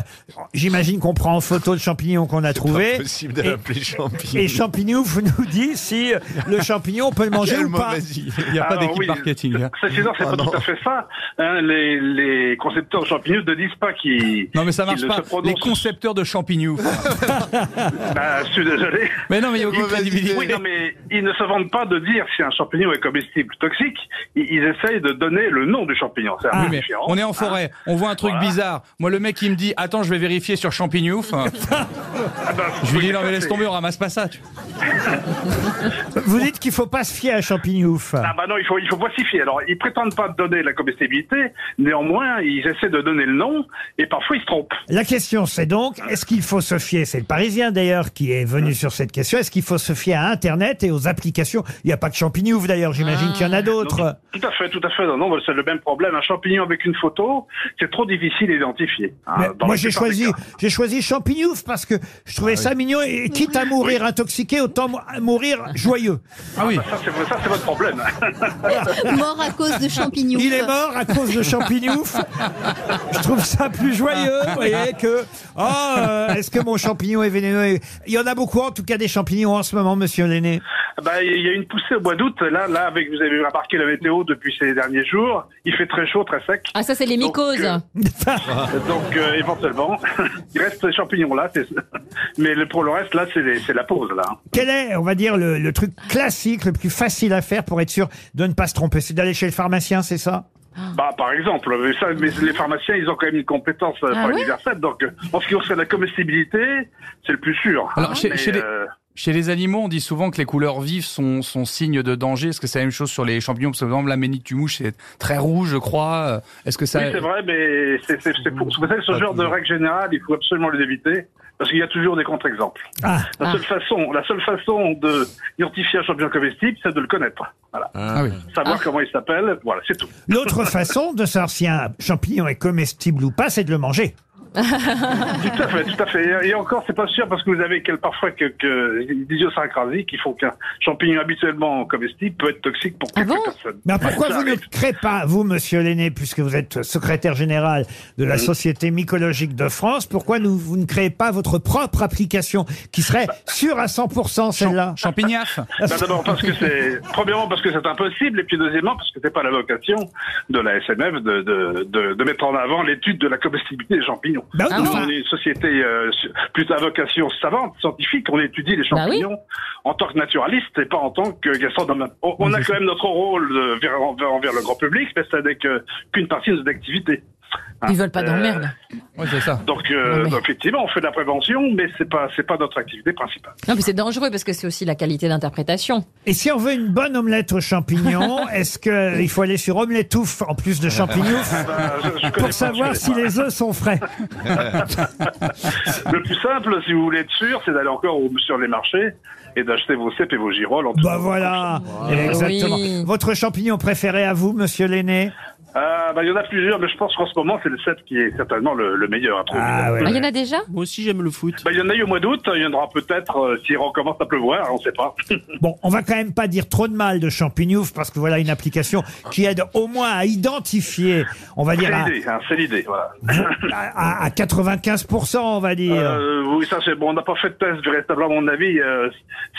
Speaker 2: j'imagine qu'on prend en photo le champignon qu'on a trouvé.
Speaker 5: pas possible de
Speaker 2: et-
Speaker 5: l'appeler champignon.
Speaker 2: Et Champignouf nous dit si euh, le champignon on peut le manger
Speaker 5: Quelle
Speaker 2: ou pas.
Speaker 5: mauvaise idée.
Speaker 3: Il n'y a pas
Speaker 15: Alors,
Speaker 3: d'équipe
Speaker 15: Ah oui,
Speaker 3: marketing. hein.
Speaker 15: Ça, c'est sûr, c'est
Speaker 3: Ah
Speaker 15: pas
Speaker 3: non.
Speaker 15: tout à fait ça. hein. les, les concepteurs de champignons ne disent pas qu'ils.
Speaker 3: Non, mais ça marche
Speaker 15: qu'ils ne
Speaker 3: pas.
Speaker 15: se Ah. prononcent-
Speaker 3: Les concepteurs de champignons.
Speaker 15: Bah, je suis désolé.
Speaker 3: Mais non, mais il y a aucune
Speaker 15: Mauvaise
Speaker 3: crédibilité.
Speaker 15: idée. Oui, non, mais ils ne se vendent pas de dire si un champignon est comestible ou toxique. Ils, ils essayent de donner le nom du champignon. C'est un
Speaker 3: Ah, Oui,
Speaker 15: peu Ah.
Speaker 3: mais
Speaker 15: différent.
Speaker 3: on est en forêt, on voit un truc
Speaker 15: Voilà.
Speaker 3: bizarre. Moi, le mec, il me dit Attends, je vais vérifier sur champignouf.
Speaker 15: Ah bah,
Speaker 3: je lui dis
Speaker 15: oui,
Speaker 3: Non, mais laisse
Speaker 15: c'est-
Speaker 3: tomber, on ramasse pas ça. tu-
Speaker 2: Vous dites qu'il faut pas se fier à Champignouf.
Speaker 15: Ah bah non, il faut, il faut voicifier. Alors, ils prétendent pas donner la comestibilité, néanmoins, ils essaient de donner le nom, et parfois ils se trompent.
Speaker 2: La question, c'est donc, est-ce qu'il faut se fier, c'est le Parisien d'ailleurs qui est venu sur cette question, est-ce qu'il faut se fier à Internet et aux applications Il n'y a pas que Champignouf d'ailleurs, j'imagine qu'il y en
Speaker 15: Ah,
Speaker 2: a d'autres.
Speaker 15: Tout à fait, tout à fait. Non, non, c'est le même problème. Un champignon avec une photo, c'est trop difficile à identifier. hein,
Speaker 2: Mais
Speaker 15: dans
Speaker 2: moi,
Speaker 15: la
Speaker 2: j'ai
Speaker 15: plupart des
Speaker 2: choisi,
Speaker 15: cas.
Speaker 2: j'ai choisi Champignouf parce que je trouvais
Speaker 15: Ah
Speaker 2: ça mignon et, et quitte à mourir intoxiqué, autant mou- à mourir joyeux.
Speaker 15: Ah oui. ça, c'est ça, c'est votre problème.
Speaker 7: Mort à cause de champignons.
Speaker 2: Il est mort à cause de Champignouf. je trouve ça plus joyeux, vous voyez, que oh, euh, est-ce que mon champignon est vénéneux Il y en a beaucoup, en tout cas, des champignons en ce moment, monsieur l'aîné.
Speaker 15: Bah, il y a une poussée au mois d'août. Là, là, avec, vous avez remarqué la météo depuis ces derniers jours. Il fait très chaud, très sec.
Speaker 6: Ah, ça, c'est les mycoses.
Speaker 8: euh,
Speaker 3: Ah.
Speaker 15: Donc, euh, éventuellement, il reste les champignons là. c'est- Mais le- pour le reste, là, c'est les- c'est la pause, là.
Speaker 2: Quel est, on va dire, le, le truc classique, le plus facile à faire pour être sûr de ne pas se tromper C'est d'aller chez le pharmacien, c'est ça
Speaker 15: Bah, par exemple, mais, ça, mais les pharmaciens, ils ont quand même une compétence euh,
Speaker 2: Ah
Speaker 15: pas
Speaker 2: ouais
Speaker 15: universelle. Donc, euh, en ce qui concerne la comestibilité, c'est le plus sûr.
Speaker 3: Alors,
Speaker 15: Hein,
Speaker 3: chez,
Speaker 15: mais,
Speaker 3: chez les,
Speaker 15: euh,
Speaker 3: chez les animaux, on dit souvent que les couleurs vives sont, sont signes de danger. Est-ce que c'est la même chose sur les champignons Parce que, par exemple, la mouche c'est très rouge, je crois. Euh, Est-ce que ça.
Speaker 15: Oui, c'est vrai, mais c'est c'est- c'est pour- c'est pour ça que ce
Speaker 3: Pas
Speaker 15: genre de
Speaker 3: toujours.
Speaker 15: règle générale, il faut absolument les éviter, parce qu'il y a toujours des contre-exemples. La seule façon, la seule façon de identifier un champion comestible, c'est de le connaître. Voilà. Savoir comment il s'appelle, voilà, c'est tout.
Speaker 2: L'autre façon de savoir si un champignon est comestible ou pas, c'est de le manger. Ah.
Speaker 15: tout à fait, tout à fait. Et- Et encore, c'est pas sûr parce que vous avez quel- parfois que, que d'idiosyncrasie qui font qu'un champignon habituellement comestible peut être toxique pour quelques personnes.
Speaker 2: Mais Ben, pourquoi
Speaker 15: Ça
Speaker 2: vous ne
Speaker 15: arrive.
Speaker 2: créez pas, vous, monsieur l'aîné, puisque vous êtes secrétaire général de la Société mycologique de France, pourquoi nous- vous ne créez pas votre propre application qui serait sûre à 100% celle-là
Speaker 3: Champignaf
Speaker 15: Bah, D'abord parce que c'est premièrement parce que c'est impossible et puis deuxièmement parce que c'est pas la vocation de la SMF de, de, de, de mettre en avant l'étude de la comestibilité des champignons.
Speaker 2: Bah oui,
Speaker 15: Nous,
Speaker 2: enfin-
Speaker 15: on est une société euh, su- plus à vocation savante, scientifique. On étudie les
Speaker 2: Bah
Speaker 15: champignons en tant que naturaliste et pas en tant que gastronome. On, on a quand même notre rôle euh, vers- envers, envers le grand public, mais ça n'est que- qu'une partie de nos activités.
Speaker 6: Ils veulent pas d'emmerde.
Speaker 3: c'est ça.
Speaker 15: Euh, Donc, euh, donc, effectivement, on fait de la prévention, mais c'est pas c'est pas notre activité principale.
Speaker 6: Non, mais c'est dangereux parce que c'est aussi la qualité d'interprétation. Ah,
Speaker 2: Et si on veut une bonne omelette aux champignons, est-ce qu'il faut aller sur omeletouf en plus de champignons
Speaker 15: Bah, je- je connais pas,
Speaker 2: pour
Speaker 15: je
Speaker 2: savoir
Speaker 15: connais
Speaker 2: si
Speaker 15: pas.
Speaker 2: les œufs sont frais
Speaker 15: le plus simple, si vous voulez être sûr, c'est d'aller encore au- sur les marchés et d'acheter vos cèpes et vos girolles. En tout
Speaker 2: Bah voilà, exactement. Votre champignon préféré à vous, monsieur l'aîné
Speaker 15: Ah, bah, il y en a plusieurs, mais je pense qu'en ce moment, c'est le cèpe qui est certainement le, le meilleur. Après,
Speaker 2: Ah, ouais. Ah, il y en
Speaker 6: a déjà
Speaker 15: Moi aussi, j'aime le foot. Bah, il y en a eu au mois d'août, il y en aura peut-être euh, s'il recommence à pleuvoir, hein, on sait pas.
Speaker 2: Bon, on va quand même pas dire trop de mal de champignons parce que voilà une application qui aide au moins à identifier, on va
Speaker 15: C'est
Speaker 2: dire à, Hein Ah,
Speaker 15: l'idée, hein, c'est l'idée, voilà.
Speaker 2: à- à 95%, on va dire.
Speaker 15: Euh, oui, ça c'est bon, on n'a pas fait de test, véritablement, à mon avis, euh,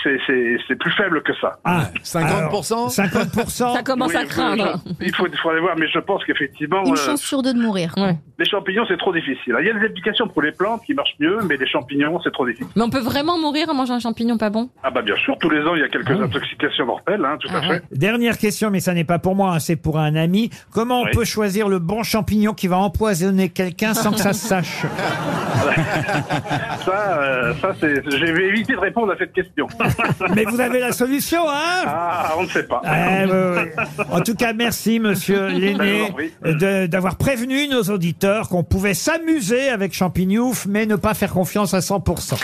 Speaker 15: c'est- c'est c'est plus faible que ça.
Speaker 2: Ah,
Speaker 5: 50%?
Speaker 2: 50%.
Speaker 7: Ça commence à
Speaker 15: il faut-
Speaker 7: craindre.
Speaker 15: Il faut, il faut aller voir, mais je pense
Speaker 2: Ah
Speaker 15: qu'effectivement,
Speaker 7: Une
Speaker 15: euh,
Speaker 7: chance sur deux de mourir. quoi.
Speaker 15: les champignons, c'est trop difficile. Il y a des applications pour les plantes qui marchent mieux, mais les champignons, c'est trop difficile.
Speaker 6: Mais on peut vraiment mourir en mangeant un champignon pas bon
Speaker 15: Ah bah bien sûr, tous les ans, il y a
Speaker 7: Ah
Speaker 15: quelques intoxications mortelles, hein, tout à fait.
Speaker 2: Dernière question, mais ça n'est pas pour moi, hein, c'est pour un ami. Comment on peut choisir le bon champignon qui va empoisonner quelqu'un sans que ça se sache
Speaker 15: ça, euh, ça c'est, j'ai évité de répondre à cette question.
Speaker 2: Mais vous avez la solution, hein
Speaker 15: Ah, on ne sait pas.
Speaker 2: Eh, ouais, ouais. En tout cas, merci, monsieur
Speaker 15: Je vous
Speaker 2: l'aîné,
Speaker 15: en prie.
Speaker 2: de- d'avoir prévenu nos auditeurs qu'on pouvait s'amuser avec Champignouf, mais ne pas faire confiance à 100%.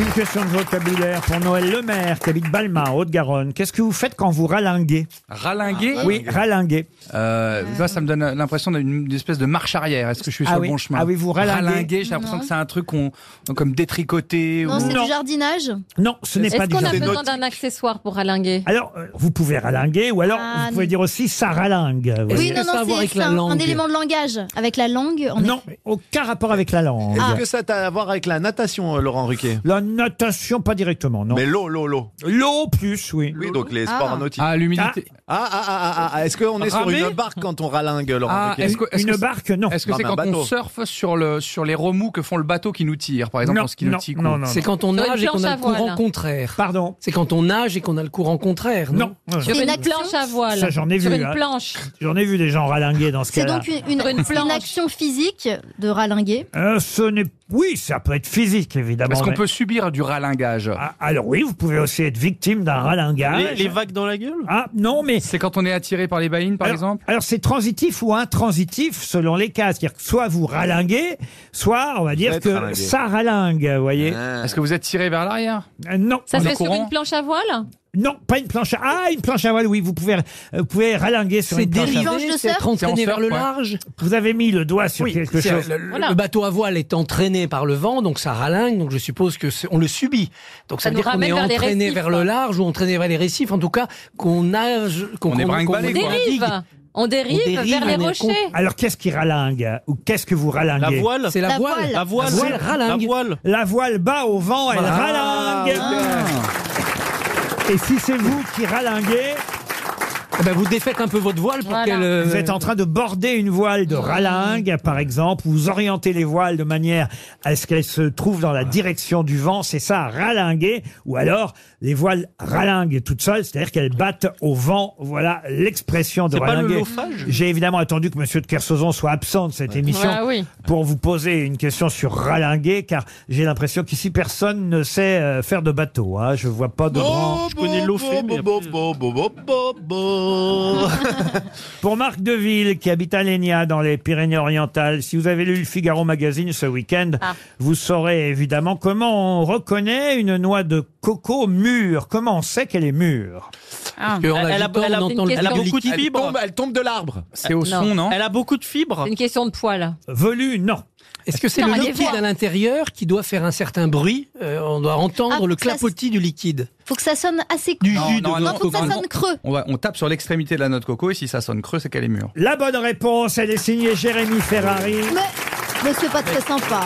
Speaker 2: Une question de vocabulaire pour Noël Lemaire, qui habite Balma, en Haute-Garonne. Qu'est-ce que vous faites quand vous ralinguez Ah,
Speaker 3: Ralinguer
Speaker 2: Oui, ralinguer.
Speaker 3: Euh, tu vois, ça me donne l'impression d'une d'une espèce de marche arrière. Est-ce que je suis
Speaker 2: Ah
Speaker 3: sur
Speaker 2: oui.
Speaker 3: le bon chemin
Speaker 2: Ah oui, vous ralinguez.
Speaker 3: j'ai l'impression
Speaker 7: Non.
Speaker 3: que c'est un truc qu'on comme détricoter.
Speaker 7: Non,
Speaker 3: ou...
Speaker 7: c'est du jardinage.
Speaker 2: Non, ce n'est pas
Speaker 6: Est-ce
Speaker 2: du
Speaker 6: qu'on a
Speaker 2: jardinage.
Speaker 6: besoin d'un accessoire pour ralinguer
Speaker 2: Alors, euh, vous pouvez ralinguer, ou alors
Speaker 7: Ah,
Speaker 2: vous pouvez
Speaker 7: non.
Speaker 2: dire aussi ça ralingue. vous
Speaker 7: Oui,
Speaker 2: voyez.
Speaker 7: non, non, c'est- c'est un, un élément de langage. Avec la langue, on
Speaker 2: Non, aucun rapport avec la langue.
Speaker 5: Est-ce que ça t'a à voir avec la natation, euh, Laurent Ruquier
Speaker 2: La natation, pas directement, non.
Speaker 5: Mais l'eau, l'eau, l'eau.
Speaker 2: L'eau plus, oui.
Speaker 5: Oui, donc les
Speaker 3: Ah.
Speaker 5: sports nautiques.
Speaker 3: Ah, l'humidité.
Speaker 5: Ah, ah, ah, ah, ah, est-ce qu'on est sur
Speaker 3: Ramer
Speaker 5: une barque quand on ralingue, Laurent
Speaker 3: Ah,
Speaker 5: Ruquier
Speaker 3: est-ce que- est-ce que c'est-
Speaker 2: non.
Speaker 3: Est-ce que
Speaker 5: Non,
Speaker 3: c'est
Speaker 5: mais un
Speaker 3: quand on
Speaker 5: bateau.
Speaker 3: surfe sur, le, sur les remous que font le bateau qui nous tire, par exemple,
Speaker 8: Non,
Speaker 3: en ski nautique ou-
Speaker 8: C'est quand on nage et qu'on a le courant contraire.
Speaker 2: Pardon
Speaker 8: C'est quand on nage et qu'on a le courant contraire. Non.
Speaker 6: Sur une planche à voile.
Speaker 2: Ça, j'en ai
Speaker 6: Sur
Speaker 2: vu,
Speaker 6: une
Speaker 2: hein.
Speaker 6: planche.
Speaker 2: J'en ai vu des gens ralinguer dans ce
Speaker 7: C'est
Speaker 2: cas-là.
Speaker 7: donc une, une- une action physique de ralinguer.
Speaker 2: Euh, ce n'est... Oui, ça peut être physique, évidemment.
Speaker 3: Est-ce qu'on
Speaker 2: mais- Ah,
Speaker 3: peut subir du ralingage
Speaker 2: Alors oui, vous pouvez aussi être victime d'un ralingage.
Speaker 3: Ah, vagues dans la gueule
Speaker 2: Ah non, mais...
Speaker 3: C'est quand on est attiré par les baïnes, par exemple
Speaker 2: Alors c'est transitif ou intransitif selon les cas. C'est-à-dire que soit vous ralinguez, soit on va dire
Speaker 3: êtes
Speaker 2: que
Speaker 3: ralingué.
Speaker 2: ça ralingue, vous voyez.
Speaker 3: Ah. Est-ce que vous êtes tiré vers l'arrière
Speaker 2: Euh, non.
Speaker 6: Ça se fait sur une planche à voile
Speaker 2: Non, pas une planche à... Ah, une planche à voile, oui, vous pouvez, euh, vous pouvez ralinguer sur
Speaker 8: C'est
Speaker 2: une planche à
Speaker 8: dérivé,
Speaker 2: voile.
Speaker 8: Planche de c'est surf être entraîné
Speaker 2: C'est en
Speaker 8: vers le
Speaker 2: surf, ouais.
Speaker 8: large.
Speaker 2: Vous avez mis le doigt sur
Speaker 8: Oui,
Speaker 2: quelque
Speaker 8: c'est-
Speaker 2: chose.
Speaker 8: Le, le- le bateau à voile est entraîné par le vent, donc ça ralingue, donc je suppose que c'est- on le subit. Donc
Speaker 6: Ça
Speaker 8: ça, veut
Speaker 6: nous
Speaker 8: dire qu'on
Speaker 6: ramène
Speaker 8: est
Speaker 6: vers les
Speaker 8: entraîné
Speaker 6: récifs,
Speaker 8: vers le
Speaker 6: quoi.
Speaker 8: large ou entraîné vers les récifs, en tout cas qu'on nage, qu'on
Speaker 3: On est
Speaker 8: qu'on-
Speaker 3: brinque-ballé,
Speaker 8: qu'on-
Speaker 3: quoi.
Speaker 8: qu'on
Speaker 6: dérive.
Speaker 8: navigue.
Speaker 6: On dérive,
Speaker 8: On dérive,
Speaker 6: vers les
Speaker 8: on est
Speaker 6: rochers.
Speaker 8: con-
Speaker 2: Alors qu'est-ce qui ralingue Ou qu'est-ce que vous ralinguez
Speaker 8: La voile. C'est la La voile. voile. La voile. La voile ralingue.
Speaker 2: La voile. La voile bat au
Speaker 3: Oh,
Speaker 2: vent, elle
Speaker 8: Voilà. Ah,
Speaker 2: ralingue. Et si c'est vous qui ralinguez,
Speaker 8: Eh ben, vous défaites un peu votre voile pour qu'elle. euh,
Speaker 2: vous êtes en train de border une voile de ralingue, par exemple, vous orientez les voiles de manière à ce qu'elles se trouvent dans la direction du vent, c'est ça, ralinguer, ou alors les voiles ralinguent toutes seules, c'est-à-dire qu'elles battent au vent, voilà l'expression de
Speaker 9: C'est pas le
Speaker 2: ralinguer.
Speaker 9: lophage
Speaker 2: J'ai évidemment attendu que Monsieur de Kersauzon soit absent de cette émission
Speaker 9: Ah oui.
Speaker 2: pour vous poser une question sur ralinguer, car j'ai l'impression qu'ici personne ne sait euh, faire de bateau, hein. je vois pas de grand... Pour Marc Deville, qui habite à Lénia, dans les Pyrénées-Orientales, si vous avez lu le Figaro Magazine ce week-end,
Speaker 8: Ah.
Speaker 2: vous saurez évidemment comment on reconnaît une noix de coco mûre. Comment on sait qu'elle est mûre
Speaker 8: Parce qu'en
Speaker 4: Elle a-
Speaker 8: agitant,
Speaker 4: elle a-
Speaker 8: on entend le
Speaker 4: elle a beaucoup de
Speaker 8: clic-clic.
Speaker 4: fibres.
Speaker 5: Ah,
Speaker 8: Elle tombe- elle tombe de l'arbre. C'est au son, non
Speaker 4: Elle a beaucoup de fibres.
Speaker 6: C'est une question de poil.
Speaker 2: Velu, non.
Speaker 8: Est-ce que c'est
Speaker 6: Non,
Speaker 8: le
Speaker 6: elle est
Speaker 8: liquide
Speaker 6: voile.
Speaker 8: à l'intérieur qui doit faire un certain bruit Euh, On doit entendre
Speaker 7: Ah,
Speaker 8: le
Speaker 7: ça, c'est-
Speaker 8: clapotis du liquide.
Speaker 7: Faut que ça sonne assez
Speaker 8: Du
Speaker 7: Non,
Speaker 8: jus de
Speaker 7: non,
Speaker 8: noix
Speaker 7: non,
Speaker 8: de
Speaker 7: faut que ça
Speaker 8: coco.
Speaker 7: sonne creux.
Speaker 3: on, va, on tape sur l'extrémité de la noix de coco et si ça sonne creux, c'est qu'elle est mûre.
Speaker 2: La bonne réponse, elle est signée Jérémy Ferrari.
Speaker 7: Mais, mais c'est pas très sympa.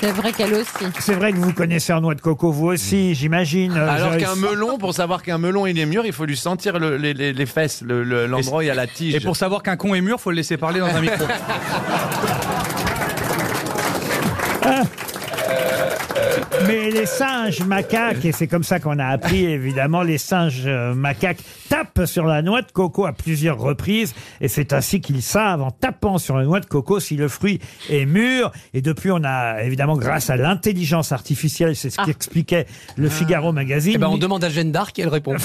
Speaker 6: C'est vrai qu'elle aussi.
Speaker 2: C'est vrai que vous connaissez un noix de coco, vous aussi, j'imagine. euh,
Speaker 5: Alors
Speaker 2: Joyce.
Speaker 5: qu'un melon, pour savoir qu'un melon il est mûr, il faut lui sentir le- les, les- les fesses, le- le- l'endroit où il y a la tige.
Speaker 3: Et pour savoir qu'un con est mûr, faut le laisser parler dans un micro.
Speaker 2: Ah. Mais les singes macaques, et c'est comme ça qu'on a appris évidemment, les singes euh, macaques tapent sur la noix de coco à plusieurs reprises, et c'est ainsi qu'ils savent en tapant sur la noix de coco si le fruit est mûr. Et depuis, on a évidemment, grâce à l'intelligence artificielle, c'est ce qu'expliquait le Figaro magazine.
Speaker 8: Eh ben, on demande à Jeanne d'Arc et elle répond.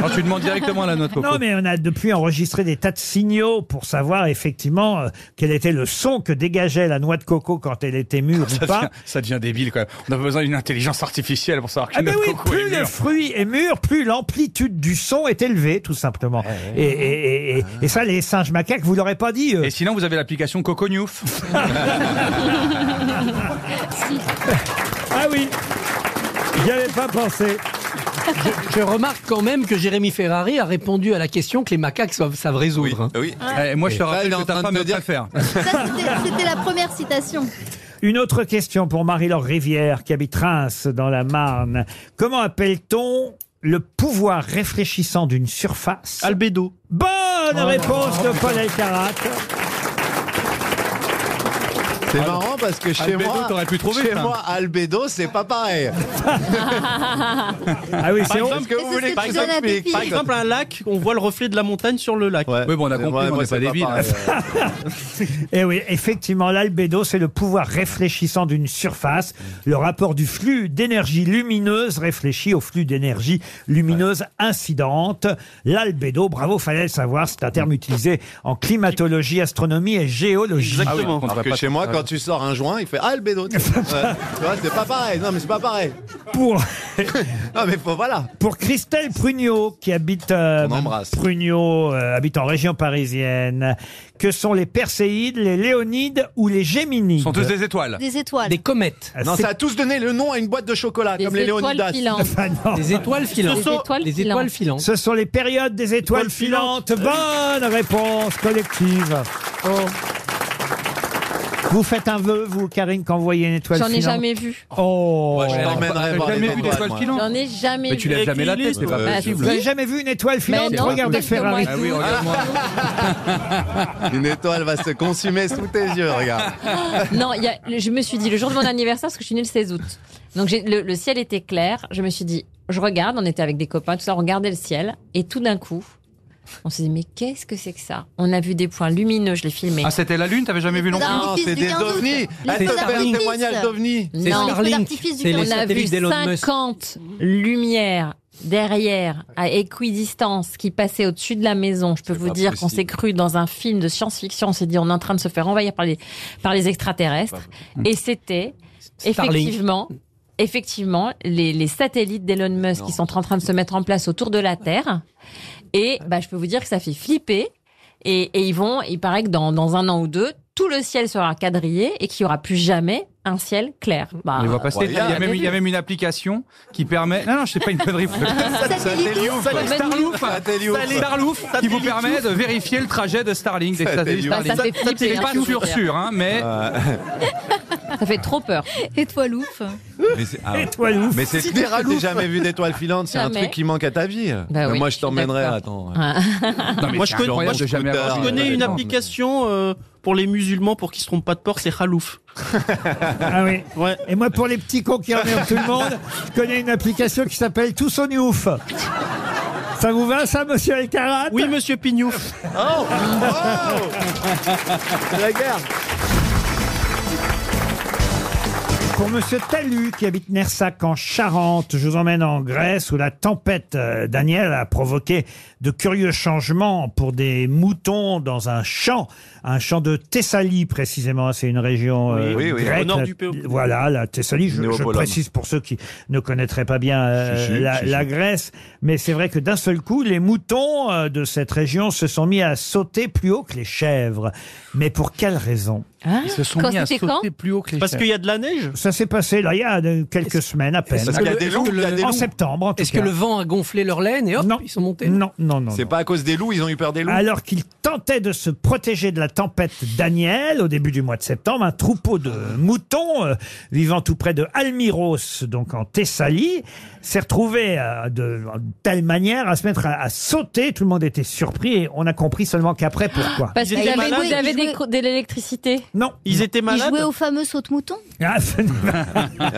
Speaker 3: Quand tu demandes directement à la noix de coco.
Speaker 2: Non, mais on a depuis enregistré des tas de signaux pour savoir effectivement euh, quel était le son que dégageait la noix de coco quand elle était mûre ou
Speaker 3: Ça devient,
Speaker 2: pas.
Speaker 3: ça devient débile quand même. On a besoin d'une intelligence artificielle pour savoir que
Speaker 2: Ah ben
Speaker 3: notre
Speaker 2: oui,
Speaker 3: coco
Speaker 2: plus
Speaker 3: est
Speaker 2: le
Speaker 3: mûr.
Speaker 2: fruit est mûr, plus l'amplitude du son est élevée, tout simplement. Et, et- et- et- et ça, les singes macaques, vous l'aurez pas dit. euh. eux.
Speaker 3: Et sinon, vous avez l'application Coco Newf.
Speaker 2: Ah oui J'y avais pas pensé.
Speaker 8: Je, je remarque quand même que Jérémy Ferrari a répondu à la question que les macaques savent, savent résoudre. hein.
Speaker 5: Oui. Ah,
Speaker 3: Eh, moi, je te rappelle que ta femme ne pas faire.
Speaker 7: Ça, c'était- c'était la première citation.
Speaker 2: Une autre question pour Marie-Laure Rivière, qui habite Reims, dans la Marne. Comment appelle-t-on le pouvoir réfléchissant d'une surface Albédo. Bonne
Speaker 3: Oh.
Speaker 2: réponse de Paul Elkarat.
Speaker 5: C'est marrant parce que chez
Speaker 2: Albédo,
Speaker 5: moi,
Speaker 2: t'aurais pu trouver,
Speaker 5: chez
Speaker 2: ça.
Speaker 3: Ah,
Speaker 5: moi, Albédo, c'est pas pareil.
Speaker 2: Ah oui,
Speaker 5: Par
Speaker 2: c'est
Speaker 5: exemple, que vous voulez
Speaker 4: par
Speaker 5: que je
Speaker 4: exemple,
Speaker 5: donne à Pépite.
Speaker 4: par exemple, un lac, on voit le reflet de la montagne sur le lac.
Speaker 3: Oui, bon, on a compris, mais on n'est pas des villes.
Speaker 2: Et Eh oui, effectivement, l'albédo, c'est le pouvoir réfléchissant d'une surface, le rapport du flux d'énergie lumineuse réfléchi au flux d'énergie lumineuse incidente. L'albédo, bravo, fallait le savoir, c'est un terme utilisé en climatologie, astronomie et géologie.
Speaker 5: Exactement. Alors que chez moi, quand tu sors un joint, il fait Albédo. tu vois, Tu vois, c'est pas pareil. Non, mais c'est pas pareil.
Speaker 2: Pour.
Speaker 5: non, mais faut, voilà.
Speaker 2: Pour Christelle Prugnot, qui habite euh,
Speaker 5: On embrasse.
Speaker 2: Prugnot, euh, habite en région parisienne, que sont les Perséides, les Léonides ou les Géminides Ah,
Speaker 3: Sont tous des étoiles.
Speaker 7: Des étoiles.
Speaker 8: Des comètes.
Speaker 5: Non, ça a tous donné le nom à une boîte de chocolat,
Speaker 7: Des
Speaker 5: comme les
Speaker 7: étoiles
Speaker 5: Léonidas.
Speaker 7: filantes.
Speaker 8: Des étoiles filantes.
Speaker 2: Ce sont- Des étoiles
Speaker 8: Des étoiles filantes.
Speaker 2: Ah, Ce sont les périodes des étoiles filantes. Bonne réponse collective. Vous faites un vœu, vous, Karine, quand vous voyez une étoile
Speaker 6: J'en ai
Speaker 2: filante
Speaker 6: jamais vu.
Speaker 2: Oh,
Speaker 5: je t'emmènerai voir les étoiles, moi.
Speaker 6: J'en ai jamais
Speaker 3: Mais
Speaker 6: vu.
Speaker 3: tu lèves jamais la tête, c'est pas
Speaker 8: Euh,
Speaker 6: Bah,
Speaker 3: possible.
Speaker 2: Vous n'avez jamais vu une étoile filante
Speaker 6: non,
Speaker 2: Regardez
Speaker 6: parce que moi,
Speaker 2: Ferrari.
Speaker 6: Ah
Speaker 5: oui, Une étoile va se consumer sous tes yeux, regarde.
Speaker 6: non, il y a- je me suis dit le jour de mon anniversaire, parce que je suis née le 16 août. Donc j'ai- le, le ciel était clair. Je me suis dit, je regarde, on était avec des copains, tout ça, on regardait le ciel. Et tout d'un coup, on s'est dit, mais qu'est-ce que c'est que ça On a vu des points lumineux, je l'ai filmé.
Speaker 3: Ah, c'était la Lune, t'avais jamais vu non plus
Speaker 5: Non, c'est des
Speaker 6: Ah,
Speaker 5: ovnis. Elle
Speaker 8: Les
Speaker 5: te fait un
Speaker 8: Starlink.
Speaker 5: témoignage d'ovnis.
Speaker 8: C'est
Speaker 6: Non.
Speaker 8: Starlink. C'est les
Speaker 6: on a vu
Speaker 8: satellites d'Elon Musk.
Speaker 6: 50 lumières derrière, à équidistance, qui passaient au-dessus de la maison. Je peux vous
Speaker 9: pas
Speaker 6: dire qu'on
Speaker 9: possible.
Speaker 6: s'est cru dans un film de science-fiction. On s'est dit, on est en train de se faire envahir par les, par les extraterrestres. Et c'était,
Speaker 9: Starlink.
Speaker 6: effectivement, effectivement, les, les satellites d'Elon Musk qui sont en train de se mettre en place autour de la Terre. Et bah, je peux vous dire que ça fait flipper. Et, et ils vont, il paraît que dans, dans un an ou deux, tout le ciel sera quadrillé et qu'il n'y aura plus jamais un ciel clair. Bah,
Speaker 3: On les voit passer. Il y, a même, il y a
Speaker 6: vu.
Speaker 3: même une application qui permet. Non, non, je sais pas une connerie.
Speaker 5: Satelliouf.
Speaker 3: Starlouf,
Speaker 5: Satelliouf.
Speaker 3: Starlouf, qui vous permet de vérifier le trajet de Starlink, des satellites
Speaker 5: Satelliouf.
Speaker 3: Starlink.
Speaker 6: Ça fait flipper,
Speaker 3: C'est
Speaker 6: hein,
Speaker 3: pas
Speaker 6: je vous
Speaker 3: sûr
Speaker 6: le dis.
Speaker 3: sûr, hein, mais
Speaker 6: Ça fait trop peur.
Speaker 7: Étoile ouf.
Speaker 5: Mais c'est ah ouais.
Speaker 2: Étoile ouf.
Speaker 5: Mais c'est
Speaker 2: Si,
Speaker 5: clair,
Speaker 2: étoile
Speaker 5: t'as
Speaker 2: ouf.
Speaker 5: jamais vu d'étoile filante, c'est un
Speaker 6: Jamais.
Speaker 5: truc qui manque à ta vie.
Speaker 8: Bah
Speaker 5: Mais
Speaker 6: oui,
Speaker 5: moi, je t'emmènerai,
Speaker 6: d'accord.
Speaker 5: attends.
Speaker 3: Non, mais
Speaker 4: moi,
Speaker 3: c'est
Speaker 4: je connais,
Speaker 3: incroyable
Speaker 4: moi,
Speaker 3: de
Speaker 4: je,
Speaker 3: jamais avoir
Speaker 4: je
Speaker 3: vu
Speaker 4: connais
Speaker 3: une
Speaker 4: une
Speaker 3: étoile.
Speaker 4: application euh, pour les musulmans pour qu'ils se trompent pas de port, c'est Khalouf.
Speaker 2: Ah oui. Et moi, pour les petits cons qui emmerdent Ah, tout le monde, je connais une application qui s'appelle Tous au Niouf. Ça vous va, ça, monsieur Elkarat
Speaker 4: Oui, monsieur Pignouf.
Speaker 5: Oh Regarde
Speaker 2: Pour Monsieur Talu, qui habite Nersac en Charente, je vous emmène en Grèce où la tempête euh, Daniel a provoqué de curieux changements pour des moutons dans un champ, un champ de Thessalie précisément. C'est une région euh,
Speaker 5: Oui, oui, oui.
Speaker 2: grecque.
Speaker 5: Au nord
Speaker 2: La-
Speaker 5: du Péloponnèse.
Speaker 2: Voilà, la Thessalie. Je, je
Speaker 5: Néopolone.
Speaker 2: précise pour ceux qui ne connaîtraient pas bien euh,
Speaker 5: Si, si,
Speaker 2: la,
Speaker 5: si, si.
Speaker 2: la Grèce, mais c'est vrai que d'un seul coup, les moutons euh, de cette région se sont mis à sauter plus haut que les chèvres. Mais pour quelle raison
Speaker 6: Hein Quand c'était quand
Speaker 3: plus haut que
Speaker 4: Parce qu'il y a de la neige
Speaker 2: ce Ça s'est passé là, il y a de- quelques semaines à peine.
Speaker 5: Parce que Ah, il y a le- des loups, il y a des
Speaker 2: En
Speaker 5: loups.
Speaker 2: septembre, en tout
Speaker 5: Est-ce que
Speaker 2: cas.
Speaker 5: le vent
Speaker 8: a gonflé leur laine et hop, ils sont montés.
Speaker 2: Non, non, non.
Speaker 5: C'est pas à cause des loups, ils ont eu peur des loups.
Speaker 2: Alors qu'il tentait de se protéger de la tempête Daniel au début du mois de septembre, un troupeau de moutons euh, vivant tout près de Almiros, donc en Thessalie, s'est retrouvé euh, de telle manière à se mettre à, à sauter. Tout le monde était surpris et on a compris seulement qu'après pourquoi.
Speaker 6: Parce qu'ils
Speaker 2: étaient
Speaker 6: avaient,
Speaker 2: malades,
Speaker 6: ils avaient des cro- de l'électricité.
Speaker 2: Non. Ils étaient
Speaker 7: Ils jouaient au fameux saute-mouton
Speaker 2: Ah, ça ne va.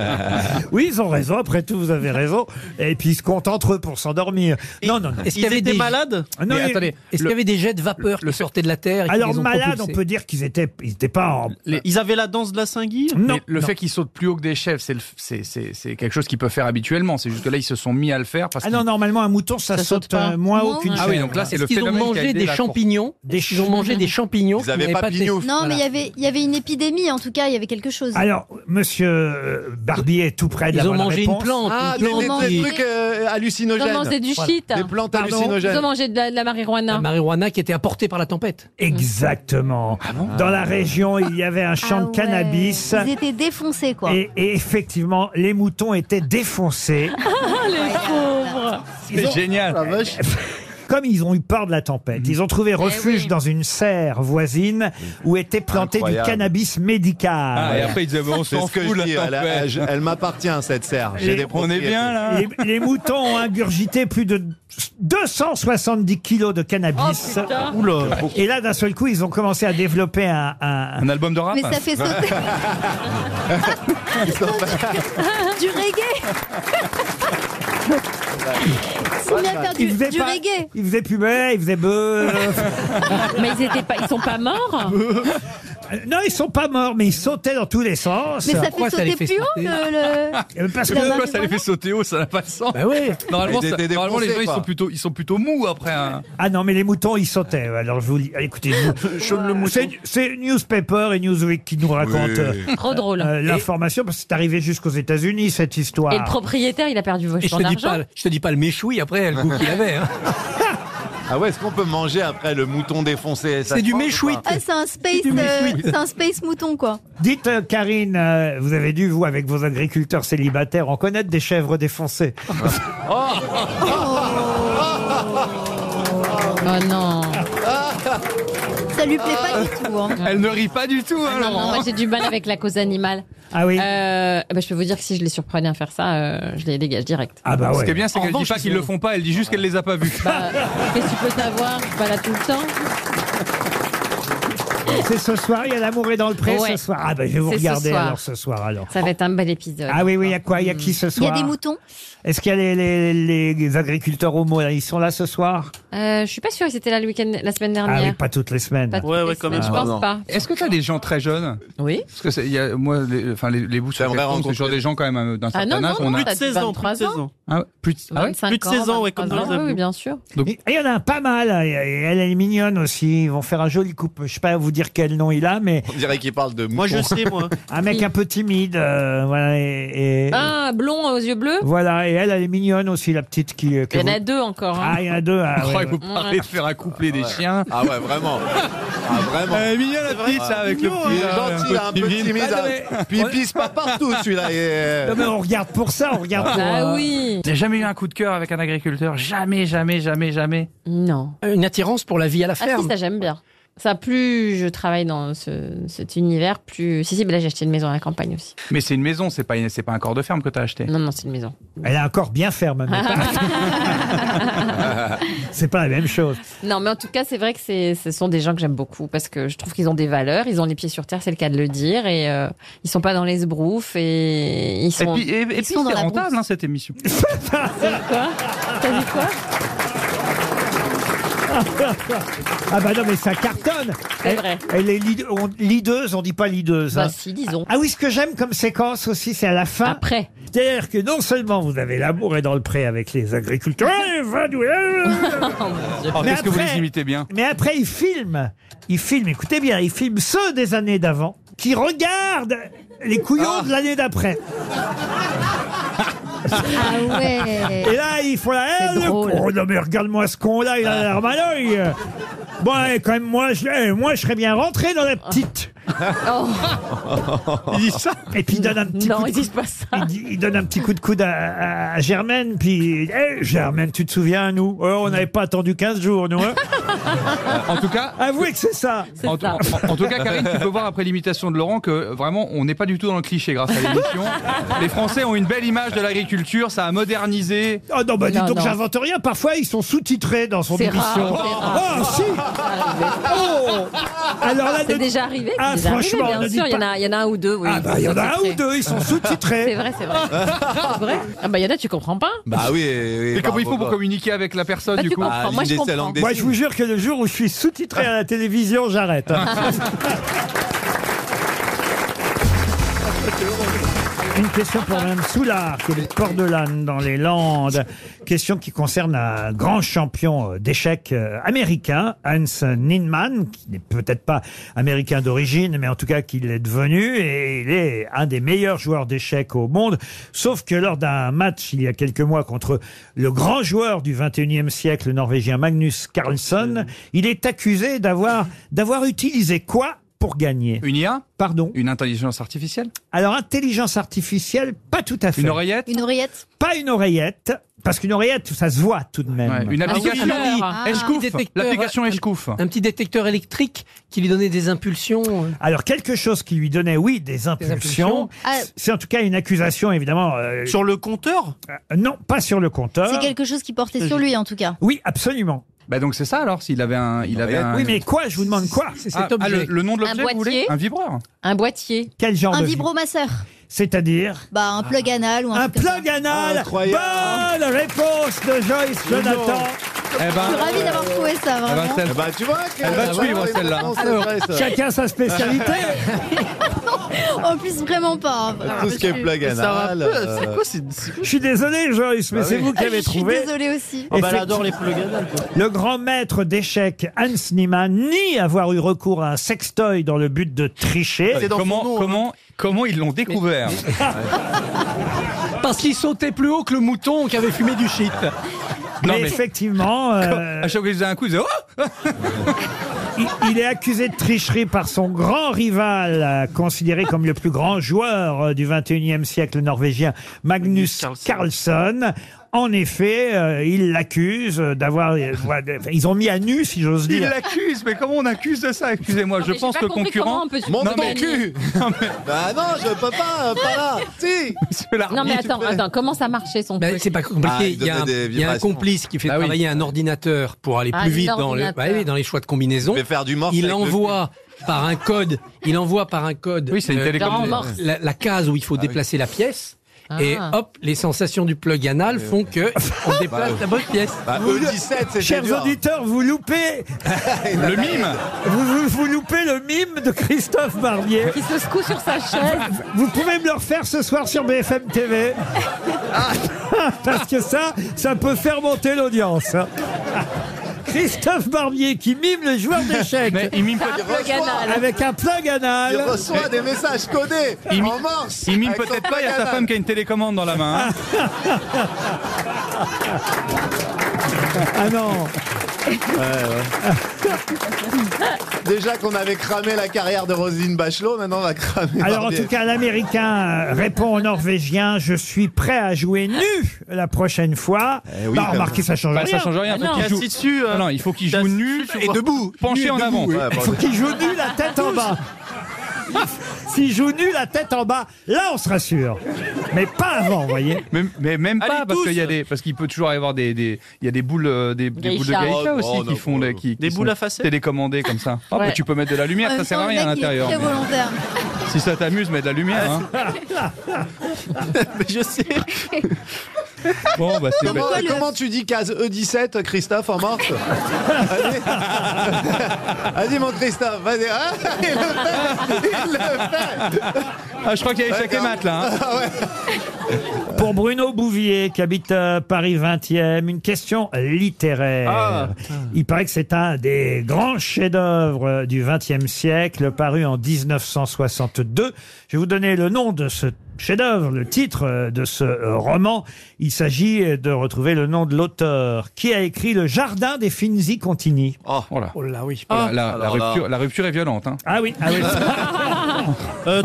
Speaker 2: oui, ils ont raison. Après tout, vous avez raison. Et puis ils se comptent entre eux pour s'endormir. Non, non, non.
Speaker 8: Est-ce qu'il y avait des
Speaker 2: Ah, non,
Speaker 8: Mais
Speaker 2: mais-
Speaker 8: attendez, est-ce qu'il y avait des jets de vapeur qui sortaient de la terre et qui
Speaker 2: Alors
Speaker 8: les ont
Speaker 2: malades, on
Speaker 8: propulsés
Speaker 2: peut dire qu'ils étaient, ils étaient pas en.
Speaker 3: Ils avaient la danse de la cinguille
Speaker 2: Non,
Speaker 3: le
Speaker 2: non.
Speaker 3: fait qu'ils sautent plus haut que des chefs, c'est le f- c'est- c'est- c'est quelque chose qu'ils peuvent faire habituellement. C'est juste que là, ils se sont mis à le faire parce
Speaker 2: Ah non, normalement, un mouton, ça, saute, euh, moins haut qu'une
Speaker 3: Ah oui, donc là, c'est
Speaker 8: Est-ce
Speaker 3: le
Speaker 8: qu'ils ont
Speaker 3: phénomène qui a
Speaker 8: mangé
Speaker 3: aidé la
Speaker 8: des
Speaker 3: cour-
Speaker 8: champignons Ils ont mangé des champignons. qui n'avaient pas de-
Speaker 7: Non, mais il y avait- il y avait une épidémie, en tout cas, il y avait quelque chose.
Speaker 2: Alors, monsieur euh, Barbier est tout près de la
Speaker 8: Ils ont
Speaker 2: bonne
Speaker 8: mangé une
Speaker 2: réponse.
Speaker 8: plante,
Speaker 7: Ah, une plante des- des qui- trucs,
Speaker 5: euh, hallucinogènes.
Speaker 6: Ils ont mangé du shit.
Speaker 5: Des plantes
Speaker 6: Pardon Ah bah,
Speaker 5: hallucinogènes.
Speaker 6: Ils ont mangé de la, de la marijuana.
Speaker 8: La marijuana qui était apportée par la tempête.
Speaker 2: Ah.
Speaker 8: Ah
Speaker 2: Exactement. Dans la région, il y
Speaker 7: Ah
Speaker 2: avait un champ de cannabis.
Speaker 7: Ils étaient défoncés, quoi.
Speaker 2: Et, et effectivement, les moutons étaient défoncés.
Speaker 7: Ah, les pauvres
Speaker 2: Ils ont- Ah, Comme ils ont eu peur de la tempête, ils ont
Speaker 5: Eh
Speaker 2: trouvé refuge dans une serre voisine où était planté
Speaker 5: Incroyable.
Speaker 2: du cannabis médical.
Speaker 3: Ah, bah,
Speaker 5: C'est ce que je dis, elle a- Elle, elle m'appartient, cette serre.
Speaker 2: Les-
Speaker 5: J'ai des propriétés.
Speaker 2: Les, les moutons ont ingurgité plus de 270 kilos de cannabis.
Speaker 5: Oh, putain. Oula.
Speaker 2: Et là, d'un seul coup, ils ont commencé à développer un, un...
Speaker 3: album de rap
Speaker 7: Mais ça fait sauter. du reggae S'il a perdu
Speaker 2: Ils
Speaker 7: du,
Speaker 2: faisaient
Speaker 7: du
Speaker 2: pas-
Speaker 7: reggae
Speaker 2: Ils faisaient puber, ils faisaient beuh.
Speaker 6: Mais ils étaient pas, ils sont pas morts.
Speaker 2: non, ils sont pas morts, mais ils sautaient dans tous les sens.
Speaker 6: Mais ça fait Pourquoi ça sauter les fait plus haut, sauter
Speaker 2: le- le-
Speaker 3: Parce que
Speaker 2: la
Speaker 3: pourquoi
Speaker 2: marijuana
Speaker 3: ça les fait sauter haut, ça n'a pas de sens.
Speaker 2: Bah oui.
Speaker 3: Normalement,
Speaker 2: Mais
Speaker 3: ça-
Speaker 2: des- des
Speaker 3: normalement, les gens
Speaker 2: défoncés,
Speaker 3: ils
Speaker 2: quoi.
Speaker 3: sont plutôt ils sont plutôt mous après. hein. un-
Speaker 2: Ah non, mais les moutons, ils sautaient. Alors je vous lis- écoutez, vous- c'est- c'est Newspaper et Newsweek qui nous racontent
Speaker 3: Oui.
Speaker 2: euh,
Speaker 6: Trop drôle.
Speaker 2: euh, l'information parce que c'est arrivé jusqu'aux États-Unis cette histoire.
Speaker 6: Et le propriétaire, il a perdu vos
Speaker 8: Et je
Speaker 6: son
Speaker 8: te, dis
Speaker 6: argent.
Speaker 8: pas, je te dis pas le méchoui après, le goût qu'il avait. hein.
Speaker 5: Ah ouais, est-ce qu'on peut manger après le mouton défoncé
Speaker 7: C'est du Ah, c'est un space, euh, c'est un space mouton, quoi.
Speaker 2: Dites, euh, Karine, euh, vous avez dû, vous, avec vos agriculteurs célibataires, en connaître des chèvres défoncées.
Speaker 7: Oh.
Speaker 6: Oh non.
Speaker 7: Ça lui plaît pas du tout. Hein.
Speaker 3: Elle ne rit pas du tout. hein,
Speaker 6: Ah non, non,
Speaker 3: Laurent.
Speaker 6: moi j'ai du mal avec la cause animale. Euh, bah,
Speaker 2: Ah oui.
Speaker 6: je peux vous dire que si je les surprenais à faire ça, euh, je les dégage direct.
Speaker 3: Ce qui est bien, c'est
Speaker 6: En
Speaker 3: qu'elle dit
Speaker 6: revanche,
Speaker 3: pas qu'ils le font pas, elle dit juste qu'elle les a pas vus.
Speaker 6: Bah, Qu'est-ce que tu peux savoir Je suis pas là tout le temps.
Speaker 2: C'est ce soir, il y a l'amour est dans le pré
Speaker 6: Ouais.
Speaker 2: ce soir. Ah ben je vais vous
Speaker 6: C'est ce
Speaker 2: regarder
Speaker 6: soir.
Speaker 2: alors ce soir alors.
Speaker 6: Ça va être un bel épisode.
Speaker 2: Ah oui, oui, il y a quoi Il y a qui ce
Speaker 6: Il y a
Speaker 2: soir
Speaker 6: des moutons
Speaker 2: Est-ce qu'il y a les, les- les agriculteurs homo là Ils sont là ce soir
Speaker 6: Euh, je suis pas sûre que c'était là le week-end, la semaine
Speaker 2: Ah oui,
Speaker 6: dernière.
Speaker 2: pas toutes les semaines.
Speaker 6: Pas toutes Ouais, les ouais, quand semaines, même. je pense pas.
Speaker 3: Ah, Est-ce que tu as des gens très jeunes
Speaker 6: Oui.
Speaker 3: Parce que c'est- il y a, moi, les, enfin, les, les bouches sur
Speaker 5: J'aimerais
Speaker 3: c'est genre
Speaker 5: rencontrer-
Speaker 3: des gens quand même euh, d'un
Speaker 6: Ah non,
Speaker 3: certain
Speaker 6: non,
Speaker 3: âge.
Speaker 6: non,
Speaker 3: on a
Speaker 6: t'as
Speaker 4: 16 ans, plus de
Speaker 6: 23
Speaker 4: 16 ans.
Speaker 3: Ah, plus de- ah ouais
Speaker 6: 25
Speaker 4: Plus de 16 ans, ouais, comme
Speaker 6: 23
Speaker 4: dans les
Speaker 6: Ah oui,
Speaker 4: avions.
Speaker 6: bien sûr.
Speaker 2: Et et il y en a pas mal. hein, et- et Elle est mignonne aussi. Ils vont faire un joli couple. Je sais pas vous dire quel nom il a, mais
Speaker 5: On dirait qu'il parle de mouton.
Speaker 4: Moi, je sais, moi.
Speaker 2: un mec un peu timide. euh, voilà. Et, et-
Speaker 6: Ah, blond aux yeux bleus
Speaker 2: Voilà. Et elle, elle est mignonne aussi, la petite qui. euh, que
Speaker 6: Il y en
Speaker 2: vous-
Speaker 6: a deux encore. hein.
Speaker 2: Ah, il y en a deux. ah,
Speaker 3: Je
Speaker 2: ouais,
Speaker 3: crois
Speaker 2: ouais.
Speaker 3: que vous parlez de faire accoupler des chiens.
Speaker 5: Ah ouais, vraiment. Ah vraiment.
Speaker 3: Elle est mignonne, la petite, ça, avec le
Speaker 5: Il
Speaker 3: petit.
Speaker 5: est
Speaker 3: euh,
Speaker 5: gentil, un peu
Speaker 3: timide.
Speaker 5: timide.
Speaker 3: Ah, non,
Speaker 5: hein.
Speaker 3: mais-
Speaker 5: Puis il pisse pas partout, celui-là. et- euh,
Speaker 2: Non, mais on regarde pour ça. On regarde. pour, euh,
Speaker 6: Bah oui.
Speaker 3: T'as jamais eu un coup de cœur avec un agriculteur Jamais, jamais, jamais, jamais.
Speaker 6: Non.
Speaker 8: Une attirance pour la vie à la
Speaker 6: Ah
Speaker 8: ferme.
Speaker 6: si, ça j'aime bien. Ça, plus je travaille dans ce- cet univers, plus... Si, si, mais là j'ai acheté une maison à la campagne aussi.
Speaker 3: Mais c'est une maison, c'est pas, une- c'est pas un corps de ferme que t'as acheté.
Speaker 6: Non, non, c'est une maison.
Speaker 2: Elle a un corps bien ferme. mais pas- C'est pas la même chose.
Speaker 6: Non, mais en tout cas, c'est vrai que c'est- ce sont des gens que j'aime beaucoup parce que je trouve qu'ils ont des valeurs, ils ont les pieds sur terre, c'est le cas de le dire, et euh, ils sont pas dans les broufs et ils
Speaker 3: Et
Speaker 6: sont...
Speaker 3: puis, et, et puis c'est rentable, hein, cette émission.
Speaker 6: C'est quoi T'as dit quoi
Speaker 2: Ah bah non, mais ça cartonne.
Speaker 6: C'est vrai.
Speaker 2: Elle est lead- on, leaduse, on dit pas leaduse.
Speaker 6: Bah
Speaker 2: hein.
Speaker 6: si, Ah. disons.
Speaker 2: Ah oui, ce que j'aime comme séquence aussi, c'est à la fin.
Speaker 6: Après.
Speaker 2: C'est-à-dire que non seulement vous avez l'amour et dans le pré avec les agriculteurs, Eh, Ouais, va d'où-
Speaker 3: Oh,
Speaker 2: eh, Mais
Speaker 3: qu'est-ce que vous
Speaker 2: après-
Speaker 3: les imitez bien
Speaker 2: mais après ils filment, ils filment, écoutez bien, ils filment ceux des années d'avant qui regardent les couillons de l'année d'après.
Speaker 7: Ah ouais.
Speaker 2: Et là, ils font la Eh, le
Speaker 6: drôle.
Speaker 2: con, non, mais regarde-moi ce con-là, il a l'air malin. il, euh. Bon, eh, quand même, moi je, eh, moi, je serais bien rentré dans la petite.
Speaker 7: Oh.
Speaker 2: Il dit ça Et puis il donne un petit coup de coude. Il, dit- il donne un petit coup de coude à, à- à Germaine, puis Hé, Germaine, tu te souviens, nous Oh, On n'avait pas attendu 15 jours, nous. hein
Speaker 3: Euh, En tout cas,
Speaker 2: avouez que c'est ça.
Speaker 3: En, en- en tout cas, Karine, tu peux voir après l'imitation de Laurent que euh, vraiment, on n'est pas du tout dans le cliché grâce à l'émission. Les Français ont une belle image de l'agriculture, ça a modernisé.
Speaker 2: Oh non, bah dis donc, j'invente rien. Parfois, ils sont sous-titrés dans son
Speaker 3: C'est
Speaker 2: émission.
Speaker 3: rare, c'est rare.
Speaker 2: Ah, si Oh Alors là,
Speaker 6: c'est
Speaker 2: ne-
Speaker 6: déjà arrivé.
Speaker 2: Ah,
Speaker 6: c'est déjà arrivé,
Speaker 2: franchement, ne
Speaker 6: bien
Speaker 2: dites
Speaker 6: sûr, il y, en
Speaker 2: pas-
Speaker 6: a- il y en a un ou deux. Oui,
Speaker 2: Ah, bah, il y en a un
Speaker 6: sous-titrés.
Speaker 2: ou deux, ils sont sous-titrés.
Speaker 6: C'est vrai, c'est vrai. C'est vrai. Ah, bah, il y en a, tu comprends pas.
Speaker 5: oui.
Speaker 3: Et comment il faut pour communiquer avec la personne
Speaker 6: Bah,
Speaker 3: du
Speaker 6: tu
Speaker 3: coup
Speaker 6: comprends, Ah, moi, je l'idée, c'est la comprends. langue des
Speaker 2: Moi, je
Speaker 6: signes.
Speaker 2: vous jure que le jour où je suis sous-titré à la télévision, j'arrête. hein. Une question pour Mme Soulard, qui est de Cordelane dans les Landes. Question qui concerne un grand champion euh, d'échecs euh, américain, Hans Ninman, qui n'est peut-être pas américain d'origine, mais en tout cas qu'il est devenu, et il est un des meilleurs joueurs d'échecs au monde. Sauf que lors d'un match il y a quelques mois contre le grand joueur du 21e siècle, le norvégien Magnus Carlsen, il est accusé d'avoir, d'avoir utilisé quoi pour gagner
Speaker 3: Une IA
Speaker 2: Pardon
Speaker 3: Une intelligence artificielle
Speaker 2: alors, intelligence artificielle, pas tout à fait.
Speaker 3: Une oreillette
Speaker 7: Une oreillette
Speaker 2: Pas une oreillette, parce qu'une oreillette, ça se voit tout de même.
Speaker 3: Une application
Speaker 8: Ah.
Speaker 3: Escouf.
Speaker 8: Un détecteur.
Speaker 3: L'application Escouf.
Speaker 8: Un petit détecteur électrique qui lui donnait des impulsions. euh.
Speaker 2: Alors, quelque chose qui lui donnait, oui, des impulsions.
Speaker 8: impulsions.
Speaker 7: Ah.
Speaker 2: C'est en tout cas une accusation, évidemment. sur le compteur Non, pas sur le compteur.
Speaker 7: C'est quelque chose qui portait sur lui, en tout cas.
Speaker 2: Oui, absolument.
Speaker 3: Bah donc c'est ça alors, s'il avait un... Ah, Il avait un...
Speaker 2: Bah, Oui, mais quoi Je vous demande quoi
Speaker 3: C'est cet Ah, ah, objet. le- le nom de Un l'objet, vous voulez boîtier Un vibreur
Speaker 6: Un boîtier.
Speaker 2: Quel genre
Speaker 7: Un
Speaker 2: de
Speaker 7: vibromasseur.
Speaker 2: C'est-à-dire
Speaker 7: Bah, un plug anal ou un,
Speaker 2: Un
Speaker 7: truc comme ça.
Speaker 2: plug anal Bonne réponse de Joyce
Speaker 7: Mais non.
Speaker 2: Jonathan Eh ben,
Speaker 7: Je suis ravie d'avoir
Speaker 2: euh,
Speaker 7: trouvé
Speaker 3: ben,
Speaker 7: ça,
Speaker 3: Eh ben,
Speaker 7: vraiment.
Speaker 3: celle-
Speaker 5: Eh ben, tu vois que-
Speaker 3: Elle va te
Speaker 5: Ah ouais,
Speaker 3: suivre,
Speaker 5: ouais,
Speaker 3: celle-là.
Speaker 5: non, c'est
Speaker 2: hein. Alors,
Speaker 5: vrai, ça.
Speaker 2: chacun sa spécialité
Speaker 7: en plus, vraiment pas. hein, vraiment.
Speaker 5: Tout ce qui est plug
Speaker 7: Ça va
Speaker 5: anal.
Speaker 7: peu,
Speaker 5: euh,
Speaker 7: c'est
Speaker 2: quoi Je suis désolé, Joyce, mais
Speaker 5: Bah
Speaker 2: c'est
Speaker 5: oui. Oh,
Speaker 2: vous qui avez
Speaker 7: Je suis
Speaker 2: trouvé.
Speaker 7: désolée aussi.
Speaker 2: Ah bah, elle adore les
Speaker 4: plug anal, quoi.
Speaker 2: Le grand maître d'échecs Hans Niemann nie avoir eu recours à un sextoy dans le but de tricher.
Speaker 3: comment,
Speaker 2: hein.
Speaker 5: hein.
Speaker 3: comment, comment ils l'ont découvert
Speaker 8: Parce qu'il sautait plus haut que le mouton qui avait fumé du shit.
Speaker 2: Mais effectivement, euh,
Speaker 3: À chaque fois qu'ils faisaient un coup, ils disaient Oh
Speaker 2: il, il est accusé de tricherie par son grand rival, euh, considéré comme le plus grand joueur euh, du 21e siècle le norvégien, Magnus Carlsen. En effet, euh, il l'accuse d'avoir. euh, voilà, enfin, ils ont mis à nu, si j'ose
Speaker 3: Il
Speaker 2: dire.
Speaker 3: l'accuse, mais comment on accuse de ça Excusez-moi, je
Speaker 6: mais j'ai
Speaker 3: pense
Speaker 6: pas
Speaker 3: que le
Speaker 6: compris comment
Speaker 3: concurrent.
Speaker 6: on peut se
Speaker 3: Non,
Speaker 6: faire
Speaker 3: mais-
Speaker 6: gagner.
Speaker 3: Non, mais-
Speaker 5: Bah non, je peux pas, euh, pas là. Si.
Speaker 3: C'est la-
Speaker 6: Non, mais attends, attends, comment ça marchait son
Speaker 8: Bah,
Speaker 6: truc
Speaker 8: c'est pas compliqué.
Speaker 5: Ah, il
Speaker 8: il, y a
Speaker 5: donnait
Speaker 8: un,
Speaker 5: des
Speaker 8: il y a un
Speaker 5: vibrations.
Speaker 8: complice qui fait
Speaker 3: Bah
Speaker 5: Ah oui.
Speaker 8: travailler un ordinateur pour aller
Speaker 6: Ah,
Speaker 8: plus vite dans, le,
Speaker 6: l'ordinateur.
Speaker 8: bah oui, dans les choix de combinaison.
Speaker 5: faire du morse
Speaker 8: il
Speaker 5: avec le
Speaker 8: envoie par un code. Il envoie par un code. euh,
Speaker 3: Oui, c'est une télécommande. Genre en morse.
Speaker 8: La, la case où il faut déplacer la pièce.
Speaker 6: Ah.
Speaker 8: Et hop, les sensations du plug anal font
Speaker 5: Euh,
Speaker 8: que
Speaker 5: bah,
Speaker 8: on déplace la bonne pièce.
Speaker 5: Au 17, Bah, E c'était
Speaker 2: Chers
Speaker 5: dur.
Speaker 2: auditeurs, vous loupez
Speaker 3: Le mime
Speaker 2: Vous, vous, vous loupez le mime de Christophe Barbier.
Speaker 6: Qui se secoue sur sa chaise.
Speaker 2: Vous pouvez me le refaire ce soir sur BFM TV.
Speaker 5: Ah.
Speaker 2: Parce que ça, ça peut faire monter l'audience. Christophe Barbier qui mime le joueur
Speaker 3: Mais
Speaker 2: d'échecs
Speaker 3: il mime, peut-
Speaker 6: Un plug anal.
Speaker 2: avec un plug
Speaker 5: Il
Speaker 2: anal.
Speaker 5: reçoit des messages codés
Speaker 3: Il-
Speaker 5: en morse.
Speaker 3: il mime
Speaker 5: avec son
Speaker 3: peut-être
Speaker 5: plug
Speaker 3: pas, il y a sa
Speaker 5: anal.
Speaker 3: femme qui a une télécommande dans la main. hein.
Speaker 2: Ah non.
Speaker 5: Déjà qu'on avait cramé la carrière de Roselyne Bachelot, maintenant on va cramer.
Speaker 2: Alors en
Speaker 5: Barbier.
Speaker 2: tout cas, l'Américain euh, répond au Norvégien Je suis prêt à jouer nu la prochaine fois.
Speaker 5: Eh oui,
Speaker 2: bah,
Speaker 5: quand
Speaker 2: remarquez,
Speaker 5: même.
Speaker 2: ça change
Speaker 3: Bah,
Speaker 2: rien.
Speaker 3: ça change rien. faut
Speaker 6: Ah non.
Speaker 3: qu'il joue-
Speaker 4: Assis dessus, euh,
Speaker 3: Non, non, il faut qu'il
Speaker 4: t'as-
Speaker 3: joue nu
Speaker 4: tu
Speaker 3: et
Speaker 4: vois.
Speaker 3: debout, penché en avant.
Speaker 5: Ouais,
Speaker 2: Il
Speaker 5: pardon.
Speaker 2: faut qu'il joue nu la tête en bas. S'il joue nu la tête en bas, là on sera sûr. Mais pas avant, vous voyez.
Speaker 3: Mais, mais même
Speaker 4: Allez,
Speaker 3: pas parce
Speaker 4: tous.
Speaker 3: qu'il y a des parce qu'il peut toujours y avoir des des il y a des boules euh, des, des boules de
Speaker 6: Geisha.
Speaker 3: geisha
Speaker 5: Oh,
Speaker 3: aussi
Speaker 5: oh,
Speaker 3: qui
Speaker 5: non,
Speaker 3: font
Speaker 5: oh,
Speaker 3: les- qui,
Speaker 4: Des
Speaker 3: qui
Speaker 4: boules
Speaker 3: sont
Speaker 4: à facettes
Speaker 3: télécommandées comme ça. Ah,
Speaker 6: Ouais.
Speaker 3: bah, tu peux mettre de la lumière,
Speaker 7: En
Speaker 3: ça
Speaker 7: même
Speaker 3: sert
Speaker 7: temps,
Speaker 3: à
Speaker 7: le
Speaker 3: rien à
Speaker 7: mec, il est
Speaker 3: l'intérieur.
Speaker 7: Très
Speaker 3: mais
Speaker 7: volontaire.
Speaker 3: Si ça t'amuse, mets de la lumière. hein.
Speaker 4: Mais je sais.
Speaker 3: Bon bah c'est
Speaker 5: Comment,
Speaker 7: Pourquoi le-
Speaker 5: comment tu dis case E17, Christophe, en morse Vas-y. Vas-y, mon Christophe, vas-y. Ah, il le fait Il le fait
Speaker 3: Ah, je crois qu'il y avait chaque mat là. hein.
Speaker 2: Pour Bruno Bouvier, qui habite euh, Paris 20e, une question littéraire.
Speaker 3: Ah.
Speaker 2: Il paraît que c'est un des grands chefs-d'œuvre euh, du 20e siècle, paru en 1962. Je vais vous donner le nom de ce chef-d'œuvre, le titre euh, de ce euh, roman. Il s'agit euh, de retrouver le nom de l'auteur qui a écrit Le Jardin des Finzi Contini.
Speaker 3: Oh, là.
Speaker 8: là, oui.
Speaker 3: la, la rupture, la rupture est violente. Hein.
Speaker 2: Ah oui, ah oui.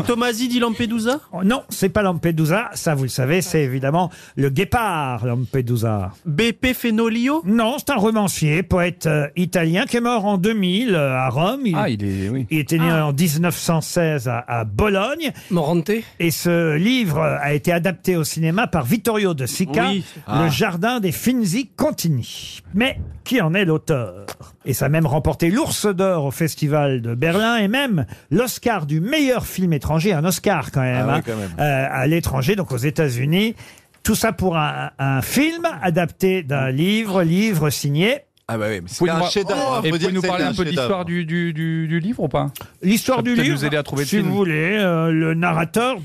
Speaker 4: Tomasi di Lampedusa
Speaker 2: Oh, Non, c'est pas Lampedusa, ça vous le savez, c'est évidemment le guépard Lampedusa.
Speaker 4: BP Fenolio
Speaker 2: Non, c'est un romancier, poète euh, italien qui est mort en 2000 euh, à Rome. Il,
Speaker 3: Ah, il est, oui.
Speaker 2: il était né
Speaker 3: Ah.
Speaker 2: en 1916 à, à Bologne.
Speaker 8: Morante.
Speaker 2: Et ce livre euh, a été adapté au cinéma par Vittorio de Sica,
Speaker 8: Oui.
Speaker 2: Le
Speaker 8: Ah.
Speaker 2: jardin des Finzi Contini. Mais qui en est l'auteur Et ça a même remporté l'Ours d'Or au Festival de Berlin et même l'Oscar du meilleur film étranger, un Oscar quand
Speaker 5: Ah
Speaker 2: même,
Speaker 5: oui,
Speaker 2: hein,
Speaker 5: quand même.
Speaker 2: euh, à l'étranger, donc aux États-Unis. Tout ça pour un, un film adapté d'un livre, livre signé.
Speaker 5: Ah bah oui, mais
Speaker 2: Pouvez-nous
Speaker 5: un
Speaker 2: par-
Speaker 5: chef-d'œuvre.
Speaker 2: Oh,
Speaker 5: on
Speaker 2: et
Speaker 5: peut dire
Speaker 2: pouvez-nous
Speaker 5: que c'est
Speaker 2: parler
Speaker 5: un
Speaker 2: un peu de
Speaker 5: chef-d'œuvre.
Speaker 3: L'histoire du, du, du, du livre ou pas
Speaker 2: L'histoire
Speaker 3: Ça peut
Speaker 2: du
Speaker 3: peut-être
Speaker 2: livre,
Speaker 3: nous aider à trouver le
Speaker 2: si
Speaker 3: film.
Speaker 2: vous voulez, euh, le narrateur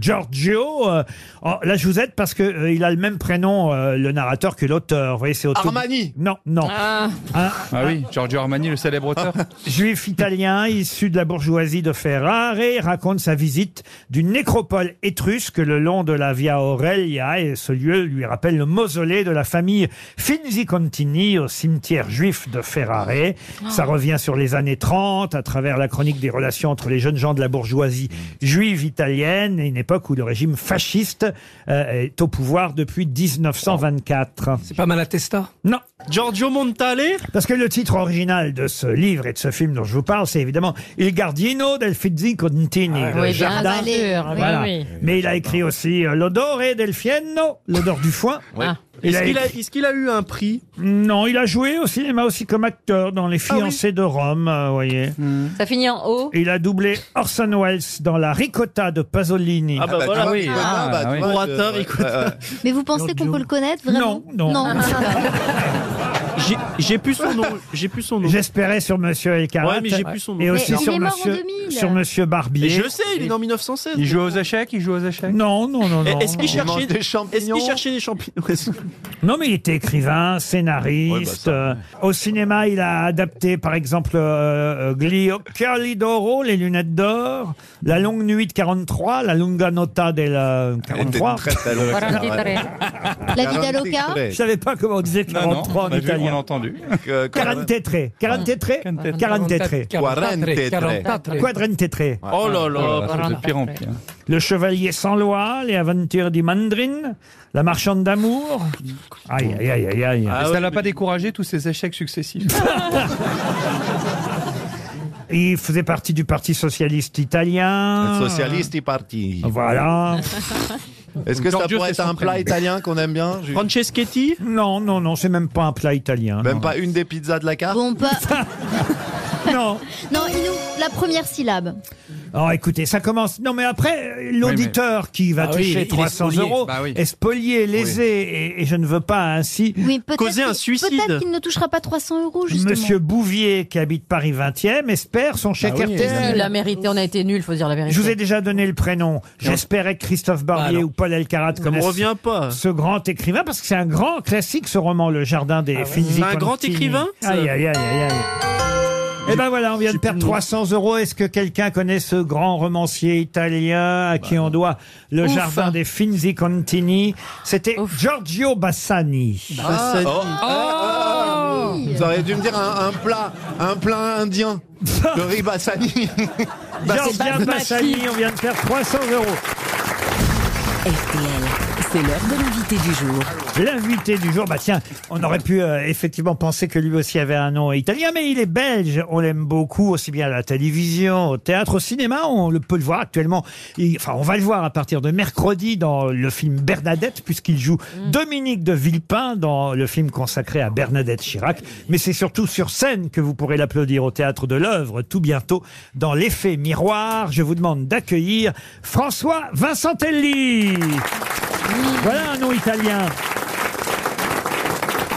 Speaker 2: Giorgio. euh, oh, là, je vous aide parce que euh, il a le même prénom, euh, le narrateur, que l'auteur. Vous voyez, c'est auto-
Speaker 3: Armani
Speaker 2: Non, non. Un-
Speaker 3: Ah oui, Giorgio Armani, le célèbre auteur.
Speaker 2: Juif italien issu de la bourgeoisie de Ferrare raconte sa visite d'une nécropole étrusque le long de la Via Aurelia et ce lieu lui rappelle le mausolée de la famille Finzi-Contini au cimetière juif de Ferrare. Ça revient sur les années 30 à travers la chronique des relations entre les jeunes gens de la bourgeoisie juive italienne et une époque où le régime fasciste euh, est au pouvoir depuis 1924.
Speaker 8: C'est pas Malatesta
Speaker 2: Non.
Speaker 4: Giorgio Montale
Speaker 2: Parce que le titre original de ce livre et de ce film dont je vous parle, c'est évidemment Il Gardino del Finzi-Contini.
Speaker 6: Ah,
Speaker 2: le
Speaker 6: oui, bien
Speaker 2: jardin.
Speaker 6: sûr, oui,
Speaker 2: Voilà.
Speaker 6: oui.
Speaker 2: Mais il a écrit aussi euh, L'odore del fieno, l'odeur du foin. Ah.
Speaker 4: Est-ce qu'il a,
Speaker 2: écrit-
Speaker 4: est-ce qu'il a eu un prix Ah
Speaker 2: Non, il a joué au cinéma aussi comme acteur dans Les fiancés de Rome, euh, vous voyez.
Speaker 4: Hmm.
Speaker 6: Ça finit en haut.
Speaker 2: Il a doublé Orson Welles dans La Ricotta de Pasolini.
Speaker 4: Ah bah Ah bah, voilà, tu vois, oui. Ricotta, Ah, bah, tu oui. vois, Orateur, je- Ricotta.
Speaker 7: Mais vous pensez qu'on peut le connaître vraiment
Speaker 2: Non, non.
Speaker 4: J'ai- J'ai plus son nom. J'ai plus son nom.
Speaker 2: J'espérais sur Monsieur Elkarat.
Speaker 4: Ouais, mais j'ai plus son nom.
Speaker 2: Et
Speaker 4: Mais
Speaker 2: aussi
Speaker 4: il
Speaker 2: sur
Speaker 4: est mort en
Speaker 2: Monsieur,
Speaker 4: 2000.
Speaker 2: sur Monsieur Barbier.
Speaker 4: Et je sais, il est né en 1916.
Speaker 2: Il joue
Speaker 4: joue
Speaker 2: aux
Speaker 3: échecs Il joue aux échecs
Speaker 2: Non, non, non, non.
Speaker 4: Est-ce qu'il
Speaker 2: non.
Speaker 4: cherchait Est-ce qu'il cherchait des champignons
Speaker 2: Non, mais il était écrivain, scénariste. euh, au cinéma, il a adapté, par exemple, euh, euh, Glio Calidoro, Les Lunettes d'Or, La Longue Nuit de 43, La Lunga Nota de la 43.
Speaker 5: très, très longue.
Speaker 7: La Vida Loca
Speaker 2: Je savais pas comment on disait 43 en italien.
Speaker 3: entendu.
Speaker 2: 43. 43 43.
Speaker 5: 43.
Speaker 2: 43.
Speaker 4: Oh là là.
Speaker 3: c'est de pire en pire.
Speaker 2: Le Chevalier sans loi, Les Aventures du Mandrin, La Marchande d'amour. Aïe, aïe, aïe, aïe, aïe.
Speaker 5: Ah
Speaker 3: Et ça l'a pas découragé tous ces échecs successifs.
Speaker 2: Il faisait partie du Parti socialiste italien.
Speaker 5: Socialiste et parti.
Speaker 2: Voilà.
Speaker 5: Est-ce que ça pourrait être un plat italien qu'on aime bien Jules
Speaker 4: Franceschetti
Speaker 2: Non, non, non, c'est même pas un plat italien.
Speaker 5: Même
Speaker 2: non.
Speaker 5: pas une des pizzas de la carte
Speaker 7: Bon, pas.
Speaker 2: non.
Speaker 7: Non, il nous- la première syllabe.
Speaker 2: Oh, écoutez, ça commence. Non, mais après, euh, l'auditeur qui va
Speaker 8: Ah oui, il
Speaker 2: toucher
Speaker 8: est- il est
Speaker 2: 300
Speaker 8: spolié.
Speaker 2: euros
Speaker 8: Bah oui.
Speaker 2: est spolié, lésé, et, et je ne veux pas ainsi
Speaker 7: Oui, peut-être qu'il- Peut-être qu'il ne touchera pas 300 euros, justement.
Speaker 2: Monsieur Bouvier, qui habite Paris 20e, espère son chèque
Speaker 4: Bah
Speaker 2: RTL.
Speaker 6: Ah Il l'a mérité, on a été nuls, faut dire la vérité.
Speaker 2: Je vous ai déjà donné le prénom. J'espérais que Christophe Barbier ou Paul Elkarat
Speaker 4: Bah me
Speaker 2: connaissent
Speaker 4: revient pas.
Speaker 2: ce grand écrivain, parce que c'est un grand classique, ce roman, Le Jardin des Finzi
Speaker 4: Ah Un grand
Speaker 2: Contini.
Speaker 4: écrivain
Speaker 2: Aïe, aïe, aïe, aïe, aïe. Eh ben voilà, on vient de perdre 300 euros. Est-ce que quelqu'un connaît ce grand romancier italien
Speaker 5: Bah
Speaker 2: à qui on doit le
Speaker 8: Ouf.
Speaker 2: jardin des Finzi Contini C'était Giorgio Bassani.
Speaker 5: Bassani. Oh. ah. Vous auriez dû me dire un, un plat, un plat indien. Le riz bassani.
Speaker 2: Giorgio Bassani, on vient de perdre 300 euros.
Speaker 10: RTL, c'est l'heure de l'invité du jour.
Speaker 2: L'invité du jour, bah tiens, on aurait pu euh, effectivement penser que lui aussi avait un nom italien, mais il est belge. On l'aime beaucoup, aussi bien à la télévision, au théâtre, au cinéma. On le peut le voir actuellement. Il- enfin, on va le voir à partir de mercredi dans le film Bernadette, puisqu'il joue Dominique de Villepin dans le film consacré à Bernadette Chirac. Mais c'est surtout sur scène que vous pourrez l'applaudir au théâtre de l'œuvre tout bientôt dans l'effet miroir. Je vous demande d'accueillir François Vincentelli. Voilà un nom italien.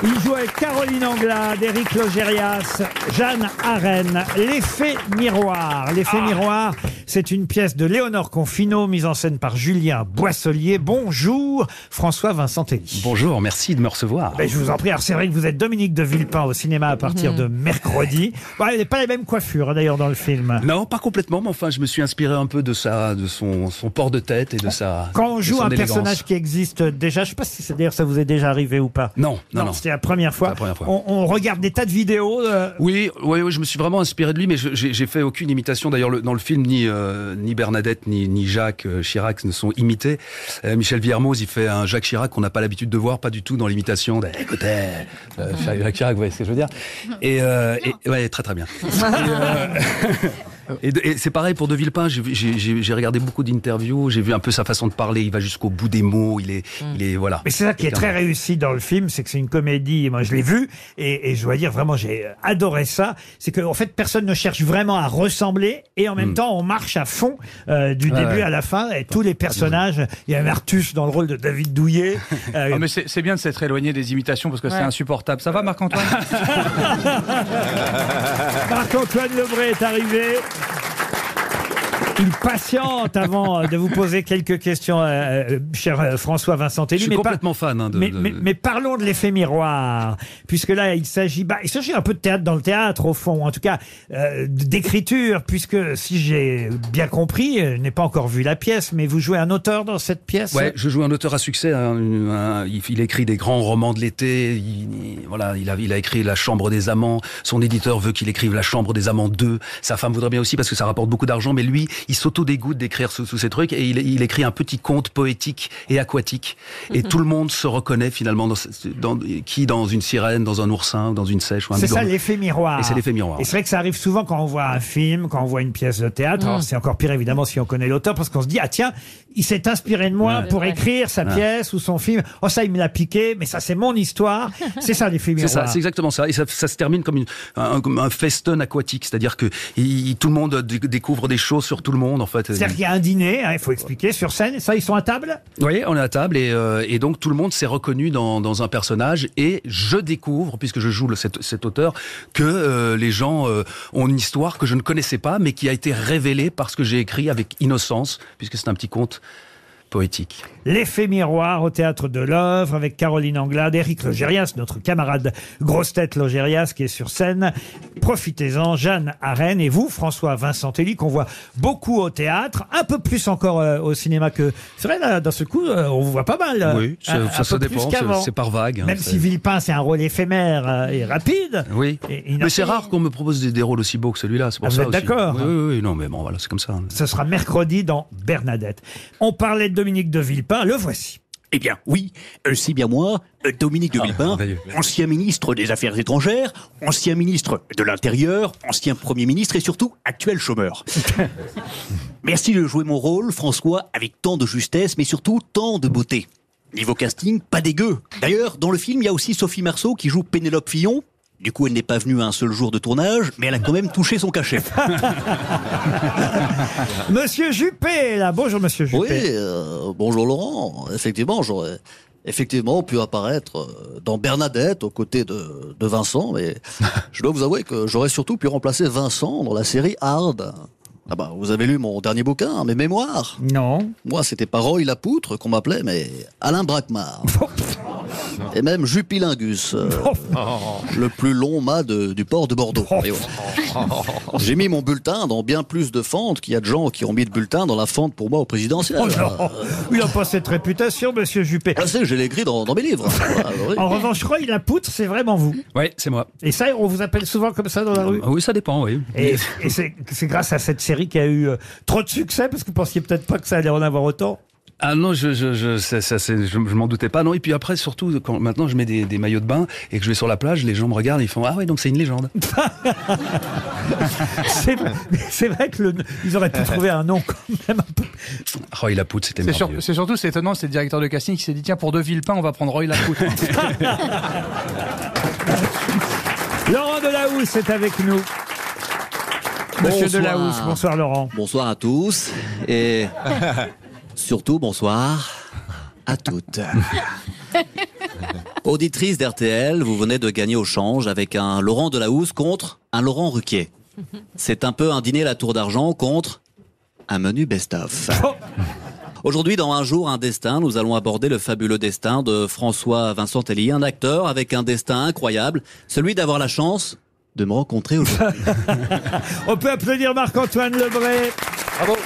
Speaker 2: Il joue avec Caroline Anglade, Éric Logérias, Jeanne Arène, l'effet miroir. L'effet miroir, C'est une pièce de Léonore Confino, mise en scène par Julien Boisselier. Bonjour, François-Vincent Ah, Telly.
Speaker 9: Bonjour, merci de me recevoir.
Speaker 2: Ben, je vous en prie. Alors, c'est vrai que vous êtes Dominique de Villepin au cinéma à partir
Speaker 9: Mhm.
Speaker 2: de mercredi. Bon, elle n'est pas la même coiffure, hein, d'ailleurs, dans le film.
Speaker 9: Non, pas complètement, mais enfin, je me suis inspiré un peu de sa, de son, son port de tête et de sa.
Speaker 2: Quand on
Speaker 9: de
Speaker 2: joue
Speaker 9: son
Speaker 2: un
Speaker 9: élégance.
Speaker 2: personnage qui existe déjà, je ne sais pas si c'est d'ailleurs ça vous est déjà arrivé ou pas.
Speaker 9: Non, non, non.
Speaker 2: C'était la première fois.
Speaker 9: C'est la première fois.
Speaker 2: On, on regarde des tas de vidéos. euh,
Speaker 9: Oui, oui, oui, je me suis vraiment inspiré de lui, mais je- j'ai j'ai fait aucune imitation. D'ailleurs, le- dans le film, ni, euh, ni Bernadette, ni, ni Jacques euh, Chirac ne sont imités. Euh, Michel Villermoz, il fait un Jacques Chirac qu'on n'a pas l'habitude de voir, pas du tout dans l'imitation. de, Écoutez, euh, Jacques Chirac, vous voyez ce que je veux dire Et, euh, et- euh, ouais, très très bien. Ah Et, de- et c'est pareil pour De Villepin. j'ai vu- J'ai j'ai- j'ai regardé beaucoup d'interviews, j'ai vu un peu sa façon de parler. Il va jusqu'au bout des mots. Il est, il est voilà.
Speaker 2: Mais c'est ça qui est
Speaker 9: Quelqu'un-
Speaker 2: très réussi dans le film, c'est que c'est une comédie. Moi, je l'ai vu et, et je dois dire vraiment, j'ai adoré ça. C'est que en fait, personne ne cherche vraiment à ressembler et en
Speaker 9: Hmm.
Speaker 2: même temps, on marche à fond euh, du
Speaker 3: Ouais,
Speaker 2: début
Speaker 3: ouais.
Speaker 2: à la fin. Et tous les personnages, il y a Martus dans le rôle de David Douillet. euh,
Speaker 3: Ah, mais c'est c'est bien de s'être éloigné des imitations parce que
Speaker 2: Ouais.
Speaker 3: c'est insupportable. Ça va, Marc-Antoine
Speaker 2: Marc-Antoine Lebré est arrivé. Il patiente avant euh, de vous poser quelques questions, euh, euh, cher euh, François-Vincent
Speaker 9: Je
Speaker 2: Telly.
Speaker 9: suis
Speaker 2: mais pas-
Speaker 9: complètement fan. hein, de-
Speaker 2: mais,
Speaker 9: de-
Speaker 2: mais- mais parlons de l'effet miroir, puisque là, il s'agit, bah, il s'agit un peu de théâtre dans le théâtre, au fond, ou en tout cas euh, d'écriture, puisque si j'ai bien compris, euh, je n'ai pas encore vu la pièce, mais vous jouez un auteur dans cette pièce
Speaker 9: Ouais, je joue un auteur à succès. hein, une- un- il, il écrit des grands romans de l'été. Il, il- voilà, il a, il a écrit La Chambre des amants. Son éditeur veut qu'il écrive La Chambre des amants 2. Sa femme voudrait bien aussi parce que ça rapporte beaucoup d'argent. Mais lui, il s'auto-dégoûte d'écrire sous, sous ces trucs et il, il écrit un petit conte poétique et aquatique.
Speaker 2: Mhm.
Speaker 9: Et tout le monde se reconnaît finalement dans, ce- dans- qui dans une sirène, dans un oursin, ou dans une sèche ou un
Speaker 2: C'est ça
Speaker 9: bigorneau.
Speaker 2: l'effet miroir.
Speaker 9: Et c'est l'effet miroir.
Speaker 2: Et c'est vrai que ça arrive souvent quand on voit un film, quand on voit une pièce de théâtre.
Speaker 9: Mm.
Speaker 2: Alors, c'est encore pire évidemment si on connaît l'auteur parce qu'on se dit ah tiens, il s'est inspiré de moi pour écrire sa
Speaker 9: Ouais.
Speaker 2: pièce ou son film. Oh ça il me l'a piqué, mais ça c'est mon histoire. c'est ça l'effet
Speaker 9: C'est ça,
Speaker 2: miroir.
Speaker 9: c'est exactement ça. Et ça, ça se termine comme, une, un, comme un feston aquatique, c'est-à-dire que il- tout le monde d- découvre des choses sur tout le monde en fait.
Speaker 2: C'est-à-dire qu'il y a un dîner, hein, il faut expliquer, sur scène, ça, ils sont à table
Speaker 9: Vous voyez, on est à table et, euh, et donc tout le monde s'est reconnu dans, dans un personnage et je découvre, puisque je joue le- cet, cet auteur, que euh, les gens euh, ont une histoire que je ne connaissais pas mais qui a été révélée parce que j'ai écrit avec innocence, puisque c'est un petit conte poétique.
Speaker 2: L'effet miroir au théâtre de l'œuvre avec Caroline Anglade, Eric Logérias, notre camarade grosse tête Logérias qui est sur scène. Profitez-en, Jeanne Arène et vous, François Vincentelli, qu'on voit beaucoup au théâtre, un peu plus encore euh, au cinéma que. C'est vrai, là, dans ce coup, euh, on vous voit pas mal. euh,
Speaker 9: Oui, ça-
Speaker 2: un-
Speaker 9: ça-
Speaker 2: un
Speaker 9: ça
Speaker 2: peu
Speaker 9: dépend,
Speaker 2: plus
Speaker 9: c'est-
Speaker 2: qu'avant.
Speaker 9: c'est par vague, hein,
Speaker 2: Même
Speaker 9: c'est-
Speaker 2: si Villepin, c'est un rôle éphémère euh, et rapide.
Speaker 9: Oui,
Speaker 2: et
Speaker 9: mais c'est rare qu'on me propose des, des rôles aussi beaux que celui-là, c'est pour
Speaker 2: Ah, vous
Speaker 9: ça
Speaker 2: êtes
Speaker 9: aussi.
Speaker 2: d'accord
Speaker 9: Oui, oui, oui, non, mais bon, voilà, c'est comme ça. hein.
Speaker 2: Ce sera mercredi dans Bernadette. On parlait de Dominique de Villepin, le voici.
Speaker 16: Eh bien, oui, euh, c'est bien moi, euh, Dominique de Villepin, ancien ministre des Affaires étrangères, ancien ministre de l'Intérieur, ancien Premier ministre et surtout actuel chômeur. Merci de jouer mon rôle, François, avec tant de justesse, mais surtout tant de beauté. Niveau casting, pas dégueu. D'ailleurs, dans le film, il y a aussi Sophie Marceau qui joue Pénélope Fillon. Du coup, elle n'est pas venue à un seul jour de tournage, mais elle a quand même touché son cachet.
Speaker 2: Monsieur Juppé, est là, bonjour Monsieur Juppé.
Speaker 17: Oui, euh, bonjour Laurent. Effectivement, j'aurais effectivement pu apparaître euh, dans Bernadette aux côtés de, de Vincent, mais je dois vous avouer que j'aurais surtout pu remplacer Vincent dans la série Hard. Ah bah, vous avez lu mon dernier bouquin, hein, mes mémoires.
Speaker 2: Non.
Speaker 17: Moi, c'était pas Roy Lapoutre qu'on m'appelait, mais Alain Braquemar. Et même Jupilingus, euh, le plus long mât de- du port de Bordeaux. Et ouais. J'ai mis mon bulletin dans bien plus de fentes qu'il y a de gens qui ont mis de bulletin dans la fente pour moi au présidentiel. Ah,
Speaker 2: Oh non, il n'a pas cette réputation, monsieur Juppé.
Speaker 17: Je sais, j'ai les grilles dans, dans mes livres. Voilà, oui.
Speaker 2: En revanche, Roy la poutre, c'est vraiment vous.
Speaker 9: Oui, c'est moi. Euh,
Speaker 2: Et ça, on vous appelle souvent comme ça dans la rue
Speaker 9: Oui, ça dépend, oui.
Speaker 2: Et, et c'est c'est grâce à cette série qui a eu euh, trop de succès, parce que vous pensiez peut-être pas que ça allait en avoir autant.
Speaker 9: Ah non, je je je ça, ça, c'est- je, je m'en doutais pas non et puis après surtout quand maintenant je mets des, des maillots de bain et que je vais sur la plage les gens me regardent et ils font ah ouais donc c'est une légende.
Speaker 2: C'est c'est vrai que le- ils auraient pu trouver un nom.
Speaker 9: Roy Lapoute c'était
Speaker 3: C'est sur-
Speaker 9: merveilleux.
Speaker 3: c'est surtout, c'est étonnant, c'est le directeur de casting qui s'est dit tiens, pour De Villepin, on va prendre Roy Lapoute.
Speaker 2: Laurent Delahousse est avec nous. Monsieur Delahousse, bonsoir Laurent.
Speaker 16: Bonsoir à tous et surtout bonsoir à toutes. Auditrice d'RTL, vous venez de gagner au change avec un Laurent Delahousse contre un Laurent Ruquier. C'est un peu un dîner à la tour d'argent contre
Speaker 17: un menu best-of. Aujourd'hui, dans un jour, un destin, nous allons aborder le fabuleux destin de François Vincent Tellier, un acteur avec un destin incroyable, celui d'avoir la chance de me rencontrer aujourd'hui.
Speaker 2: On peut applaudir Marc-Antoine Lebré. Bravo.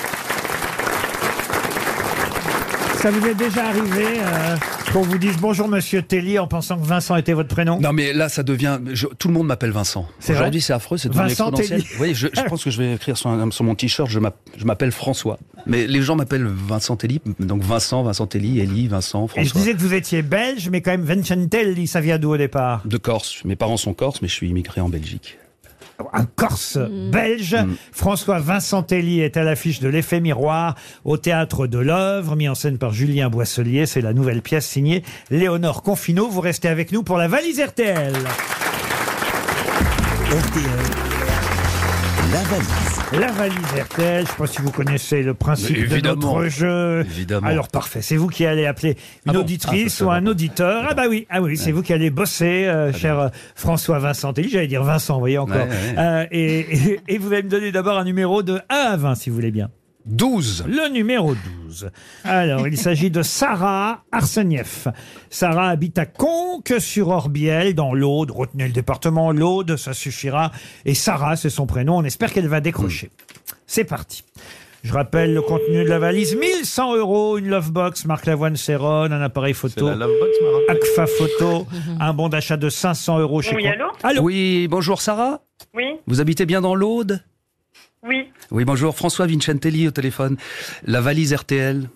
Speaker 2: Ça vous est déjà arrivé euh, qu'on vous dise bonjour Monsieur Tellier en pensant que Vincent était votre prénom
Speaker 9: Non, mais là, ça devient. je- tout le monde m'appelle Vincent.
Speaker 2: C'est vrai
Speaker 9: Aujourd'hui, c'est affreux, c'est devenu
Speaker 2: Vincent
Speaker 9: exponentiel.
Speaker 2: Tellier.
Speaker 9: Vous voyez, je, je pense que je vais écrire sur, un- sur mon t-shirt, je m'app- je m'appelle François. Mais les gens m'appellent Vincent Telly, donc Vincent, Vincent Telly, Elie, Vincent,
Speaker 2: Et je
Speaker 9: François.
Speaker 2: disais que vous étiez belge, mais quand même Vincentelli, ça vient d'où au départ
Speaker 9: De Corse. Mes parents sont corses, mais je suis immigré en Belgique.
Speaker 2: Un Corse belge.
Speaker 9: Mm.
Speaker 2: François Vincentelli est à l'affiche de l'effet miroir au théâtre de l'œuvre, mis en scène par Julien Boisselier. C'est la nouvelle pièce signée Léonore Confino. Vous restez avec nous pour la valise RTL. La valise. La valise RTL. Je ne sais pas si vous connaissez le principe
Speaker 9: Mais
Speaker 2: de
Speaker 9: évidemment.
Speaker 2: notre jeu.
Speaker 9: Évidemment.
Speaker 2: Alors parfait. C'est vous qui allez appeler une
Speaker 9: Ah bon Ah, ça,
Speaker 2: auditrice
Speaker 9: ça
Speaker 2: ou
Speaker 9: va.
Speaker 2: un auditeur. Ah bah oui, ah oui, c'est vous qui allez bosser, euh, cher euh, François Vincent. Tellier. J'allais dire Vincent, vous voyez encore.
Speaker 9: Ah Ouais, ouais.
Speaker 2: Euh, et, et- et vous allez me donner d'abord un numéro de 1 à 20, si vous voulez bien. 12. Le numéro 12. Alors, il s'agit de Sarah Arsenieff. Sarah habite à Conques-sur-Orbiel, dans l'Aude. Retenez le département, l'Aude, ça suffira. Et Sarah, c'est son prénom. On espère qu'elle va décrocher. C'est parti. Je rappelle le contenu de la valise 1100 euros, une Lovebox, Marc Lavoine Céron, un appareil photo,
Speaker 5: la Lovebox,
Speaker 2: Agfa Photo, un bon d'achat de 500 euros chez
Speaker 9: Oui,
Speaker 2: Con-
Speaker 9: allô Oui, bonjour Sarah.
Speaker 12: Oui,
Speaker 9: Vous habitez bien dans l'Aude
Speaker 12: oui.
Speaker 9: Oui, bonjour, François Vincentelli au téléphone. La valise RTL.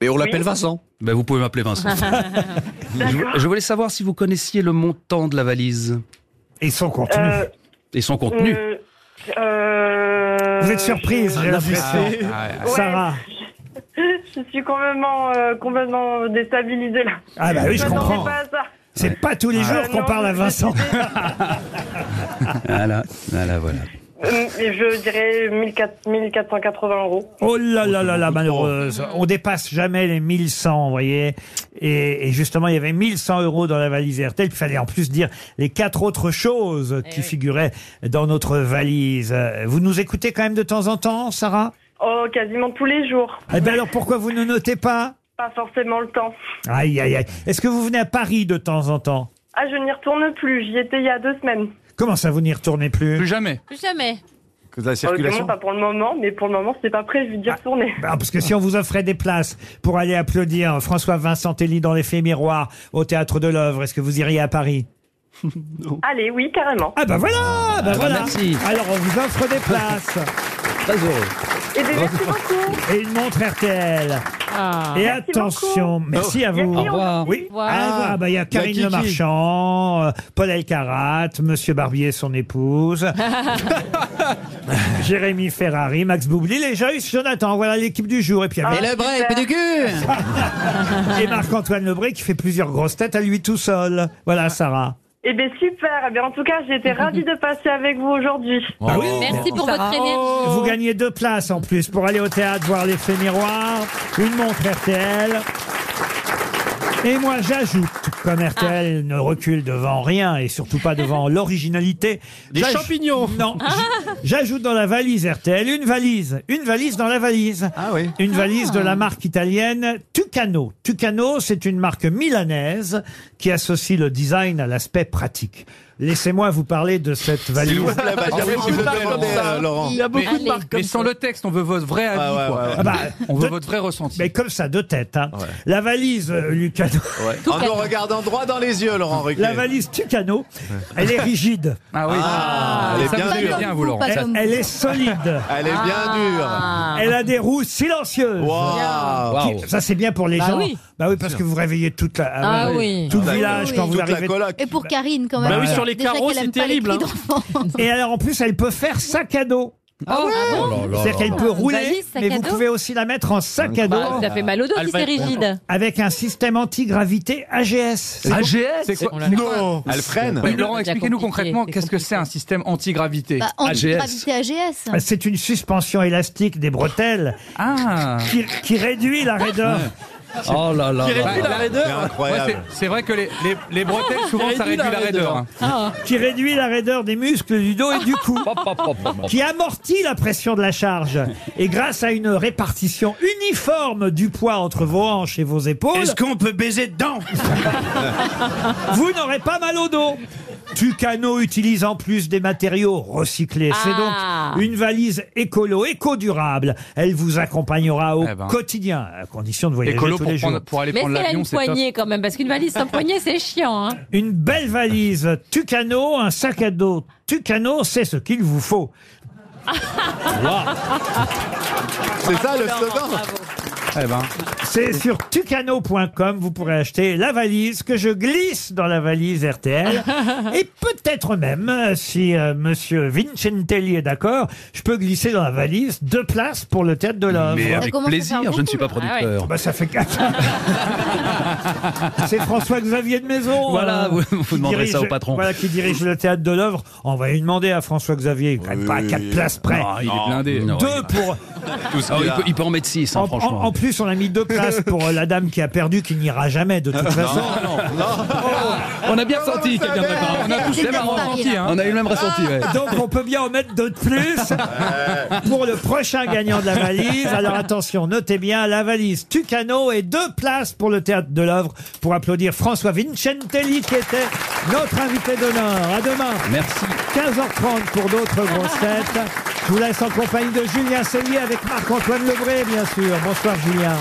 Speaker 9: Mais on
Speaker 12: l'appelle Oui. Vincent.
Speaker 9: Ben, vous pouvez m'appeler Vincent. je, je voulais savoir si vous connaissiez le montant de la valise.
Speaker 2: Et son contenu.
Speaker 12: Euh,
Speaker 9: Et son contenu.
Speaker 12: Euh, euh,
Speaker 9: Vous êtes surprise,
Speaker 12: je-
Speaker 9: j'ai l'impression.
Speaker 12: Ouais,
Speaker 9: Ah, ah,
Speaker 2: ah. Sarah.
Speaker 12: Je suis complètement, euh, complètement déstabilisée là.
Speaker 2: Ah bah oui, je
Speaker 12: m'attendais
Speaker 2: comprends.
Speaker 12: Pas à ça.
Speaker 2: C'est pas tous les jours qu'on parle à Vincent.
Speaker 9: Voilà, voilà, voilà.
Speaker 12: Euh, je dirais 1400 1480 euros.
Speaker 2: Oh là là là là, malheureuse. On dépasse jamais les 1100, vous voyez. Et, et justement, il y avait 1100 euros dans la valise RTL. Il fallait en plus dire les quatre autres choses
Speaker 12: Eh
Speaker 2: qui figuraient dans notre valise. Euh, Vous nous écoutez quand même de temps en temps, Sarah
Speaker 12: Oh, quasiment tous les jours.
Speaker 2: Eh bien alors, pourquoi vous ne notez pas
Speaker 12: Pas forcément le temps.
Speaker 2: Aïe, aïe, aïe. Est-ce que vous venez à Paris de temps en temps
Speaker 12: Ah, je n'y retourne plus. J'y étais il y a deux semaines.
Speaker 2: Comment ça, vous n'y retournez plus
Speaker 3: Plus jamais.
Speaker 12: Plus jamais.
Speaker 2: Que de la
Speaker 12: Euh, pas pour le moment, mais pour le moment, c'est pas prêt. Je vais d'y retourner.
Speaker 2: Ah, parce que si on vous offrait des places pour aller applaudir François Vincent Telly dans l'effet miroir au théâtre de l'œuvre, est-ce que vous iriez à Paris
Speaker 12: Allez, oui, carrément.
Speaker 2: Oh. Ah bah voilà, bah
Speaker 12: bah
Speaker 2: voilà.
Speaker 12: merci.
Speaker 2: Alors on vous offre des places. Très heureux.
Speaker 12: Et bien, Eh ben, merci beaucoup.
Speaker 2: Et une montre RTL. Et
Speaker 12: Merci
Speaker 2: attention,
Speaker 12: beaucoup.
Speaker 2: merci à
Speaker 12: Il y a
Speaker 2: vous.
Speaker 12: qui, on- Au revoir.
Speaker 2: Oui.
Speaker 12: Au revoir.
Speaker 2: Ah, bah, il y a
Speaker 12: Il y a
Speaker 2: Karine
Speaker 12: qui,
Speaker 2: Le
Speaker 12: qui
Speaker 2: Marchand, euh, Paul Elkarat, Monsieur Barbier, son épouse, Jérémy Ferrari, Max Boublil et Joyce Jonathan. Voilà l'équipe du jour. Ah, Et puis il y avait-
Speaker 12: Eh
Speaker 2: et
Speaker 12: ben,
Speaker 2: Marc-Antoine Lebré qui fait plusieurs grosses têtes à lui tout seul. Voilà, Sarah.
Speaker 12: Eh bien, super. Eh bien, en tout cas, j'ai été ravie de passer avec vous aujourd'hui.
Speaker 2: Bah oui. Merci
Speaker 6: pour
Speaker 12: Ah,
Speaker 6: votre
Speaker 12: oh.
Speaker 6: énergie.
Speaker 2: Vous gagnez deux places en plus pour aller au théâtre voir l'effet miroir, une montre RTL. Et moi, j'ajoute, comme RTL ne recule devant rien et surtout pas devant l'originalité.
Speaker 5: Des
Speaker 2: j'aj-
Speaker 5: champignons.
Speaker 2: Non. j- J'ajoute dans la valise RTL une valise. Une valise dans la valise. Ah oui. Une valise de la marque italienne Tucano. Tucano, c'est une marque milanaise qui associe le design à l'aspect pratique. Laissez-moi vous parler de cette valise.
Speaker 5: vous plaît, bah, j'avais beaucoup de marques comme ça, Laurent. Il y a beaucoup de marques comme
Speaker 3: Mais sans
Speaker 5: ça.
Speaker 3: le texte, on veut votre vrai avis.
Speaker 5: ouais,
Speaker 3: quoi.
Speaker 5: ouais, ouais.
Speaker 2: Ah bah,
Speaker 3: on veut
Speaker 2: de-
Speaker 3: votre vrai ressenti.
Speaker 2: Mais comme ça, de tête. hein. La valise euh, Lucano.
Speaker 5: En nous regardant droit dans les yeux, Laurent Ruquier.
Speaker 2: La valise Tucano, elle est rigide.
Speaker 3: Ah oui.
Speaker 5: Ah, elle est bien dure.
Speaker 2: Elle- Elle, est solide.
Speaker 5: Elle est bien dure.
Speaker 2: Elle a des roues silencieuses.
Speaker 5: Waouh.
Speaker 2: Qui- Ça c'est bien pour les
Speaker 7: Bah
Speaker 2: gens.
Speaker 7: oui.
Speaker 2: Bah oui, parce que vous réveillez toute la, euh,
Speaker 7: Ah oui.
Speaker 2: tout le
Speaker 5: Ah oui.
Speaker 2: village quand vous
Speaker 5: Toute la
Speaker 2: arrivez.
Speaker 5: coloc.
Speaker 7: Et pour Karine, quand même.
Speaker 2: Bah oui, sur
Speaker 5: les
Speaker 7: Déjà
Speaker 5: carreaux,
Speaker 7: qu'elle
Speaker 5: c'est
Speaker 7: aime pas les
Speaker 5: terrible,
Speaker 7: cris
Speaker 5: hein.
Speaker 7: d'enfant.
Speaker 2: Et alors en plus, elle peut faire sac à dos. Ah ouais C'est-à-dire qu'elle peut
Speaker 6: Une
Speaker 2: rouler,
Speaker 6: valise Bah, sac
Speaker 2: mais
Speaker 6: à
Speaker 2: vous
Speaker 6: dos
Speaker 2: pouvez aussi la mettre en sac à dos.
Speaker 6: Bah, ça fait mal au dos si Elle va c'est être rigide. contente.
Speaker 2: Avec un système anti-gravité AGS.
Speaker 3: AGS C'est quoi Non
Speaker 5: Elle freine.
Speaker 3: Mais Laurent, expliquez-nous concrètement, qu'est-ce que c'est un système anti-gravité
Speaker 7: Bah, en gravité AGS.
Speaker 2: Bah, Ah,
Speaker 3: Ah.
Speaker 2: C'est une suspension élastique des bretelles qui, qui réduit la raideur
Speaker 3: Oh là là
Speaker 5: Qui
Speaker 3: là.
Speaker 5: réduit la raideur. C'est incroyable.
Speaker 3: Moi, c'est- C'est vrai que les, les, les bretelles, souvent, ça réduit la raideur. hein.
Speaker 5: Ah.
Speaker 2: Qui réduit la raideur des muscles du dos et du cou. qui amortit la pression de la charge. Et grâce à une répartition uniforme du poids entre vos hanches et vos épaules. Est-ce qu'on peut baiser dedans Vous n'aurez pas mal au dos. Tucano utilise en plus des matériaux recyclés.
Speaker 18: Ah.
Speaker 2: C'est donc une valise écolo, éco-durable. Elle vous accompagnera au
Speaker 3: Eh ben.
Speaker 2: quotidien, à condition de voyager
Speaker 3: Écolo
Speaker 2: tous
Speaker 3: pour
Speaker 2: les jours.
Speaker 3: prendre- pour aller
Speaker 6: Mais est-ce qu'elle a une poignée quand même Parce qu'une valise sans poignée, c'est chiant. Hein
Speaker 2: Une belle valise Tucano, un sac à dos Tucano, c'est ce qu'il vous faut.
Speaker 5: C'est ça le slogan
Speaker 9: Eh ben.
Speaker 2: C'est sur tucano.com, vous pourrez acheter la valise que je glisse dans la valise RTL. Et peut-être même, euh, si euh, monsieur Vincentelli est d'accord, je peux glisser dans la valise deux places pour le théâtre de l'œuvre.
Speaker 12: Ah,
Speaker 9: Mais avec plaisir, je ne suis pas producteur.
Speaker 2: Bah, ça fait quatre. C'est François-Xavier de Maison. euh,
Speaker 9: Voilà, vous- vous
Speaker 2: qui
Speaker 9: demanderez
Speaker 2: dirige-
Speaker 9: ça au patron.
Speaker 2: Voilà, qui dirige le théâtre de l'œuvre. On va lui demander à François-Xavier, quand même pas à quatre places près.
Speaker 9: Non, il est blindé.
Speaker 2: Deux pour.
Speaker 9: Ah, il, peut, il peut en mettre six, hein,
Speaker 2: En,
Speaker 9: franchement.
Speaker 2: en- en plus, on a mis deux places pour euh, la dame qui a perdu, qui n'ira jamais de toute façon.
Speaker 9: Oh. On a bien senti qu'elle viendrait pas. On a tous le même ressenti. hein. On a eu le même ressenti, ouais.
Speaker 2: Ah, Donc on peut bien en mettre deux de plus pour le prochain gagnant de la valise. Alors attention, notez bien la valise Tucano et deux places pour le théâtre de l'œuvre pour applaudir François Vincentelli qui était notre invité d'honneur. À demain.
Speaker 9: Merci.
Speaker 2: 15h30 pour d'autres grosses têtes. Je vous laisse en compagnie de Julien Cellier avec Marc-Antoine Lebré, bien sûr. Bonsoir Julien.